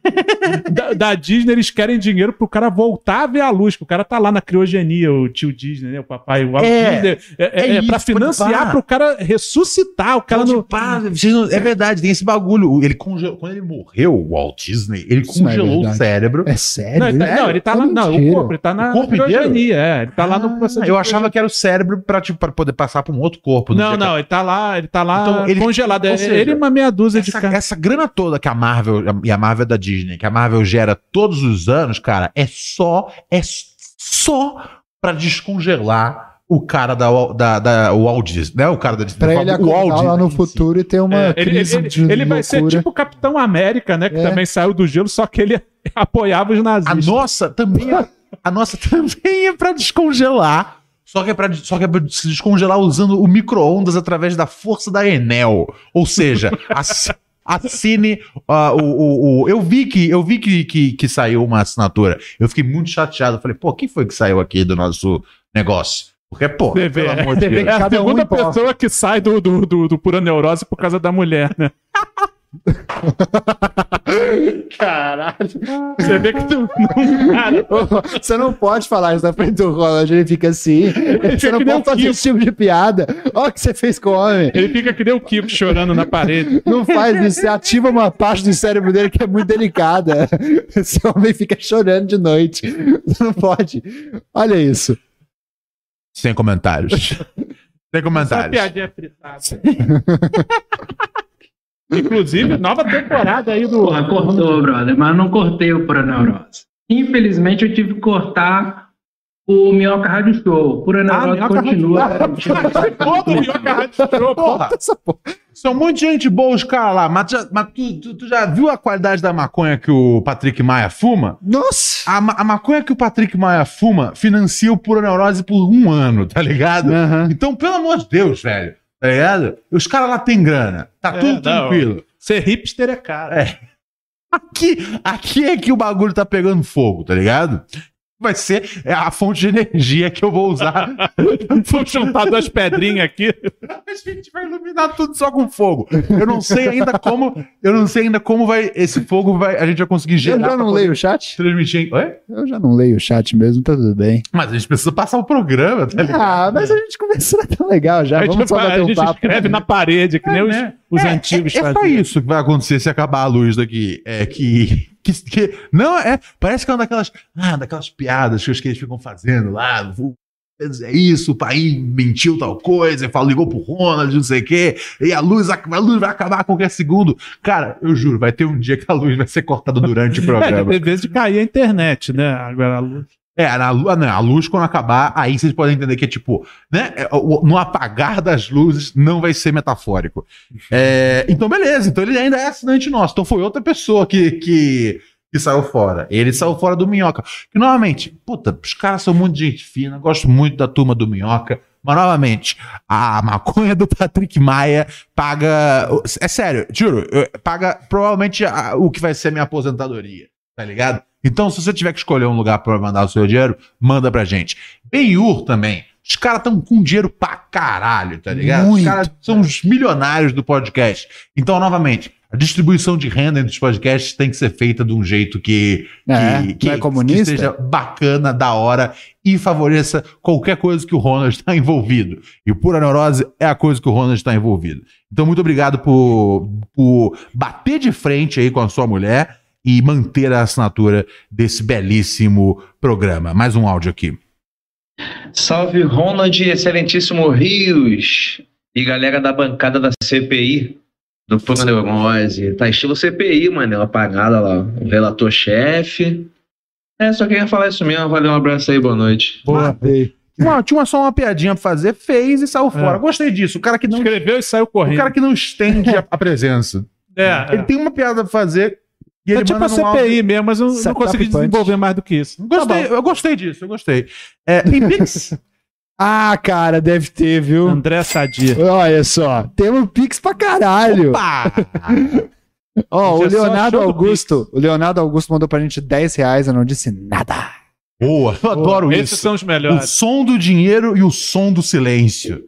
da, da Disney eles querem dinheiro pro cara voltar a ver a luz, que o cara tá lá na criogenia, o tio Disney, né, o papai, o Walt É, Disney, é, é, é é pra isso, pode financiar pá. pro cara ressuscitar, o cara Pode não... pá, Então, tipo, vocês não- é verdade, tem esse bagulho. Ele congelou, quando ele morreu, o Walt Disney, ele Isso não é congelou o verdade. cérebro. É Não, sério? ele tá, não, ele tá lá, não, o corpo, ele tá na, O corpo na inteiro? criogenia, é, ele tá lá no Ah, processo de Eu achava que era o cérebro pra, tipo, pra poder passar pra um outro corpo. Não, dia não, ele tá lá, ele tá lá Então, ele- congelado, ou é, seja, ele e uma meia que- dúzia de Essa, cara. essa grana toda que a Marvel e a Marvel é da Disney, que a Marvel gera todos os anos, cara, é só é só pra descongelar o cara da, Wal- da, da Walt Disney, né? O cara da Disney. Pra eu ele falo, o Walt acordar lá Disney no em si. futuro e ter uma É, ele, crise ele- de ele vai ser loucura. tipo o Capitão América, né? Que É. também saiu do gelo, só que ele apoiava os A nazistas. nossa também é, a nossa também é pra descongelar. Só que, é pra, só que é pra se descongelar usando o micro-ondas através da força da Enel. Ou seja, ass- assine ah, o, o, o- Eu vi, que, eu vi que, que, que saiu uma assinatura. Eu fiquei muito chateado. Eu Falei, pô, quem foi que saiu aqui do nosso negócio? Porque, pô, TV, pelo amor de TV. É Deus. a Cada um segunda importa. pessoa que sai do, do, do, do pura neurose por causa da mulher, né? Caralho. Você vê que tu, não, cara, tipo- Você não pode falar isso na frente do Ronald, ele fica assim. Você fica não que nem pode o fazer Kiko. esse tipo de piada. Olha o que você fez com o homem. ele fica que nem o Kiko chorando na parede. Não faz isso, você ativa uma parte do cérebro dele que é muito delicada. Esse homem fica chorando de noite. Você não pode. Olha isso. Sem comentários. Sem Essa é comentários. piadinha fritada. Inclusive, nova temporada aí do. Porra, cortou, brother, mas não cortei o Pura Neurose. Infelizmente, eu tive que cortar o Minhoca Rádio Show. Pura Neurose Ah, Minhoca continua. Pô, do Minhoca Rádio Show, porra. Essa porra. São muito gente boa os caras lá, mas, já- mas tu, tu- tu já viu a qualidade da maconha que o Patrick Maia fuma? Nossa! A, ma- a maconha que o Patrick Maia fuma financia o Pura Neurose por um ano, tá ligado? Então, pelo amor de Deus, velho, tá ligado? Os caras lá têm grana, tá É, tudo não. tranquilo. Ser hipster é caro. É. Aqui, aqui é que o bagulho tá pegando fogo, tá ligado? Vai ser é a fonte de energia que eu vou usar Vou juntar duas pedrinhas aqui. A gente vai iluminar tudo só com fogo. Eu não sei ainda como, eu não sei ainda como vai esse fogo vai, a gente vai conseguir Eu gerar. já não pra leio o chat? poder Transmitir. em- Oi? Eu já não leio o chat mesmo, tá tudo bem. Mas a gente precisa passar o programa, tá ligado? Ah, mas a gente conversou tão legal já. a gente, Vamos só fa- bater Tipo, a um gente papo. escreve na parede, que nem os, os antigos É, é só faziam. isso que vai acontecer se acabar a luz daqui. É que. que, que- não, é. Parece que é uma daquelas. Ah, daquelas piadas que os que eles ficam fazendo lá. o- É isso, o país mentiu tal coisa, falou, ligou pro Ronald, não sei o quê, e a luz, ac- a luz vai acabar a qualquer segundo. Cara, eu juro, vai ter um dia que a luz vai ser cortada durante o É, programa. tem vezes de cair a internet, né? Agora, a luz- É, na lua, não, a luz quando acabar, aí vocês podem entender que é tipo, né? é, o- No apagar das luzes não vai ser metafórico. É, então, beleza, então ele ainda é assinante nosso. Então foi outra pessoa que, que, que saiu fora. Ele saiu fora do Minhoca. Que novamente, puta, os caras são muito gente fina, gosto muito da turma do Minhoca. Mas novamente, a maconha do Patrick Maia paga. É sério, juro, eu- paga provavelmente a- o que vai ser a minha aposentadoria tá ligado? Então, se você tiver que escolher um lugar pra mandar o seu dinheiro, manda pra gente. Benhur também. Os caras estão com dinheiro pra caralho, tá ligado? Os Muito. caras são os milionários do podcast. Então, novamente, A distribuição de renda entre os podcasts tem que ser feita de um jeito que, É, que, que- não é comunista? que seja bacana, da hora e favoreça qualquer coisa que o Ronald está envolvido. E pura neurose é a coisa que o Ronald está envolvido. Então, muito obrigado por, por bater de frente aí com a sua mulher e manter a assinatura desse belíssimo programa. Mais um áudio aqui. Salve Ronald, excelentíssimo Rios e galera da bancada da CPI do Pura Neurose. Tá estilo CPI, mano, ela apagada lá. O relator-chefe. É, só queria falar isso mesmo. Valeu, um abraço aí, boa noite. Boa. Uma, tinha uma- só uma piadinha pra fazer, fez e saiu fora. Gostei disso. O cara que não, Escreveu e saiu o correndo. cara que não estende a, a presença. É, Ele tem uma piada pra fazer e ele é tipo manda a num áudio. CPI mesmo, mas eu não Setup consegui punch. desenvolver mais do que isso. Gostei, Tá eu gostei disso, eu gostei. É, em Pix, Ah, cara, deve ter, viu? André Sadia. Olha só, temos Pix pra caralho. pá! Ó, o Hoje é só Leonardo show do Augusto, o Leonardo Augusto mandou pra gente 10 reais, eu não disse nada. Boa, eu adoro Esses isso. são os O melhores. som do dinheiro e o som do silêncio.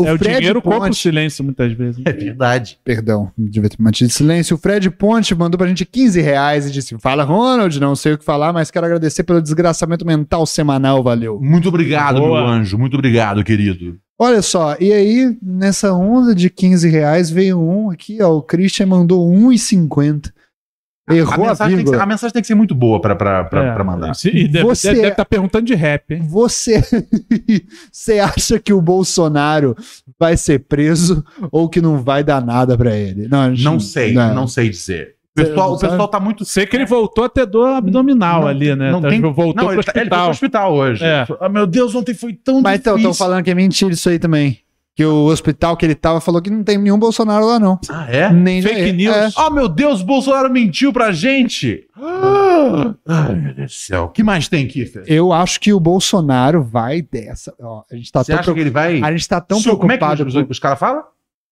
é, o Fred dinheiro compra o Ponte- silêncio muitas vezes. né? É verdade. Perdão, devia ter mantido silêncio. O Fred Ponte mandou pra gente 15 reais e disse: Fala, Ronald, não sei o que falar, mas quero agradecer pelo desgraçamento mental semanal, valeu. Muito obrigado, Boa. meu anjo. Muito obrigado, querido. Olha só, e aí, nessa onda de 15 reais, veio um aqui, ó. O Christian mandou 1,50. Errou a, mensagem tem que ser, vírgula. a mensagem tem que ser muito boa pra, pra, pra, É. pra mandar. Se- E deve Você- estar perguntando de rap, hein? Você, você acha que o Bolsonaro vai ser preso ou que não vai dar nada pra ele? Não, a gente- Não sei, não, sei dizer. O Você pessoal, não o pessoal É. sabe? tá muito Sei que ele voltou a ter dor abdominal Não- ali, né? não Tá- tem- Voltou Não, pro ele, tá- ele foi pro hospital. hospital hoje. É. Ah, meu Deus, ontem foi tão Mas então, Um difícil. estão falando que é mentira isso aí também. Que o hospital que ele tava falou que não tem nenhum Bolsonaro lá, não. Ah, é? Nem Fake Jair. news. É. Ah, meu Deus, o Bolsonaro mentiu pra gente. Ah, Ai, meu Deus do céu. O que mais tem, Kiffer? Eu acho que o Bolsonaro vai dessa. Ó, a gente tá Você tão, acha preocup- que ele vai... a gente tá tão Su- Como é que preocupado os, os caras falam?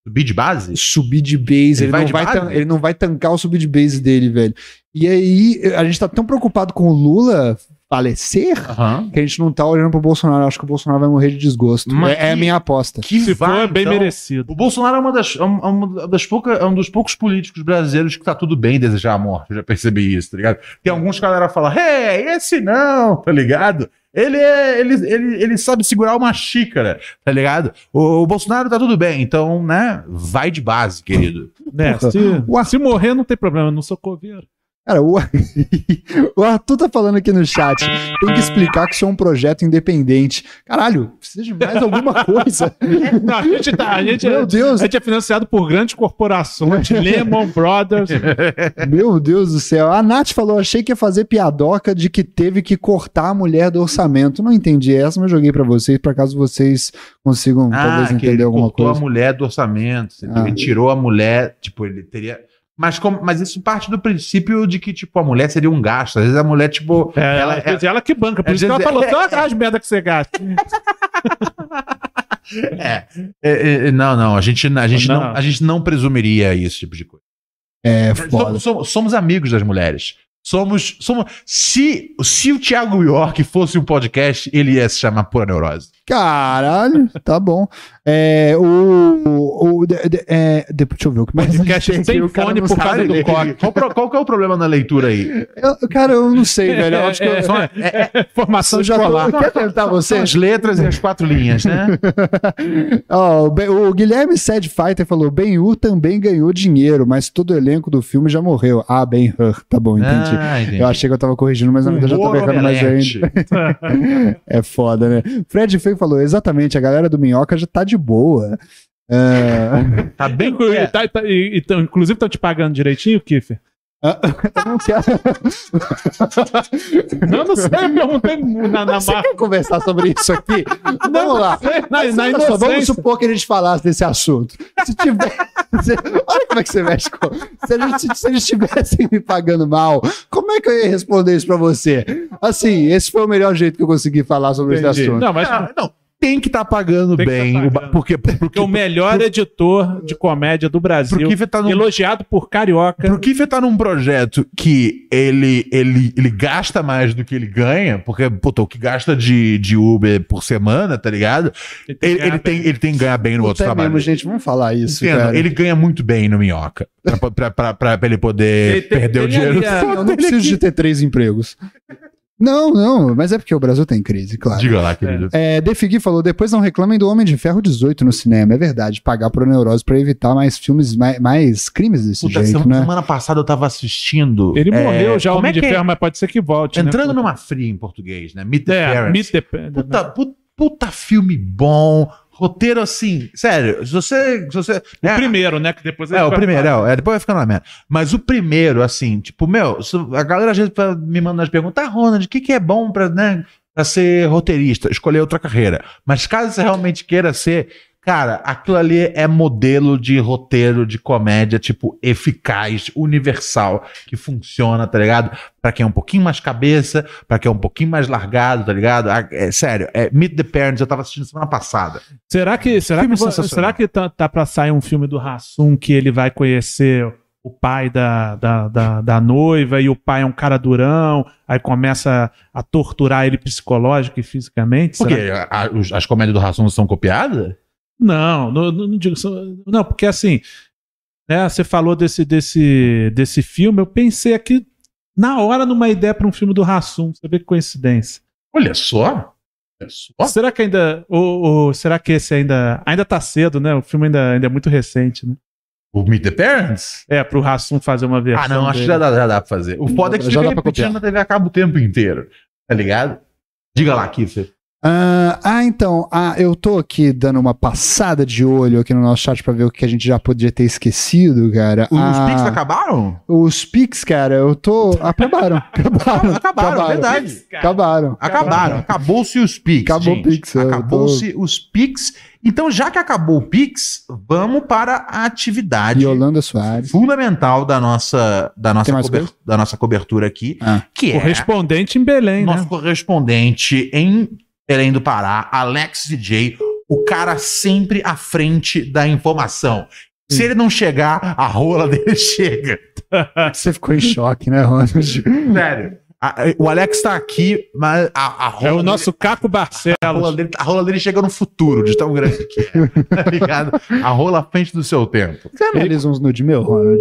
Subir de base? com subir de base. Ele, Ele vai não de vai base? tan- ele não vai tancar o subir de base dele, velho. E aí, a gente tá tão preocupado com o Lula falecer Aham. que a gente não tá olhando pro Bolsonaro. Eu acho que o Bolsonaro vai morrer de desgosto. Mas é, é a que- minha aposta. Que Se vai, for, é bem então. merecido. O Bolsonaro é uma das, é uma- é uma das pouca, é um dos poucos políticos brasileiros que tá tudo bem desejar a morte. Eu já percebi isso, tá ligado? Tem alguns galera que falam, hey, esse não, tá ligado? Ele, é, ele, ele, ele sabe segurar uma xícara, tá ligado? O, o Bolsonaro tá tudo bem, então, né? Vai de base, querido. Né? Porra. Se, O se morrer, não tem problema, eu não sou coveiro. Cara, o, o Arthur tá falando aqui no chat. Tem que explicar que isso é um projeto independente. Caralho, precisa de mais alguma coisa. Não, a gente, tá, a, gente é, Meu Deus, a gente é financiado por grandes corporações, Lehman Brothers. meu Deus do céu. A Nath falou: achei que ia fazer piadoca de que teve que cortar a mulher do orçamento. Não entendi essa, mas joguei pra vocês, pra caso vocês consigam Então, talvez Ah, que ele entender alguma cortou a coisa. mulher do orçamento, entendeu? Ah. ele tirou a mulher, tipo, ele teria... Mas, como, mas isso parte do princípio de que, tipo, a mulher seria um gasto. Às vezes a mulher, tipo... É, ela, ela- ela, que banca, por às isso que ela vezes falou: é- só as merdas que você gasta. É, é, é, não, não, a gente, a, gente não. Não. a gente não presumiria esse tipo de coisa. É Somos, foda. somos- somos amigos das mulheres. Somos. somos se, se o Thiago York fosse um podcast, ele ia se chamar Pura Neurose. Caralho, tá bom. É, o. o de- de- é, de- deixa eu ver o que mais. Podcast tem aqui, sem o cara fone não por sabe causa do ler. coque. Qual, pro- qual que é o problema na leitura aí? Eu- cara, eu não sei, velho. Eu acho que eu, São, é- é- Formação eu já escolar. tô... Quer tentar são você? as letras e as quatro linhas, né? Ó, o Ben- o Guilherme Sad Fighter falou: Ben Hur também ganhou dinheiro, mas todo o elenco do filme já morreu. Ah, Ben Hur, tá bom, entendi. Ah, entendi. Um Eu achei que eu tava corrigindo, mas na verdade eu já Humor tava errando mais ainda. omelete. É foda, né? Fred Feio falou: exatamente, a galera do Minhoca já tá de boa. É, Tá bem Inclu- é, tá- tá- e- e tão- inclusive, estão te pagando direitinho, Kiffer? eu não quero, Não, não sei, eu perguntei na, na você marca. quer conversar sobre isso aqui? Vamos lá. Na, Mas tá na olha só, vamos inocência. supor que a gente falasse desse assunto. Se tiver. se- olha como é que você mexe com. Se, a gente, se eles estivessem me pagando mal, como é que eu ia responder isso pra você? Assim, esse foi o melhor jeito que eu consegui falar sobre esse Entendi. assunto. Não, mas Ah, não, tem que estar pagando Tem que tá bem. o ba- pagando. Porque, porque, Porque o melhor editor de comédia do pro Brasil, Kiefer tá num, elogiado por Carioca. pro Kiefer tá num projeto que ele, ele, ele gasta mais do que ele ganha, porque puta, o que gasta de, de Uber por semana, tá ligado? Ele, ele tem, ele tem que ganhar bem é no outro Até trabalho. mesmo, gente, vamos falar isso, Entendo, cara. ele ganha muito bem no Minhoca. Pra, pra, pra, pra- pra ele poder Ele tem- perder o ele dinheiro. ali é- Eu não preciso de ter três empregos. Não, não, mas é porque o Brasil tem crise, claro. Diga lá, querido. É, Defigui falou, depois não reclamem do Homem de Ferro 18 no cinema. É verdade, pagar por neurose pra evitar mais filmes, mais, mais crimes desse Puta, jeito, semana, né? semana passada eu tava assistindo. Ele é, morreu já, o como Homem é de que é? Ferro, mas pode ser que volte. Entrando né? numa fria em português, né? Meet the É, Parents. Meet the Parents. Puta, pu- puta filme bom. Roteiro assim, sério. Se você. Se você né? O primeiro, né? Que depois É, o primeiro, é, é, depois vai ficando uma merda. Mas o primeiro, assim, tipo, meu, se- a galera às vezes pra- me manda as perguntas, tá, Ronald, o que, que é bom pra, né, pra ser roteirista? Escolher outra carreira. Mas caso você realmente queira ser, cara, aquilo ali é modelo de roteiro de comédia, tipo, eficaz, universal, que funciona, tá ligado? Pra quem é um pouquinho mais cabeça, pra quem é um pouquinho mais largado, tá ligado? Ah, É, sério, é Meet the Parents, eu tava assistindo semana passada. Será que, será Filme é que, vo- sensacional. será que tá, tá pra sair um filme do Rassum que ele vai conhecer o pai da, da, da, da noiva e o pai é um cara durão, aí começa a torturar ele psicológico e fisicamente? Por Será quê? A- a- os- as comédias do Rassum são copiadas? Não, não, não, não digo só- não, porque assim, né, você falou desse desse desse filme, eu pensei aqui na hora numa ideia para um filme do Rassum, você vê que coincidência. Olha só. Olha só. Será que ainda ou, ou será que esse ainda ainda tá cedo, né? O filme ainda, ainda é muito recente, né? O Meet the Parents? É, pro Rassum fazer uma versão. Ah, não, acho que já dele. dá, já dá pra fazer. O foda é que Já você fica dá pra repetindo copiar. na TV acaba o tempo inteiro. Tá ligado? Diga lá, Kiffer. Ah, ah, então, ah, eu tô aqui dando uma passada de olho aqui no nosso chat pra ver o que a gente já podia ter esquecido, cara. Os Ah, Pix acabaram? Os Pix, cara, eu tô. Acabaram. Acabaram. Acabaram, é verdade. Acabaram. Acabaram. Acabou-se os Pix. Acabou o gente. Pix, eu tô- Acabou-se os Pix. Então, já que acabou o Pix, vamos para a atividade E Holanda Soares. fundamental da nossa, da nossa, Tem mais cober- coisa? da nossa cobertura aqui, Ah. que é. Correspondente em Belém, nosso né? correspondente em Belém do Pará, Alex DJ, o cara sempre à frente da informação. Se ele não chegar, a rola dele chega. Você ficou em choque, né, Ronald? Sério. A- a- o Alex tá aqui, mas a, a rola É o dele- nosso Caco a rola Barcelos. dele, a rola dele chega no futuro, de tão grande que é. Tá ligado? A rola à frente do seu tempo. Você analisa uns nude meu, Ronald?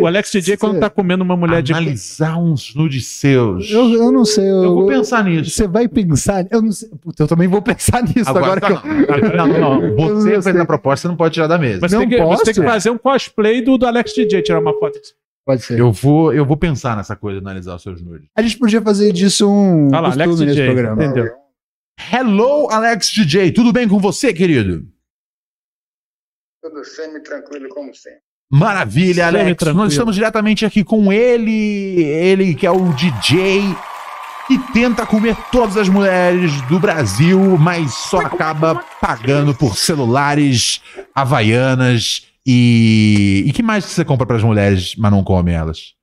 O Alex DJ quando Cê- tá comendo uma mulher de Analisar uns nudes seus. Eu, eu não sei. Eu, Eu vou pensar nisso. Você vai pensar. Eu não sei. Puta, eu também vou pensar nisso agora, tá. que eu. não, não, não. Eu não Você fez sei. a proposta, você não pode tirar da mesa. Mas Não tem que, posso? você tem que fazer um cosplay do, do Alex DJ, tirar uma foto. Pode ser. Eu vou, eu vou pensar nessa coisa, analisar os seus nudes. A gente podia fazer disso um Olha lá, costume Alex nesse DJ. programa. Entendeu? Hello, Alex DJ, tudo bem com você, querido? Tudo semi-tranquilo como sempre. Maravilha, Sempre Alex. tranquilo. Nós estamos diretamente aqui com ele, ele que é o DJ que tenta comer todas as mulheres do Brasil, mas só acaba pagando por celulares, havaianas e. E que mais que você compra para as mulheres, mas não come elas?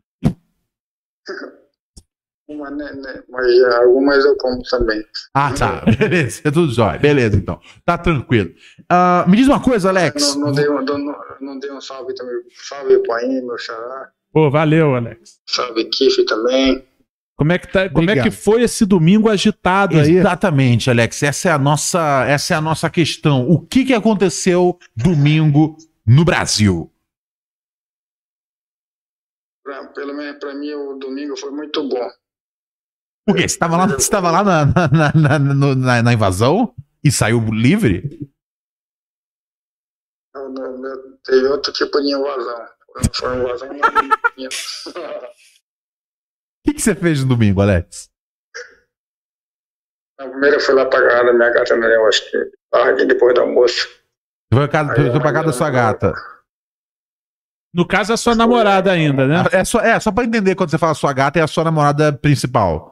Uma, né, né, mas ah, algumas eu como também. Ah, tá. Beleza, é tudo jóia. Beleza, então. Tá tranquilo. Ah, me diz uma coisa, Alex. Não, não, dei, um- não, não dei um salve também. Salve Poim, meu xará. Pô, valeu, Alex. Salve Kiff também. Como é que, tá, como é Obrigado. que foi esse domingo agitado aí? Exatamente, Alex. Essa é a nossa, essa é a nossa questão. O que, que aconteceu domingo no Brasil? Pra, pelo menos pra mim o domingo foi muito bom. Por quê? Você estava lá, você tava lá na, na, na- na- no- na- na invasão e saiu livre? Eu- eu- eu- Teve outro tipo de invasão. Foi uma invasão na O que, que você fez no domingo, Alex? Na primeira eu fui lá pra casa da minha gata né, no negócio. Tarde depois do Você almoço. foi, pra casa- foi pra casa da sua gata. No caso, é a sua namorada ainda, né? É só, é, só pra entender quando você fala sua gata, é a sua namorada principal.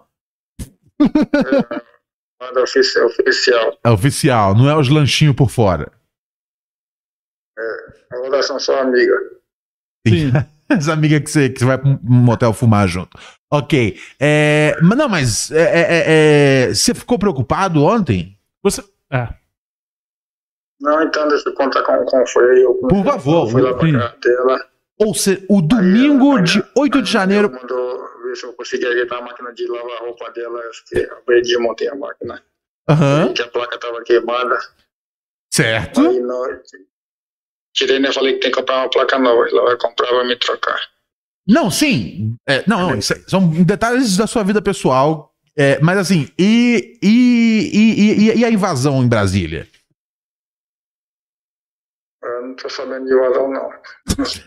É, Nada ofici- oficial. É oficial, não é os lanchinhos por fora. Agora são só amiga. Sim. As amigas que você, que você vai pra um motel fumar junto. Ok. É, mas não, mas é, é, é, é, você ficou preocupado ontem? Você, é. Não, então deixa eu contar como, como foi aí. Eu, Por favor, eu fui lá pra sim. casa dela. Ou seja, o domingo de 8 de janeiro. Ela mandou ver se eu conseguia ajeitar a máquina de lavar a roupa dela. Eu fiquei, eu desmontei a máquina. Aham. Que a placa tava queimada. Certo. Aí na hora que tirei, né? Falei que tem que comprar uma placa nova. Ela vai comprar, vai me trocar. Não, sim. É, não, não, isso é- são detalhes da sua vida pessoal. É, mas assim, e, e, e, e- e a invasão em Brasília? Eu não tô sabendo de vazão, não. Você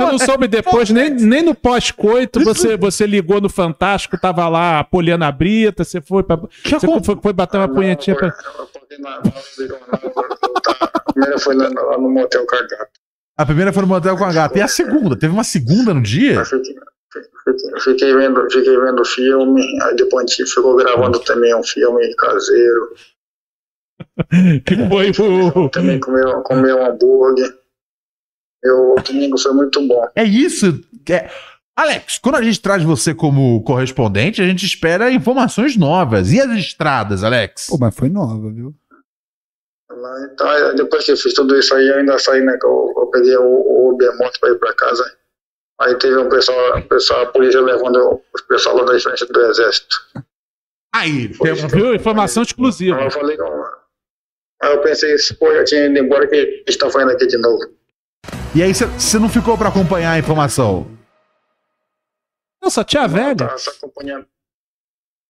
não, é- soube depois, nem, nem no pós-coito, você, você ligou no Fantástico, tava lá a Poliana Brita, você foi pra. Você foi, foi bater uma punhetinha pra. Eu, eu paguei na na- virou na- tá. A primeira foi lá, lá no motel com a gata. A primeira foi no motel com a gata. E a segunda? Teve uma segunda no dia? É. Eu fiquei, fiquei- fiquei vendo, fiquei vendo filme, aí depois a gente ficou gravando também um filme caseiro. É. Que foi o. Também comeu, comeu um hambúrguer. Eu, o domingo foi muito bom. É isso. É. Alex, quando a gente traz você como correspondente, a gente espera informações novas. E as estradas, Alex? Pô, mas foi nova, viu? Lá, Então, aí depois que eu fiz tudo isso aí, eu ainda saí, né? que Eu, eu peguei o, o Uber moto pra ir pra casa. Aí teve um pessoal, um pessoal a polícia levando os pessoal lá da frente do exército. Aí, Foi temos- isso. Viu? Informação Aí exclusiva. eu falei, não. Aí eu pensei, esse pô já tinha ido embora, que eles estão fazendo aqui de novo. E aí você não ficou pra acompanhar a informação? Nossa, tia velha. Tá só acompanhando.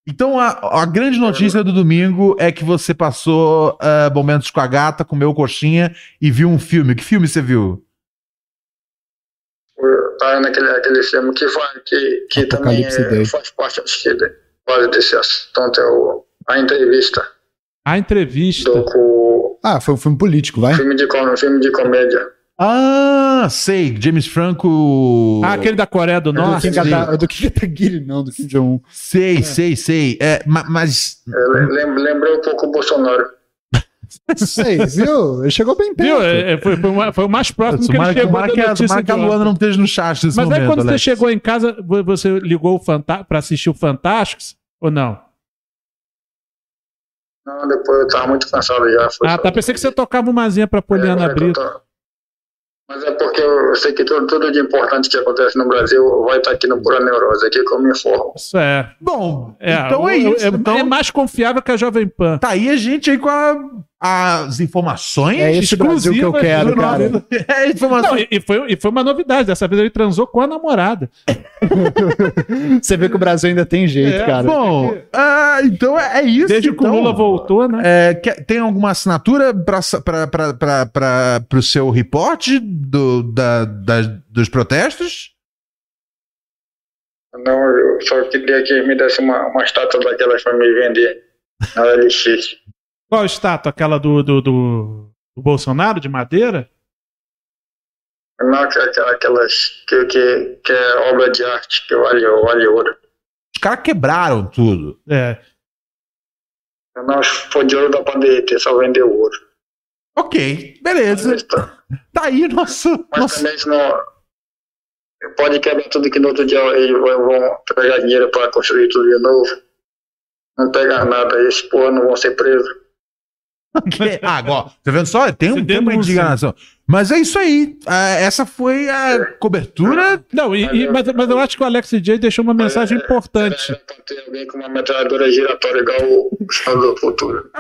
Então a, a grande notícia do domingo é que você passou ah, momentos com a gata, comeu coxinha e viu um filme. Que filme você viu? Eu Tá naquele aquele filme que, vai, que, que também Apocalipse é- 10. faz parte acho que, de- quase desse assunto, é o, a entrevista A entrevista. do com- Ah, foi um filme político, vai. filme, de, com- um filme de comédia. Ah, sei, James Franco. Ah, aquele da Coreia do Do Norte. Kim Kata- do Kim Kataguiri, não, do Kim Jong-un. Sei, sei, sei. É, ma- mas É, Uhum. le- lem- lembrei um pouco o Bolsonaro. Sei, viu? Ele chegou bem perto. Viu? É, é, foi, foi o- foi o mais próximo que ele tomara, que- chegou tomara da que, é a- notícia tomara que a de ontem. Luana não esteja no chat nesse Mas momento. aí quando você Alex. chegou em casa, vo- você ligou o Fanta- pra assistir o Fantásticos ou não? Não, depois eu tava muito cansado já. foi Ah, só- tá. Pensei que você tocava umazinha pra É, Poliana mas é que eu Brito. tô- Mas é porque eu sei que tudo, tudo de importante que acontece no Brasil vai estar aqui no Pura Neurose, aqui que eu me informo. Isso é. Bom, É, então é o- isso. então, é mais confiável que a Jovem Pan. Tá aí a gente aí com a- as informações. É esse Brasil que eu exclusiva, quero, juro, cara. não. É, informações. Não, e, e foi, e foi uma novidade. Dessa vez ele transou com a namorada. Você vê que o Brasil ainda tem jeito, É, cara. Bom, ah, então é é isso. Desde que o então. Lula voltou, né? É, quer- tem alguma assinatura para o seu reporte do- da- da- dos protestos? Não, eu só queria que me desse uma, uma estátua daquelas para me vender na LX. Qual estátua? Aquela do, do, do- do Bolsonaro, de madeira? Não aquela- aquelas que, que, que é obra de arte, que vale, vale ouro. Os caras quebraram tudo. É. Não, se for de ouro dá para derreter, só vender o ouro. Ok, beleza. Tá aí nosso. Mas nosso... também senão pode quebrar tudo que no outro dia eles vão, vão pegar dinheiro para construir tudo de novo. Não pegar nada, esses porra não vão ser presos. Ah, agora, tá vendo só? Tem, um, Se tem uma denuncia. indignação. Mas é isso aí. Ah, essa foi a cobertura. Não, e, e- mas, mas eu acho que o Alex J deixou uma mensagem importante. Era pra ter alguém com uma metralhadora giratória igual o Salvador Futuro.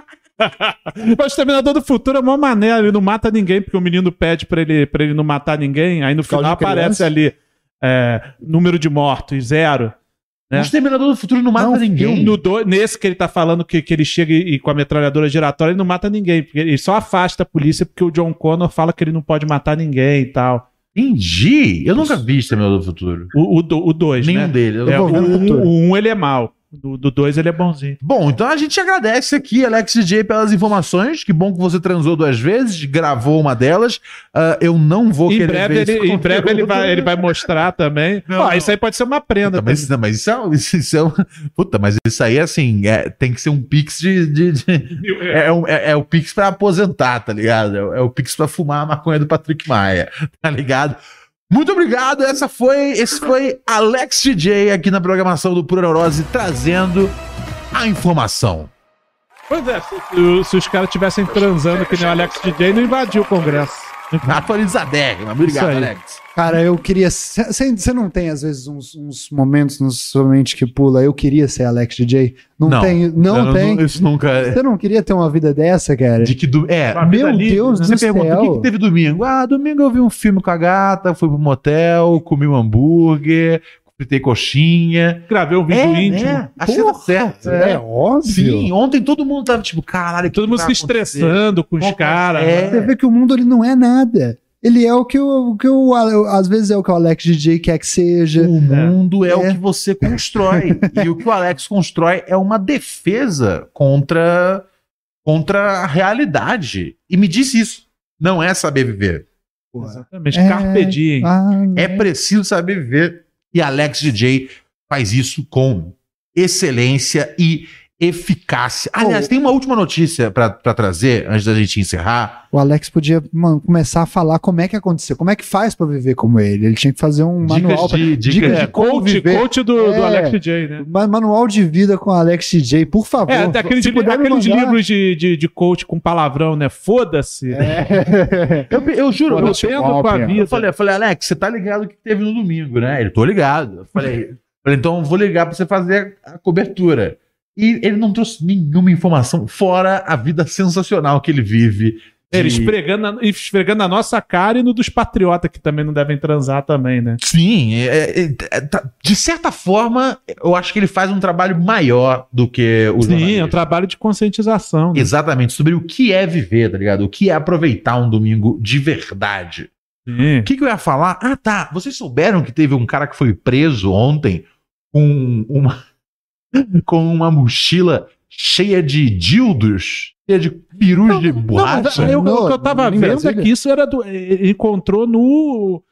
Mas o Terminador do Futuro é uma maneira, ele não mata ninguém, porque o menino pede pra ele, pra ele não matar ninguém, aí no Por causa final de criança? aparece ali é, número de mortos, zero. É. O Exterminador do Futuro não mata Não, ninguém. No do- nesse que ele tá falando que, que ele chega e, e com a metralhadora giratória, ele não mata ninguém, porque ele só afasta a polícia porque o John Connor fala que ele não pode matar ninguém e tal. Entendi. Eu nunca vi Exterminador do Futuro. O 2, o, dois, Nenhum né? deles. Eu É, o vou ver no futuro. 1 um, ele é mal, do 2 ele é bonzinho. Bom, então a gente agradece aqui, Alex J, pelas informações. Que bom que você transou duas vezes, gravou uma delas. Ah, eu não vou Em querer breve, ver esse ele, em breve ele, conteúdo. vai, ele vai mostrar também. Não, Ó, não. isso aí pode ser uma Puta, prenda. mas, isso- mas isso, é, um- isso, isso é um. Puta, mas isso aí, assim, é- tem que ser um pix de. de- de- também. é, um- é- é o pix pra aposentar, tá ligado? É, o- é o pix pra fumar a maconha do Patrick Maia, tá ligado? Muito obrigado. Essa foi, esse foi Alex DJ aqui na programação do Pura Neurose trazendo a informação. Pois é, se, se- se os caras tivessem transando que nem o Alex DJ, não invadia o Congresso. Atualizadérrima. Isso Obrigado, aí. Alex. Cara, eu queria. Você não tem, às vezes, uns, uns momentos na sua mente que pula. Eu queria ser Alex DJ. Não, Não. tem. Não Eu tem. Isso nunca. é. Você não queria ter uma vida dessa, cara? De que du... É, Uma vida Meu livre, Deus né? do Você pergunta, o que, céu. que teve domingo? Ah, domingo eu vi um filme com a gata, fui pro motel, comi um hambúrguer, fritei coxinha. Gravei um vídeo íntimo. É, né? Achei Porra, certo. É, óbvio. Sim, ontem todo mundo tava tipo, caralho, Todo que mundo vai se acontecer? estressando com os Bom, caras. né? é. Você vê que o mundo ele não é nada. Ele é o que o, o que o às vezes é o que o Alex DJ quer que seja. O mundo é, É. o que você constrói. e o que o Alex constrói é uma defesa contra, contra a realidade. E me disse isso. Não é saber viver. Exatamente. É. Carpe diem. Ah, É preciso saber viver. E Alex DJ faz isso com excelência e eficácia. Oh. Aliás, tem uma última notícia para trazer antes da gente encerrar. o Alex podia mano, começar a falar como é que aconteceu, como é que faz pra viver como ele. Ele tinha que fazer um manual, pra- de, dicas É, de como coach, viver. coach do, do É. Alex DJ, né? ma- manual de vida com o Alex DJ, por favor. É, daqueles, Se li- puder me aqueles mandar- livros de, de, de coach com palavrão, né? Foda-se. É. Eu, eu juro, Eu eu, tendo com a eu vida. falei, eu falei, Alex, você tá ligado que teve no domingo, né? Ele, tô ligado. Eu falei, falei, então eu vou ligar pra você fazer a cobertura. E ele não trouxe nenhuma informação, fora a vida sensacional que ele vive. de- Ele É, esfregando na, esfregando na nossa cara e no dos patriotas que também não devem transar também, né? Sim, é- é- é- tá- de certa forma, eu acho que ele faz um trabalho maior do que o Sim, é um jornalismo. trabalho de conscientização. né? Exatamente, sobre o que é viver, tá ligado? O que é aproveitar um domingo de verdade. Sim. O que, que eu ia falar? Ah, tá. Vocês souberam que teve um cara que foi preso ontem com uma, com uma mochila cheia de dildos, cheia de perus de borracha? eu, o que eu No- tava em vendo é Brasília? que isso era do. Ele encontrou no.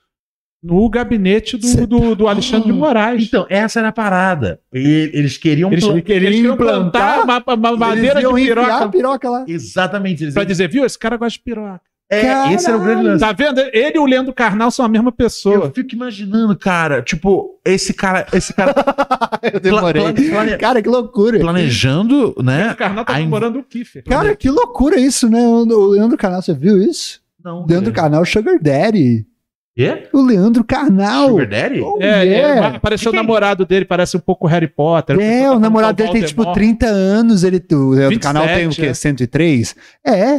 No gabinete do, Cê- tá do, do Alexandre de Moraes. Então, essa era a parada. E- Eles queriam. Eles, plan- eles queriam plantar uma, uma madeira Eles de iam enfiar piroca a piroca lá. Exatamente. Eles... pra dizer, viu? Esse cara gosta de piroca. É, esse era o grande lance. Tá vendo? Ele e o Leandro Carnal são a mesma pessoa. Eu fico imaginando, cara, tipo, esse cara, esse cara Eu demorei. Pla- plane- plane- Cara, que loucura. planejando, né? O Carnal tá Ai, namorando o Kiffer. Cara, que loucura isso, né? O o Leandro Carnal, você viu isso? Não. O Leandro Carnal Sugar Daddy. Quê? O Leandro Carnal. Sugar Daddy? Oh, É, é, yeah. mas apareceu De o quem? namorado dele, parece um pouco Harry Potter. É, o namorado dele tem tipo 30 anos, ele, o Leandro 27, Canal tem o quê? é. 103? É.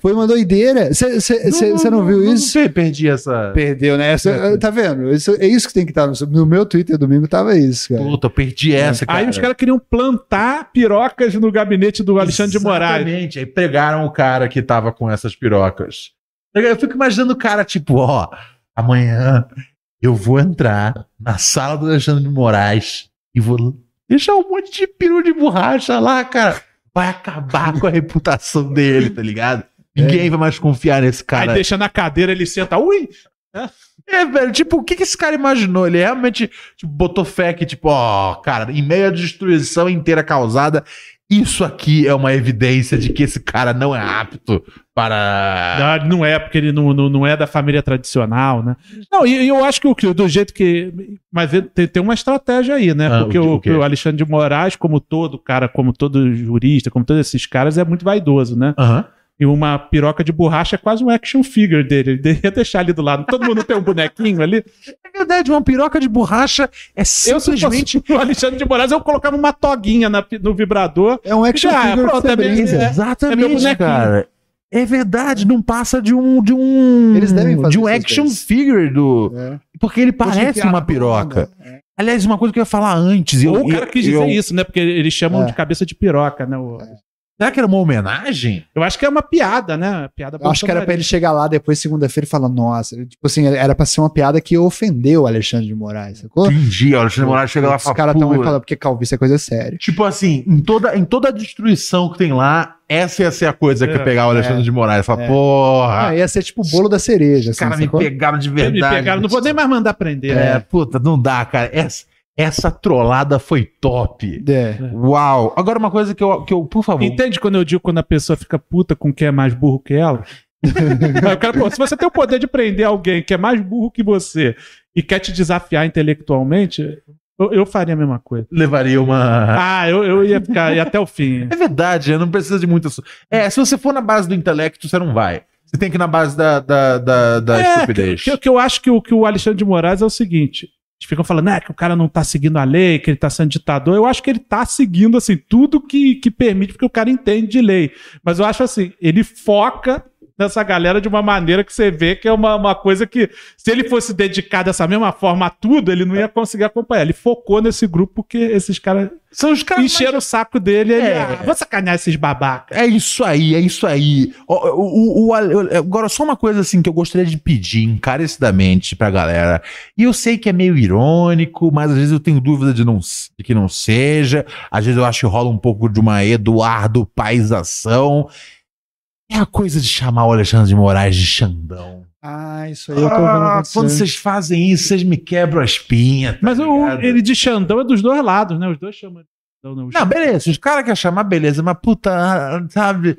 Foi uma doideira. Você não, viu isso? Não sei, perdi essa. Perdeu, né? Cê- tá vendo? Isso, é isso que tem que estar no, no meu Twitter domingo, tava isso, cara. Puta, eu perdi essa, cara. Aí os caras queriam plantar pirocas no gabinete do Alexandre de Moraes. Exatamente. Aí pegaram o cara que tava com essas pirocas. Eu fico imaginando o cara, tipo, ó, amanhã eu vou entrar na sala do Alexandre de Moraes e vou deixar um monte de peru de borracha lá, cara. Vai acabar com a reputação dele, tá ligado? Ninguém vai mais confiar nesse cara. Aí deixa na cadeira, ele senta. Ui! É, velho, tipo, o que, que esse cara imaginou? Ele realmente tipo, botou fé que, tipo, ó, cara, em meio à destruição inteira causada, isso aqui é uma evidência de que esse cara não é apto para. Não, não é, porque ele não, não, não é da família tradicional, né? Não, e, e eu acho que o que do jeito que. Mas ele tem, tem uma estratégia aí, né? Ah, porque o- o, o quê? o Alexandre de Moraes, como todo cara, como todo jurista, como todos esses caras, é muito vaidoso, né? Aham. E uma piroca de borracha é quase um action figure dele. Ele ia deixar ali do lado. Todo mundo tem um bonequinho ali. É verdade, uma piroca de borracha é Eu, assim. se simplesmente. fosse o Alexandre de Moraes, eu colocava uma toguinha na pi- no vibrador. É um action Já, figure pronto, que você é bem- brinca. é- é meu Exatamente, bonequinho. cara. É verdade, não passa de um. De um Eles devem fazer De um isso às action vezes. figure do. É. Porque ele parece Deixa eu uma tá enfiar- né? piroca. Aliás, uma coisa que eu ia falar antes. eu- Ou o cara quis dizer eu- isso, né? Porque eles chamam É. de cabeça de piroca, né? O- Será que era uma homenagem? Eu acho que é uma piada, né? Piada Eu acho que era pra bolsonarista. ele chegar lá depois, segunda-feira, e falar, nossa, tipo assim, era pra ser uma piada que ofendeu o Alexandre de Moraes, sacou? Entendi, ó, o Alexandre Moraes chega lá e Os fala, caras tão aí "Pô, falando, porque calvície é coisa séria. Tipo assim, em toda, em toda a destruição que tem lá, essa ia ser a coisa que É, eu pegava o Alexandre de Moraes. Fala, é. porra, Ah, ia ser tipo o bolo da cereja, os caras assim, me sacou? pegaram de Me verdade. pegaram, não vou né? nem mais mandar prender. É, tá né? puta, não dá, cara. Essa, essa trollada foi top. É. Uau. Agora uma coisa que eu, que eu por favor... Entende quando eu digo quando a pessoa fica puta com quem é mais burro que ela? Aí o cara, pô, se você tem o poder de prender alguém que é mais burro que você e quer te desafiar intelectualmente, Eu, eu faria a mesma coisa. Levaria uma. Ah, eu, eu ia ficar ia até o fim. É verdade, não precisa de muita. su- É, se você for na base do intelecto, você não vai. Você tem que ir na base da, da, da, da É, estupidez. que, eu- que eu acho que o, que o Alexandre de Moraes é o seguinte. Eles ficam falando né, que o cara não tá seguindo a lei, que ele tá sendo ditador. Eu acho que ele tá seguindo assim, tudo que, que permite, porque o cara entende de lei. Mas eu acho assim, ele foca nessa galera de uma maneira que você vê que é uma, uma coisa que, se ele fosse dedicar dessa mesma forma a tudo, ele não ia conseguir acompanhar. Ele focou nesse grupo porque esses caras São os caras. mais- encheram o saco dele. Ele, É. ah, vou sacanear esses babacas. É isso aí, é isso aí. O, o- o- o- Ale- agora, só uma coisa assim que eu gostaria de pedir encarecidamente pra galera. E eu sei que é meio irônico, mas às vezes eu tenho dúvida de, não, s- de que não seja. Às vezes eu acho que rola um pouco de uma Eduardo Paisação. É a coisa de chamar o Alexandre de Moraes de Xandão. Ah, isso aí eu tô vendo Ah, acontecer. quando vocês fazem isso, vocês me quebram a espinha. tá Mas o, ligado? ele de Xandão é dos dois lados, né? Os dois chamam de Xandão. Não, Não, beleza, os caras querem chamar, beleza, mas puta, ah, sabe.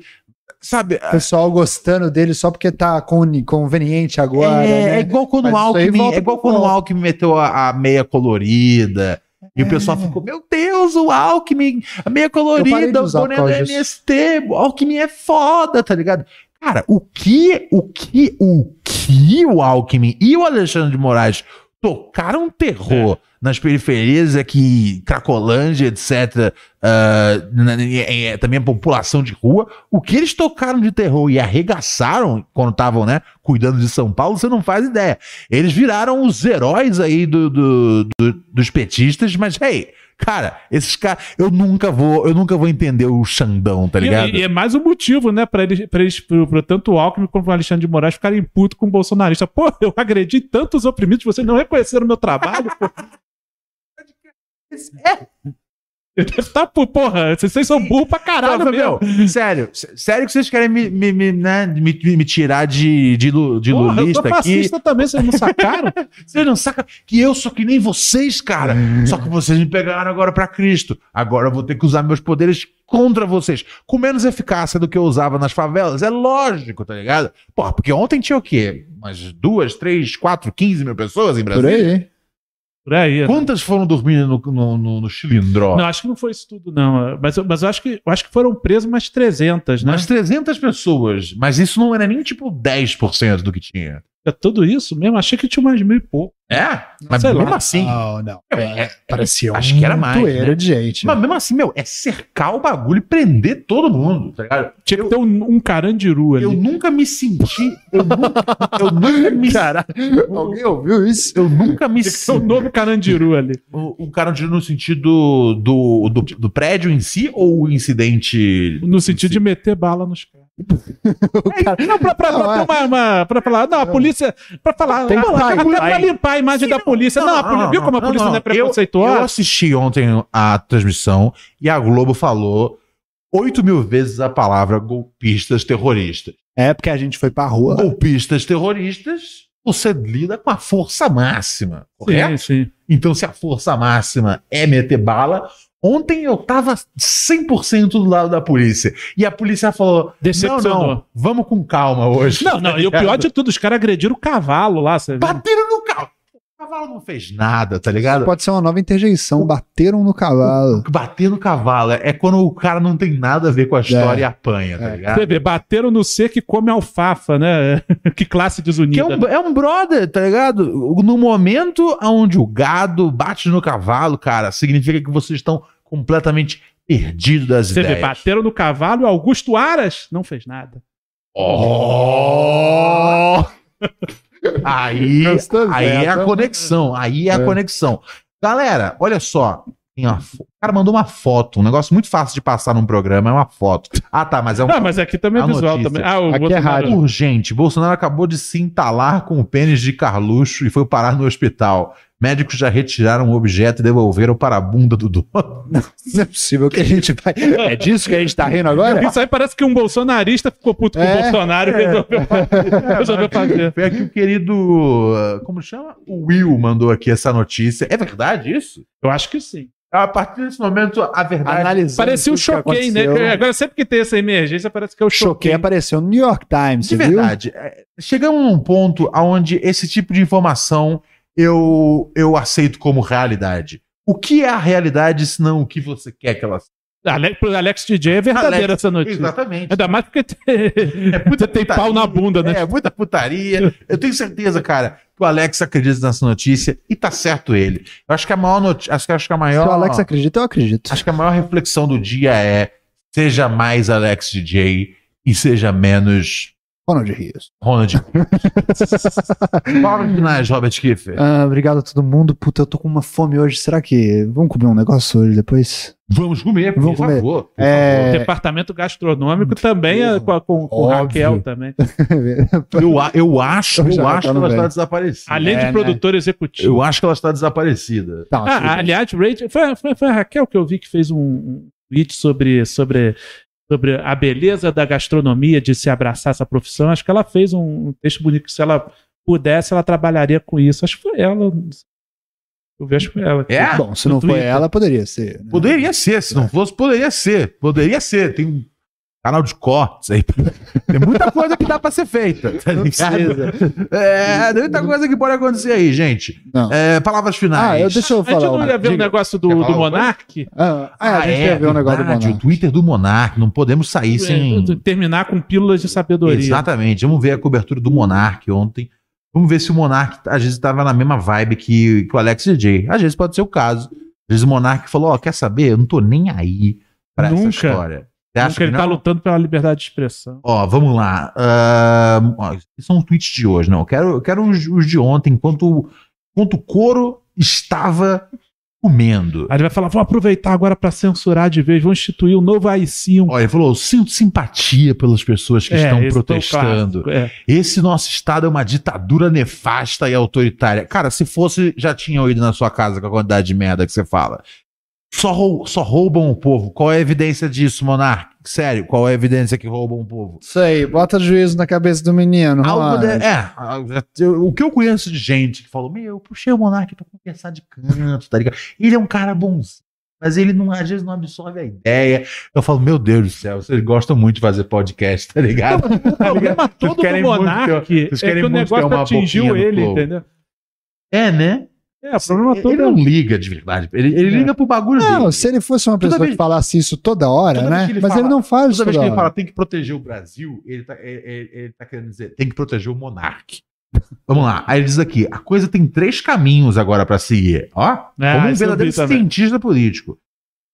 Sabe, O pessoal gostando dele só porque tá con- conveniente agora, é, né? é igual quando Mas o isso aí Alckmin, volta é igual pro quando o foco. Alckmin meteu a, a meia colorida. E o pessoal ficou, meu Deus, o Alckmin, a meia É. parei de colorida, o usar boné por do causa disso. MST, o Alckmin é foda, tá ligado? Cara, o que, o que, o que o Alckmin e o Alexandre de Moraes tocaram É. terror nas periferias aqui, Cracolândia, etc., ah, na- na- é, é, também a população de rua, o que eles tocaram de terror e arregaçaram quando estavam, né, cuidando de São Paulo, você não faz ideia. Eles viraram os heróis aí do, do- do- dos petistas, mas, hey, cara, esses caras, eu nunca vou, eu nunca vou entender o Xandão, tá E- ligado? E, e é mais um motivo, né, pra eles, pra eles pro, pro tanto o Alckmin quanto o Alexandre de Moraes ficarem putos com o bolsonarista. Pô, eu agredi tantos oprimidos, vocês não reconheceram meu trabalho, pô. Ele deve estar, porra, vocês, vocês são burros pra caralho, Não, meu. meu, sério, sé- sério que vocês querem me, me, me, né, me, me tirar de, de, lu- de Porra, eu sou lulista aqui? fascista também, vocês não sacaram? Vocês não sacam que eu sou que nem vocês, cara. É. Só que vocês me pegaram agora pra Cristo. Agora eu vou ter que usar meus poderes contra vocês. Com menos eficácia do que eu usava nas favelas. É lógico, tá ligado? Porra, porque ontem tinha o quê? Umas duas, três, quatro, quinze mil pessoas em Por Brasília? aí, hein? Por aí. né? Quantas foram dormindo no, no, no, no Chilindró? Não, acho que não foi isso tudo, não. Mas, eu- mas eu, acho que, eu acho que foram presos umas 300, né? Umas 300 pessoas, mas isso não era nem tipo 10% do que tinha. É tudo isso mesmo? Achei que tinha umas mil e pouco. É? Mas Sei mesmo lá. Ah, tá assim. Não, não. é- é- Parecia um acho que era mais, poeira né? de gente. mas mesmo assim, meu, é cercar o bagulho e prender todo mundo, tá ligado? Tinha que ter um, um carandiru ali. Eu nunca me senti. Eu nunca, eu nunca me Caralho, alguém ouviu isso? Eu nunca. Nunca me Tinha que ter um senti. novo carandiru ali. O, o cara diz no sentido do, do, do prédio em si ou o incidente. No sentido de meter bala nos caras. É, não, pra, pra, pra, Não, ter uma, uma- pra falar, não, a polícia. Pra falar, Tem que ah, parar, até tem que pra parar. limpar a imagem da polícia. Não, a poli- viu como a polícia não, é Eu, eu preconceituosa? assisti ontem a transmissão e a Globo falou 8 mil vezes a palavra golpistas terroristas. É porque a gente foi pra rua. Golpistas terroristas, você lida com a força máxima, correto? sim. Então, se a força máxima é meter bala, ontem eu tava 100% do lado da polícia. E a polícia falou: não, Decepcionou. não, vamos com calma hoje. Não, não, e o pior de tudo, os caras agrediram o cavalo lá. Você viu? Bateram no cavalo. O cavalo não fez nada, tá ligado? Pode ser uma nova interjeição. Bateram no cavalo. Bater no cavalo é quando o cara não tem nada a ver com a história É. e apanha, tá É. ligado? Você vê, bateram no ser que come alfafa, né? que classe Que desunida. é um, é um brother, tá ligado? No momento onde o gado bate no cavalo, cara, significa que vocês estão completamente perdidos das Você vê, ideias. bateram no cavalo e Augusto Aras não fez nada. Oh! Aí, Gostou, Zé? aí é a Tá- conexão, aí é a É. conexão. Galera, olha só. Tem uma fo- O cara mandou uma foto, um negócio muito fácil de passar num programa, é uma foto. Ah, tá, mas é um Ah, mas aqui também é A visual. notícia. Também. Ah, o Aqui é Bolsonaro- rádio. urgente. Bolsonaro acabou de se entalar com o pênis de Carluxo e foi parar no hospital. Médicos já retiraram o objeto e devolveram para a bunda do dono. Não é possível que a gente vai. É disso que a gente tá rindo agora? Isso aí parece que um bolsonarista ficou puto com É. o Bolsonaro e resolveu fazer. Resolveu fazer. Foi aqui o querido. ah, Como chama? O Will mandou aqui essa notícia. É verdade isso? É, Eu acho que sim. A partir desse momento, a verdade. Analisando. Parecia um tudo que choquei, né? aconteceu. Agora, sempre que tem essa emergência, parece que é o É, Choquei choquei. apareceu no New York Times, De você viu? verdade. é, Chegamos num ponto onde esse tipo de informação eu, eu aceito como realidade. O que é a realidade, se não o que você quer que ela seja? Alex, pro Alex DJ é verdadeira essa notícia. Exatamente. Ainda mais porque tem, É muita tem tá pau na bunda, né? É, muita putaria. Eu tenho certeza, cara, que o Alex acredita nessa notícia e tá certo ele. Eu acho que a maior notícia. Acho que, acho que a Se maior. o Alex acredita, eu acredito. Acho que a maior reflexão do dia é: seja mais Alex DJ e seja menos Ronald Rios. Ronald. Palavras finais, é Robert Kiefer. Ah, obrigado a todo mundo. Puta, eu tô com uma fome hoje. Será que. Vamos comer um negócio hoje depois? Vamos comer, por Vamos comer. favor. O É. Hum, departamento gastronômico também é com, a- com, com Óbvio. Raquel também. Eu, a- eu acho, Já eu tá acho que no ela está velho. desaparecida. É. Além de né? produtor executivo. Eu acho que ela está desaparecida. Tá, tudo Ah, bem. aliás, Rage, foi, foi- foi a Raquel que eu vi que fez um, um tweet sobre, sobre, sobre a beleza da gastronomia, de se abraçar essa profissão. Acho que ela fez um texto bonito que se ela pudesse, ela trabalharia com isso. Acho que foi ela. não sei. Eu vejo que foi ela. É? Ah, Bom, se no não foi Twitter. ela, poderia ser. né? Poderia ser, se não fosse, poderia ser. Poderia ser. Tem um canal de cortes aí. Tem muita coisa que dá pra ser feita. Ah, tá ligado? É, tem muita coisa que pode acontecer aí, gente. Não. É, palavras finais. Ah, eu, deixa eu A gente falar. não uma- ia ver o diga. negócio do, Quer falar do alguma coisa? Monark? Ah, um ah, a gente é, ia ver o negócio do verdade, Monark. O Twitter do Monark. Não podemos sair sem. É, Terminar com pílulas de sabedoria. Exatamente. Vamos ver a cobertura do Monark ontem. Vamos ver se o Monark, às vezes, estava na mesma vibe que, que o Alex DJ. Às vezes pode ser o caso. Às vezes o Monark falou: Ó, quer saber? Eu não tô nem aí pra essa Nunca. história. Você acha Porque ele tá que está não? lutando pela liberdade de expressão. Ó, vamos lá. Ahn, ó, esses são os tweets de hoje, não. Eu quero, eu quero os, os de ontem, enquanto, enquanto o couro estava comendo. Aí ele vai falar: vou aproveitar agora para censurar de vez, vou instituir um novo AI5. Olha, ele falou: eu sinto simpatia pelas pessoas que estão É, esse foi o protestando. clássico, é. Esse nosso Estado é uma ditadura nefasta e autoritária. Cara, se fosse, já tinham ido na sua casa com a quantidade de merda que você fala. Só, rou- só roubam o povo. Qual é a evidência disso, Monark? Sério, qual é a evidência que roubam o povo? Isso aí, bota juízo na cabeça do menino. Algo Ronald. de- é, eu- o que eu conheço de gente que falou, meu, eu puxei o Monark pra conversar de canto, tá ligado? Ele é um cara bonzinho, mas ele não, às vezes não absorve a ideia. Eu falo, meu Deus do céu, vocês gostam muito de fazer podcast, tá ligado? O problema todo do querem muito Monark é vocês que querem o muito ter negócio uma atingiu boquinha no ele, flow. entendeu? É, né? É, o problema Ele todo não é. liga de verdade, ele, ele É. liga pro bagulho Não, dele. se ele fosse uma Toda pessoa vez- que falasse isso toda hora, toda vez né? que ele mas fala- ele não faz Toda toda, vez que ele é hora. fala tem que proteger o Brasil, ele tá, ele, ele- ele tá querendo dizer tem que proteger o monarca. Vamos lá. Aí ele diz aqui: a coisa tem três caminhos agora pra seguir. Ó, como um esse É, eu verdadeiro vi também. cientista político.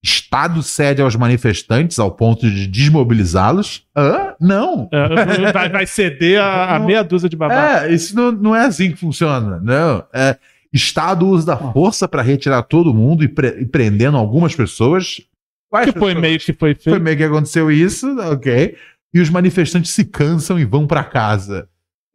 Estado cede aos manifestantes ao ponto de desmobilizá-los? Hã? Não. É, vai, vai ceder a, a Não- meia dúzia de babaca. É, isso não, não é assim que funciona. Não. É, Estado usa da força pra retirar todo mundo e, pre- e prendendo algumas pessoas. Quais que foi pessoas? meio que foi Foi feito. meio que aconteceu isso, ok. E os manifestantes se cansam e vão pra casa.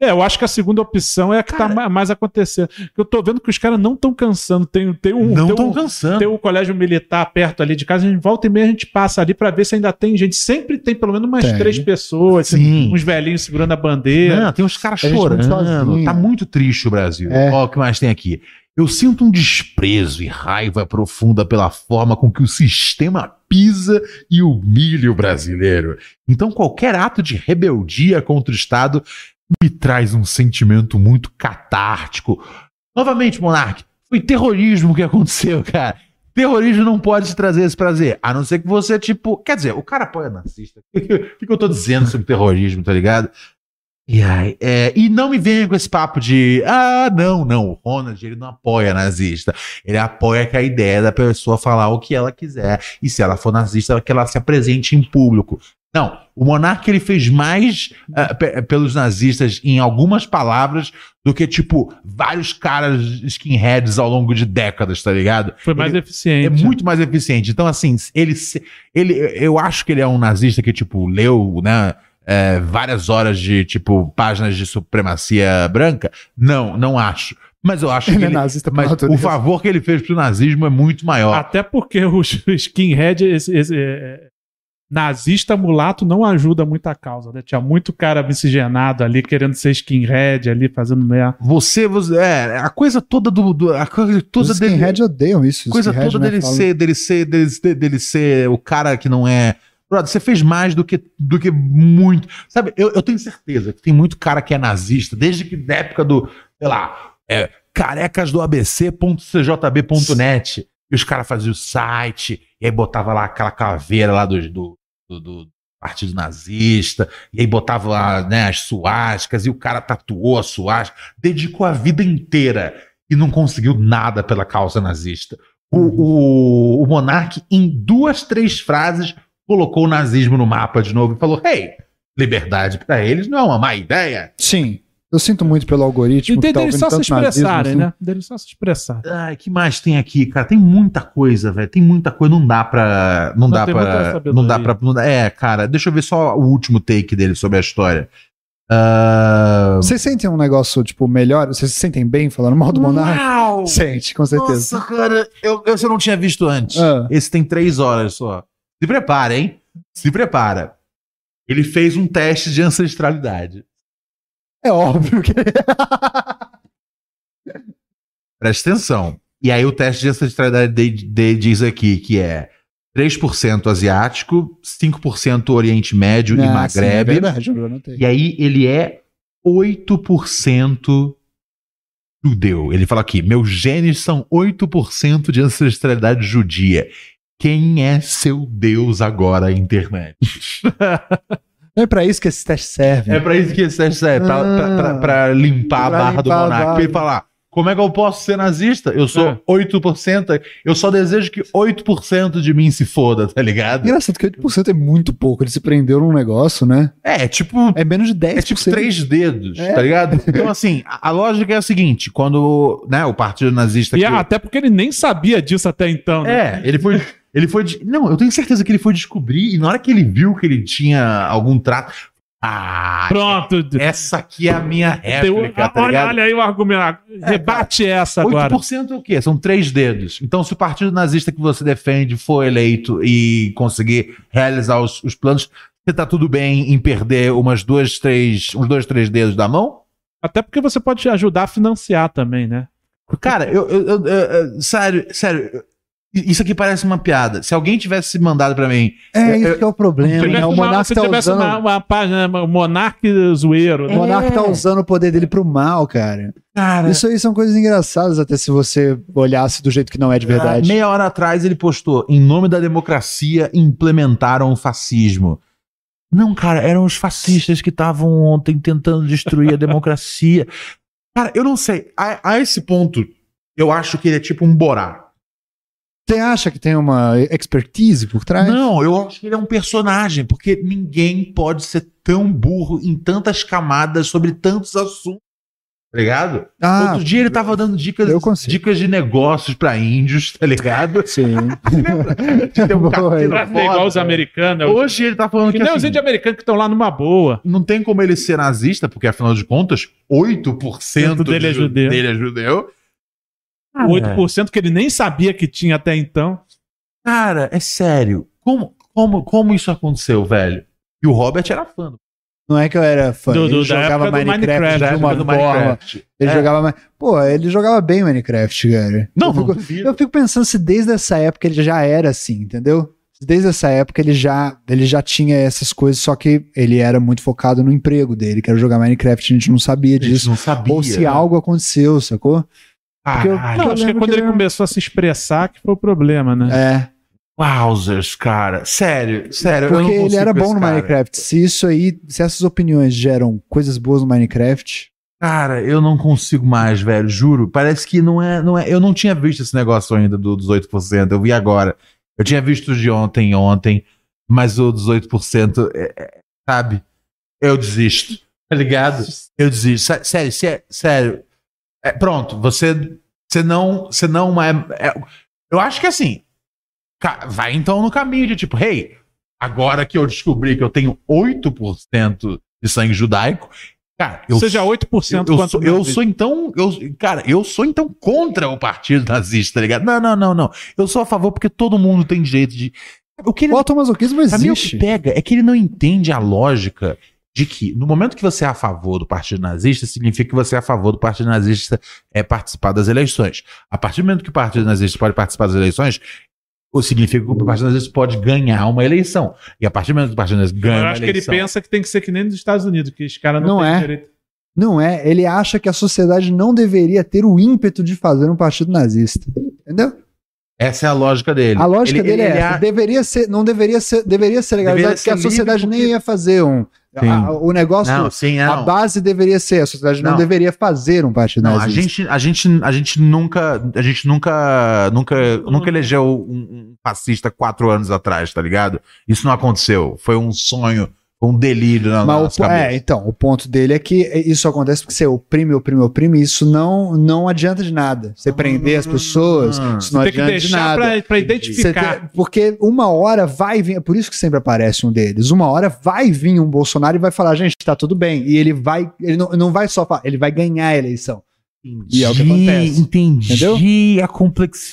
É, eu acho que a segunda opção é a que está tá ma- mais acontecendo. Eu tô vendo que os caras não estão cansando. Tem, tem um. não tem estão um, cansando. tem um colégio militar perto ali de casa, a gente volta e meia, a gente passa ali pra ver se ainda tem gente. Sempre tem pelo menos umas Tem. três pessoas, Sim. uns velhinhos segurando a bandeira. Não, tem uns caras A gente muito chorando. sozinho. Tá muito triste o Brasil. É. Ó, o que mais tem aqui? Eu sinto um desprezo e raiva profunda pela forma com que o sistema pisa e humilha o brasileiro. Então, qualquer ato de rebeldia contra o Estado me traz um sentimento muito catártico. Novamente, Monark, foi terrorismo que aconteceu, cara. Terrorismo não pode te trazer esse prazer, a não ser que você, tipo. Quer dizer, o cara apoia nazista. O que, que eu tô dizendo sobre terrorismo, tá ligado? E, aí, é, e não me venha com esse papo de. Ah, não, não. O Ronald, ele não apoia nazista. Ele apoia que a ideia da pessoa falar o que ela quiser. E se ela for nazista, que ela se apresente em público. Não, o Monark ele fez mais ah, pe- pelos nazistas em algumas palavras do que, tipo, vários caras skinheads ao longo de décadas, tá ligado? Foi mais Ele- eficiente. É muito mais eficiente. Então, assim, ele, se- ele. Eu acho que ele é um nazista que, tipo, leu, né? é, várias horas de, tipo, páginas de supremacia branca. Não, não acho. Mas eu acho Ele que. é ele- nazista por Ah. mas o natureza. favor que ele fez pro nazismo é muito maior. Até porque o skinhead, esse, esse, é, nazista mulato, não ajuda muito a causa, né? Tinha muito cara miscigenado ali, querendo ser skinhead ali, fazendo merda. Você, você. É, a coisa toda do. do- a coisa toda Os dele. skinhead odeiam isso. os coisa skinhead, toda né, dele falam- ser, dele ser, dele ser, dele ser o cara que não é. Brother, você fez mais do que, do que muito. Sabe, eu, eu tenho certeza que tem muito cara que é nazista, desde que da época do, sei lá, é, carecasdoabc.cjb.net. E os caras faziam o site, e aí botava lá aquela caveira lá dos- do, do, do partido nazista, e aí botava lá né, as suásticas, e o cara tatuou a suástica, dedicou a vida inteira e não conseguiu nada pela causa nazista. O, o, o monarca, em duas, três frases, colocou o nazismo no mapa de novo e falou: hey, liberdade pra eles não é uma má ideia. Sim. Eu sinto muito pelo algoritmo. E que tem tá deles só ouvindo se tanto nazismo, expressarem, assim. né? Deles só se expressarem. Ai, que mais tem aqui, cara? Tem muita coisa, velho. Tem muita coisa. Não dá pra. Não, Não dá tem muita pra. sabedoria. Não dá pra. não dá- é, cara, deixa eu ver só o último take dele sobre a história. Ah, Vocês sentem um negócio, tipo, melhor? Vocês se sentem bem falando mal do Monark? Uau! Sente, com certeza. Nossa, cara, eu, eu, eu não tinha visto antes. Ah. Esse tem três horas só. Se prepara, hein? Se prepara. Ele fez um teste de ancestralidade. É óbvio que. Presta atenção. E aí o teste de ancestralidade de- de- diz aqui que é 3% asiático, 5% Oriente Médio e Ah, sim, é Magrebe. verdade, eu anotei. e aí ele é 8% judeu. Ele fala aqui: meus genes são 8% de ancestralidade judia. Quem é seu Deus agora, internet? Não é pra isso que esse teste serve. É pra isso que esse teste serve, pra, pra- pra- pra limpar a Ah, Pra barra do limpar a monarca. barra. Pra ele falar, como é que eu posso ser nazista? Eu sou É. 8%, eu só desejo que 8% de mim se foda, tá ligado? Engraçado que 8% é muito pouco. Ele se prendeu num negócio, né? É, tipo... É menos de 10%. É tipo três dedos, É. tá ligado? Então, assim, a a lógica é a seguinte: quando né, o partido nazista. E que- é- a- até porque ele nem sabia disso até então, É, né? ele foi. Ele foi. de- Não, eu tenho certeza que ele foi descobrir, e na hora que ele viu que ele tinha algum trato. Ah, Pronto. essa aqui é a minha Deu- réplica, tá olha, ligado? olha aí o argumento. É, Rebate essa Tá, agora. 8% é o quê? São três dedos. Então, se o partido nazista que você defende for eleito e conseguir realizar os, os planos, você tá tudo bem em perder umas duas, três, uns dois, três dedos da mão? Até porque você pode ajudar a financiar também, né? Cara, eu, eu- eu- eu- eu- sério, sério, eu- isso aqui parece uma piada. Se alguém tivesse mandado pra mim, É, isso que um é o problema, Se né? tivesse O uma- Monark se tá tivesse usando. uma, uma página, o Monark zoeiro. O né? Monark É. tá usando o poder dele pro mal, cara. cara, Isso aí são coisas engraças, até se você olhasse do jeito que não é de verdade. meia hora atrás ele postou, em nome da democracia implementaram o fascismo. Não, cara, eram os fascistas que estavam ontem tentando destruir a democracia. Cara, eu não sei, a, a esse ponto, eu acho que ele é tipo um Borá. Você acha que tem uma expertise por trás? Não, eu acho que ele é um personagem, porque ninguém pode ser tão burro em tantas camadas sobre tantos assuntos. Tá ligado? Ah, Outro dia ele tava dando dicas, eu consigo. dicas de negócios pra índios, tá ligado? sim. Deu um capítulo É, Pra ser foda. igual os americanos. é Hoje, Hoje ele tá falando que que, nem os assim, índios americanos que estão lá numa boa. não tem como ele ser nazista, porque afinal de contas, 8% Dele é ju- judeu. dele é judeu. Ah, é. O 8% que ele nem sabia que tinha até então. Cara, é sério. Como, como, como isso aconteceu, velho? E o Robert era fã do Não é que eu era fã. Do- do- ele da jogava época do Minecraft, de Minecraft, da uma época do forma. Ele É. jogava mais. Pô, ele jogava bem Minecraft, cara. Não, eu não fico, duvido. eu fico pensando se desde essa época ele já era assim, entendeu? Se Desde essa época ele já, ele já tinha essas coisas, só que ele era muito focado no emprego dele, que era jogar Minecraft, a gente não sabia A gente disso. não sabia. Ou se né? algo aconteceu, sacou? porque Ah, eu- Caralho. Não, acho que é lembro quando que ele ele- começou a se expressar que foi o problema, né? É. Wowzers, cara. Sério, sério. eu não Porque ele consigo era com bom esse no cara. Minecraft. Se isso aí, se essas opiniões geram coisas boas no Minecraft. Cara, eu não consigo mais, velho. Juro. Parece que não é. Não é eu não tinha visto esse negócio ainda do, dos 8%. Eu vi agora. Eu tinha visto de ontem, ontem. Mas o dos 8%, é, é, sabe? Eu desisto. Tá ligado? Eu desisto. Sé- Sério, sé- sério. É, pronto, você. Você não. Você não é, é- Eu acho que assim. ca- Vai então no caminho de tipo, hey, agora que eu descobri que eu tenho 8% de sangue judaico, cara, eu Ou seja, 8% eu, quanto eu sou, eu sou, então, eu, cara, eu sou então contra o partido nazista, tá ligado? Não, não, não, não. Eu sou a favor porque todo mundo tem direito de. O que ele, O automasoquismo pra mim, o que existe. pega é que ele não entende a lógica de que no momento que você é a favor do partido nazista, significa que você é a favor do partido nazista é participar das eleições. A partir do momento que o partido nazista pode participar das eleições, ou significa que o partido nazista pode ganhar uma eleição. E a partir do momento que o partido nazista ganha Eu uma acho que ele eleição, pensa que tem que ser que nem nos Estados Unidos, que os caras não, Não têm é. direito. Não é. Ele acha que a sociedade não deveria ter o ímpeto de fazer um partido nazista. Entendeu? Essa é a lógica dele. A lógica Ele- dele ele- é ele essa. a- Deveria ser, não deveria ser, deveria ser legalizado Deveria porque a ser sociedade livre, nem ia fazer um. Sim. a- o negócio, Não, sim, é, a não. base deveria ser, a sociedade não, Não. deveria fazer um partido Não, a nazista. gente, a gente, a gente nunca, a gente nunca, nunca, nunca elegeu um, um fascista quatro anos atrás, tá ligado? Isso não aconteceu. Foi um sonho, foi um delírio na Mas o nossa po- cabeça. é, então, o ponto dele é que isso acontece porque você oprime, oprime, oprime, isso não, não adianta de nada. Você prender as pessoas, isso não Tem que adianta de deixar nada. pra, pra Você identificar. tem- porque uma hora vai vir, é por isso que sempre aparece um deles. Uma hora vai vir um Bolsonaro e vai falar, gente, tá tudo bem. E ele vai, ele não, não vai só falar, ele vai ganhar a eleição. E é o que acontece. Entendi Entendeu? a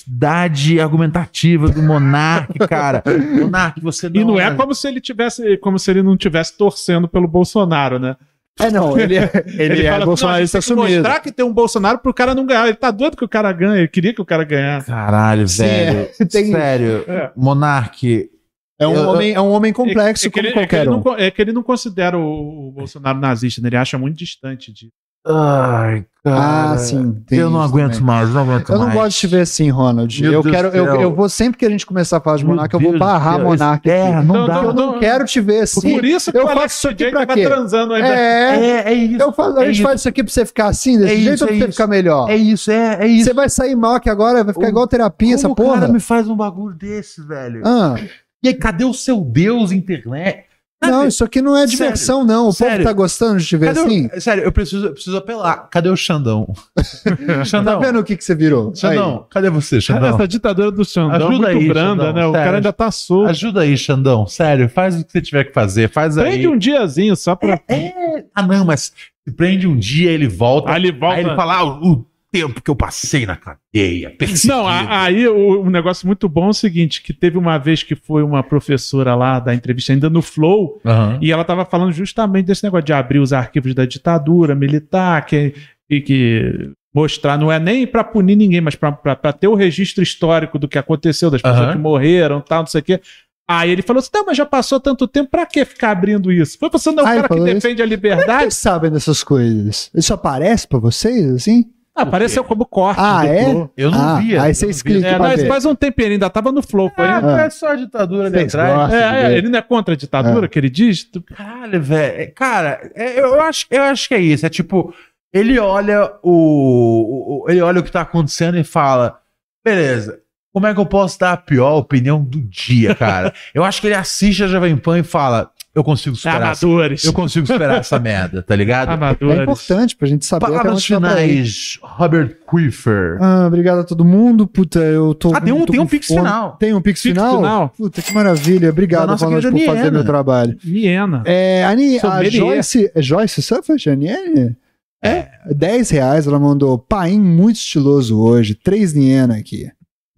complexidade argumentativa do Monark, cara. Monark, você não. E não é como se ele tivesse, como se ele não tivesse torcendo pelo Bolsonaro, né? É, não, ele, é- ele, é "Não, bolsonarista a gente tem que assumido. mostrar que tem um Bolsonaro pro cara não ganhar. Ele tá doido que o cara ganhe, ele queria que o cara ganhasse. Caralho, velho. é, tem- Sério, É. Monark. É um, Eu- eu- homem, é um homem complexo É que como ele- é que qualquer ele um. não co- é que ele não considera o, o Bolsonaro nazista, né? ele acha muito distante de. Ai, cara. Ah, sim. tem Eu não isso aguento também. mais, não aguento Eu não mais. gosto de te ver assim, Ronald. Meu eu Deus quero, do eu, céu. eu vou sempre que a gente começar a falar de Meu monarca, eu Deus vou do barrar céu, monarca. esse- É, aqui. não dá. Eu não quero te ver assim. Então, Por isso que eu o faço Alex isso aqui DJ pra tava quê? transando ainda. É, É, é isso. eu falo, a é gente isso. faz isso aqui pra você ficar assim, desse É jeito isso, ou pra é você isso. ficar melhor? É isso, é, é isso. Você vai sair mal aqui agora, vai ficar O- igual terapia, é essa Como o porra. cara me faz um bagulho desse, velho? Ah, E aí, cadê o seu Deus internet? não, isso aqui não é Sério, diversão, não. O povo sério. tá gostando de te ver Cadê o- assim. Sério, eu preciso, eu preciso apelar. Cadê o Xandão? Tá Xandão, vendo o que, que você virou? Xandão, Tá cadê você, Cara, Xandão? Essa ditadura do Xandão é Ajuda muito aí, branda, Xandão, né? O sério. cara ainda tá solto. Ajuda aí, Xandão. Sério, faz o que você tiver que fazer. Faz Prende aí. um diazinho só pra. Ah, não, mas se prende um dia, ele volta. Aí ele volta. Aí ele fala ah, o tempo que eu passei na cadeia. perseguido." Não, a- aí o, um negócio muito bom é o seguinte: que teve uma vez que foi uma professora lá da entrevista, ainda no Flow, Aham. e ela estava falando justamente desse negócio de abrir os arquivos da ditadura militar, que, e que mostrar, não é nem para punir ninguém, mas para ter o registro histórico do que aconteceu, das pessoas Aham. que morreram tal, não sei o quê. Aí ele falou assim: não, mas já passou tanto tempo, pra que ficar abrindo isso? Foi você não é o Ah, ele cara que falou isso? defende a é liberdade? Vocês sabem dessas coisas? Isso aparece pra vocês, assim? é? Ah, apareceu como corte. Ah, do é? Flow. Eu não Ah, via. aí eu vocês não via. clicam. É, pra mas ver. faz um tempinho, ele ainda tava no flow, foi. Ah, né? foi só a ditadura ali Vocês atrás. gostam de É, é, ver. ele não é contra a ditadura, que ele diz. Caralho, velho. É, Cara, é, eu, eu acho, eu acho que é isso. É tipo, ele olha o, o- o- Ele olha o que tá acontecendo e fala: beleza, como é que eu posso dar a pior opinião do dia, cara? eu acho que ele assiste a Jovem Pan e fala: eu consigo superar. essa- Amadores. Eu consigo superar essa merda, tá ligado? É Amadores. importante pra gente saber até Palavras onde dá pra ir. finais, Robert Quiffer. Ah, obrigado a todo mundo. Puta, eu tô. Ah, tem um, tô tem com um pix fome. final. Tem um Pix Pix final? final? Puta, que maravilha. Da Obrigado, nossa Ronald, por querida fazer Niena. meu trabalho. Miena. É, a, Ni- a Sommelier. Joyce. É Joyce Suffrage, a Niene? É. 10 reais ela mandou. Paim muito estiloso hoje. Três Niena aqui. Tá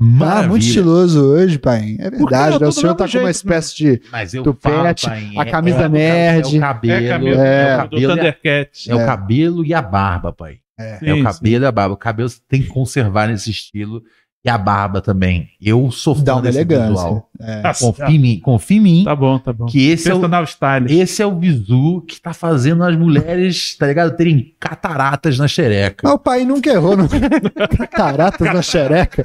Maravilha. muito estiloso hoje, Paim. É verdade. né? eu tô O do senhor mesmo tá com jeito, uma espécie de. Mas eu Tupete, falo, pai, a é- camisa é o- nerd. É o cabelo, É, é, cabelo, o é. do cabelo, e a- Thundercat. é o cabelo e a barba, pai. É o cabelo e a barba. O cabelo você tem que conservar nesse estilo. E a barba também. Eu sou fã Dá uma desse elegância. visual. É. Tá, Confia em mim, confia em mim tá bom, tá bom. que esse é, o, Personal style. esse é o bizu que tá fazendo as mulheres, tá ligado? Terem cataratas na xereca. Mas Ah, o pai nunca errou. Não... Cataratas na xereca.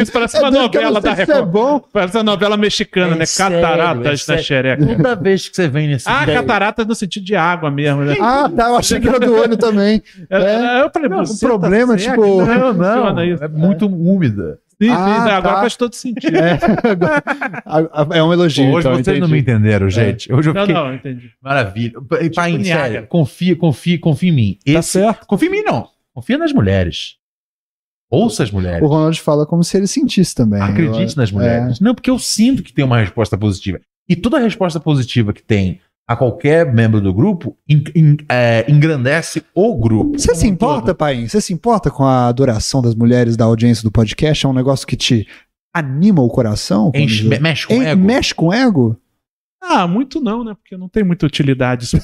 Isso parece uma É doido que eu não novela sei da se isso é Record. bom. Parece uma novela mexicana, É né? sério, é Cataratas na sério. xereca. Toda vez que você vem nesse Ah, lugar- cataratas no sentido de água mesmo, né? Ah, tá. Eu achei que era do olho também. É, Eu falei, Não, você O problema, é seca, tipo. né? Não, não. Funciona isso. É muito úmida. Sim, sim, Ah, né? agora tá. faz todo sentido. É, agora- a- a- é um elogio. Pô, hoje então, vocês entendi. não me entenderam, gente. Hoje eu Não, fiquei. não, entendi. Maravilha. Pai, Niagara. sério, confia, confia, confia em mim. Tipo, Tá Esse... certo. Confia em mim, não. Confia nas mulheres. Ouça as mulheres. O Ronald fala como se ele sentisse também. Acredite é. nas mulheres. Não, porque eu sinto que tem uma resposta positiva. E toda resposta positiva que tem a qualquer membro do grupo en- en- é, engrandece o grupo. Você se importa, Paim? Você se importa com a adoração das mulheres da audiência do podcast? É um negócio que te anima o coração? quando diz- Enche- me- mexe com o Em- ego. Mexe com o ego? Ah, muito não, né? Porque não tem muita utilidade isso.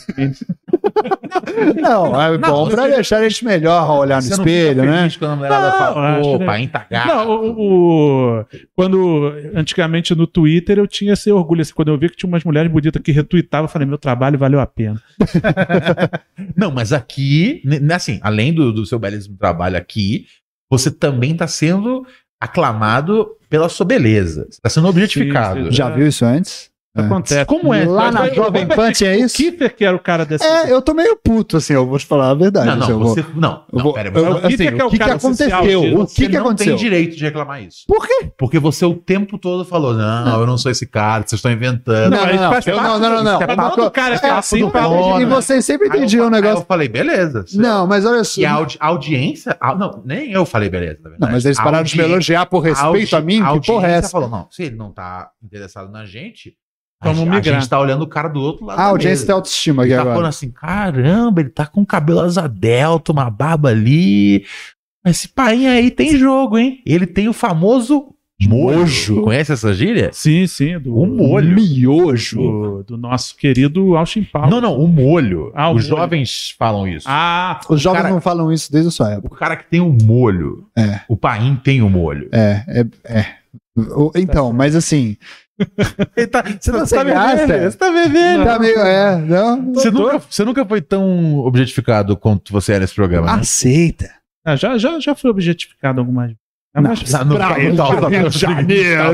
Não, é Não, bom pra você- deixar a gente melhor ao olhar no Você não fica espelho, né? feliz Quando a mulherada Não, fala, acho, pô, né? pai, tá gato. Não, o, o- quando antigamente no Twitter eu tinha esse orgulho. Assim, quando eu vi que tinha umas mulheres bonitas que retuitavam, eu falei, meu trabalho valeu a pena. Não, mas aqui, né, assim, além do, do seu belíssimo trabalho aqui, você também está sendo tá aclamado pela sua beleza. Você está sendo objetificado. Sim, sim. Já viu isso antes? Acontece. né? Como é? Lá na Mas- Jovem mas- Pan tinha O É isso? Kiefer que era o cara dessa. É, eu tô meio puto, assim, eu vou te falar a verdade. Não, assim, eu não, vou- você. Não, eu não, vou- pera, eu- não, o que, assim, que é o, o que que cara social, aconteceu? Gil? o que você que não aconteceu? tem direito de reclamar isso. Por quê? Porque você o tempo todo falou: não, eu não sou esse cara, vocês estão inventando. Não, mas faz eu- parte não, não, não, disso, não. é Papo- papo do cara que é, tá assim, papo- papo- E vocês sempre Aí eu- entendiam o Aí negócio. eu falei, beleza. você- Não, mas olha só. E a audi- a audiência. a- não, nem eu falei, beleza. na verdade. Não, mas eles A pararam de me audiência- elogiar por respeito a mim? Que audiência porra é essa? falou: não, se ele não tá interessado na gente, a, Vamos gente- a migrar. gente tá olhando o cara do outro lado. Ah, da a audiência mesa. tem autoestima aqui Ele tá falando agora. assim, caramba, ele tá com o cabelo asa delta, uma barba ali. Esse painho aí tem jogo, hein? Ele tem o famoso molho. Conhece essa gíria? Sim, sim, do, O Um molho. Miojo. do, do nosso querido Austin Powers. Não, não, o molho. Ah, o Os molho. jovens falam isso. Ah, Os jovens cara- não falam isso desde a sua época. O cara que tem o molho. É. O painho tem o molho. É, é, é. O- Então, mas assim. você tá- você tá vermelho, você tá bebendo. Tá meio. É, não? Você nunca, você nunca foi tão objetificado quanto você era nesse programa, né? Aceita. ah, já, já, já foi objetificado algumas vezes. É Não, mais- Lá no- Tá, tá, tá, Sim, sim. Deixa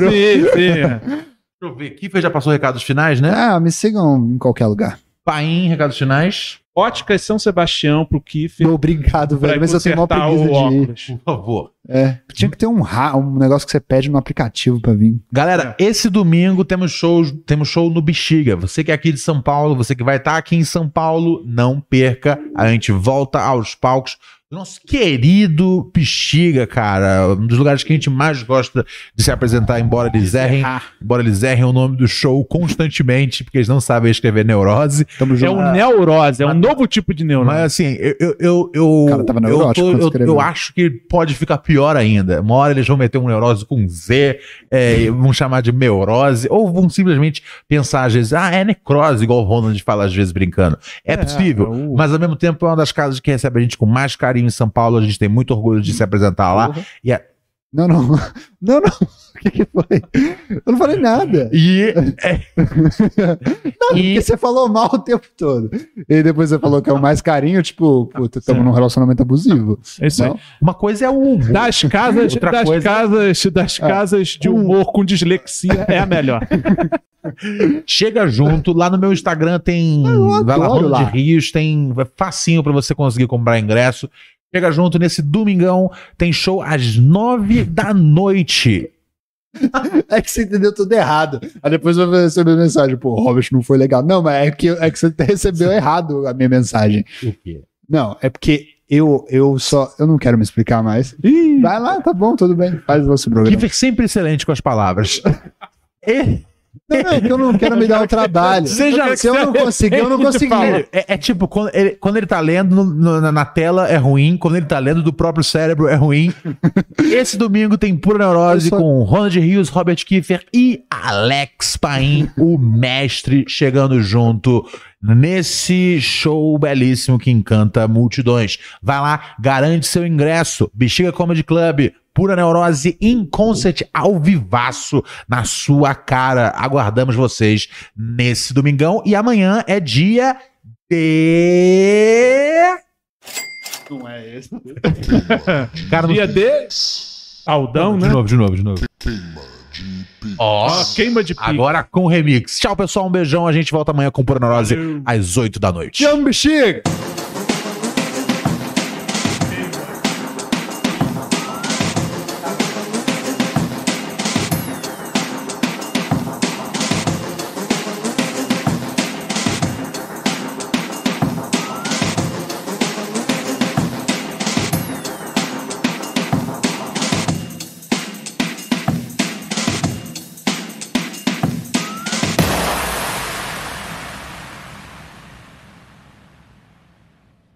eu ver aqui, já passou recados finais, né? Ah, me sigam em qualquer lugar. Paim, recados finais. Óticas São Sebastião pro Kiefer Obrigado, velho. pra Mas eu tenho uma consertar preguiça o de ir. óculos. Por favor. É, tinha que ter um, ra- um negócio que você pede no aplicativo pra vir. Galera, esse domingo temos shows, temos show no Bexiga. Você que é aqui de São Paulo, você que vai estar aqui em São Paulo, não perca. A gente volta aos palcos. do Nosso querido Bexiga, cara, um dos lugares que a gente mais gosta de se apresentar, embora eles É, errem, É embora eles errem o nome do show constantemente, porque eles não sabem escrever neurose. Tamo junto. É um neurose, é um novo tipo de neurose. Mas assim, eu eu eu eu, O cara tava eu, neurótico tô- quando eu, escreveu. eu acho que pode ficar pior ainda. Uma hora eles vão meter um neurose com Z, é, vão chamar de neurose, ou vão simplesmente pensar às vezes, ah, é necrose, igual o Ronald fala às vezes brincando. É, possível. o- Mas ao mesmo tempo é uma das casas que recebe a gente com mais carinho em São Paulo. A gente tem muito orgulho de se apresentar lá. Não, não. Não, não. O que, que foi? Eu não falei nada. E é, Porque você falou mal o tempo todo. E depois você falou que é o mais carinho, tipo, puta, estamos num relacionamento abusivo. É isso aí. Não? uma coisa é o humor. Das casas, Outra das coisa- Ah. casas, das casas de humor com dislexia é a melhor. Chega junto, lá no meu Instagram tem. Ah, eu Vai lá, adoro Ronald lá. Rios, tem é facinho pra você conseguir comprar ingresso. Chega junto nesse domingão, tem show às nove da noite. É que você entendeu tudo errado. Aí depois eu recebi uma mensagem, pô, Robert, não foi legal. Não, mas é que, é que você recebeu errado a minha mensagem. O quê? Não, é porque eu, eu só. Eu não quero me explicar mais. Ih, Vai lá, tá bom, tudo bem. Faz o nosso programa. Kiefer sempre excelente com as palavras. Não, não, é que eu não quero me dar o trabalho. Você já- se eu não conseguir, eu não consegui. Sério, é, é tipo, quando ele, quando ele tá lendo no- no- na, na tela é ruim, quando ele tá lendo do próprio cérebro é ruim. Esse domingo tem Pura Neurose Eu só- com Ronald Rios, Robert Kiefer e Alex Paim, o mestre, chegando junto nesse show belíssimo que encanta multidões. Vai lá, garante seu ingresso. Bexiga Comedy Club. Pura Neurose in concert ao vivaço na sua cara. Aguardamos vocês nesse domingão. E amanhã é dia de. Não é esse. Cara, não- dia de Aldão, né? novo, de novo, de novo. Ó, Ó, queima de pico. agora com o remix. Tchau, pessoal. Um beijão. A gente volta amanhã com Pura Neurose às 8 da noite. Te amo, bexiga!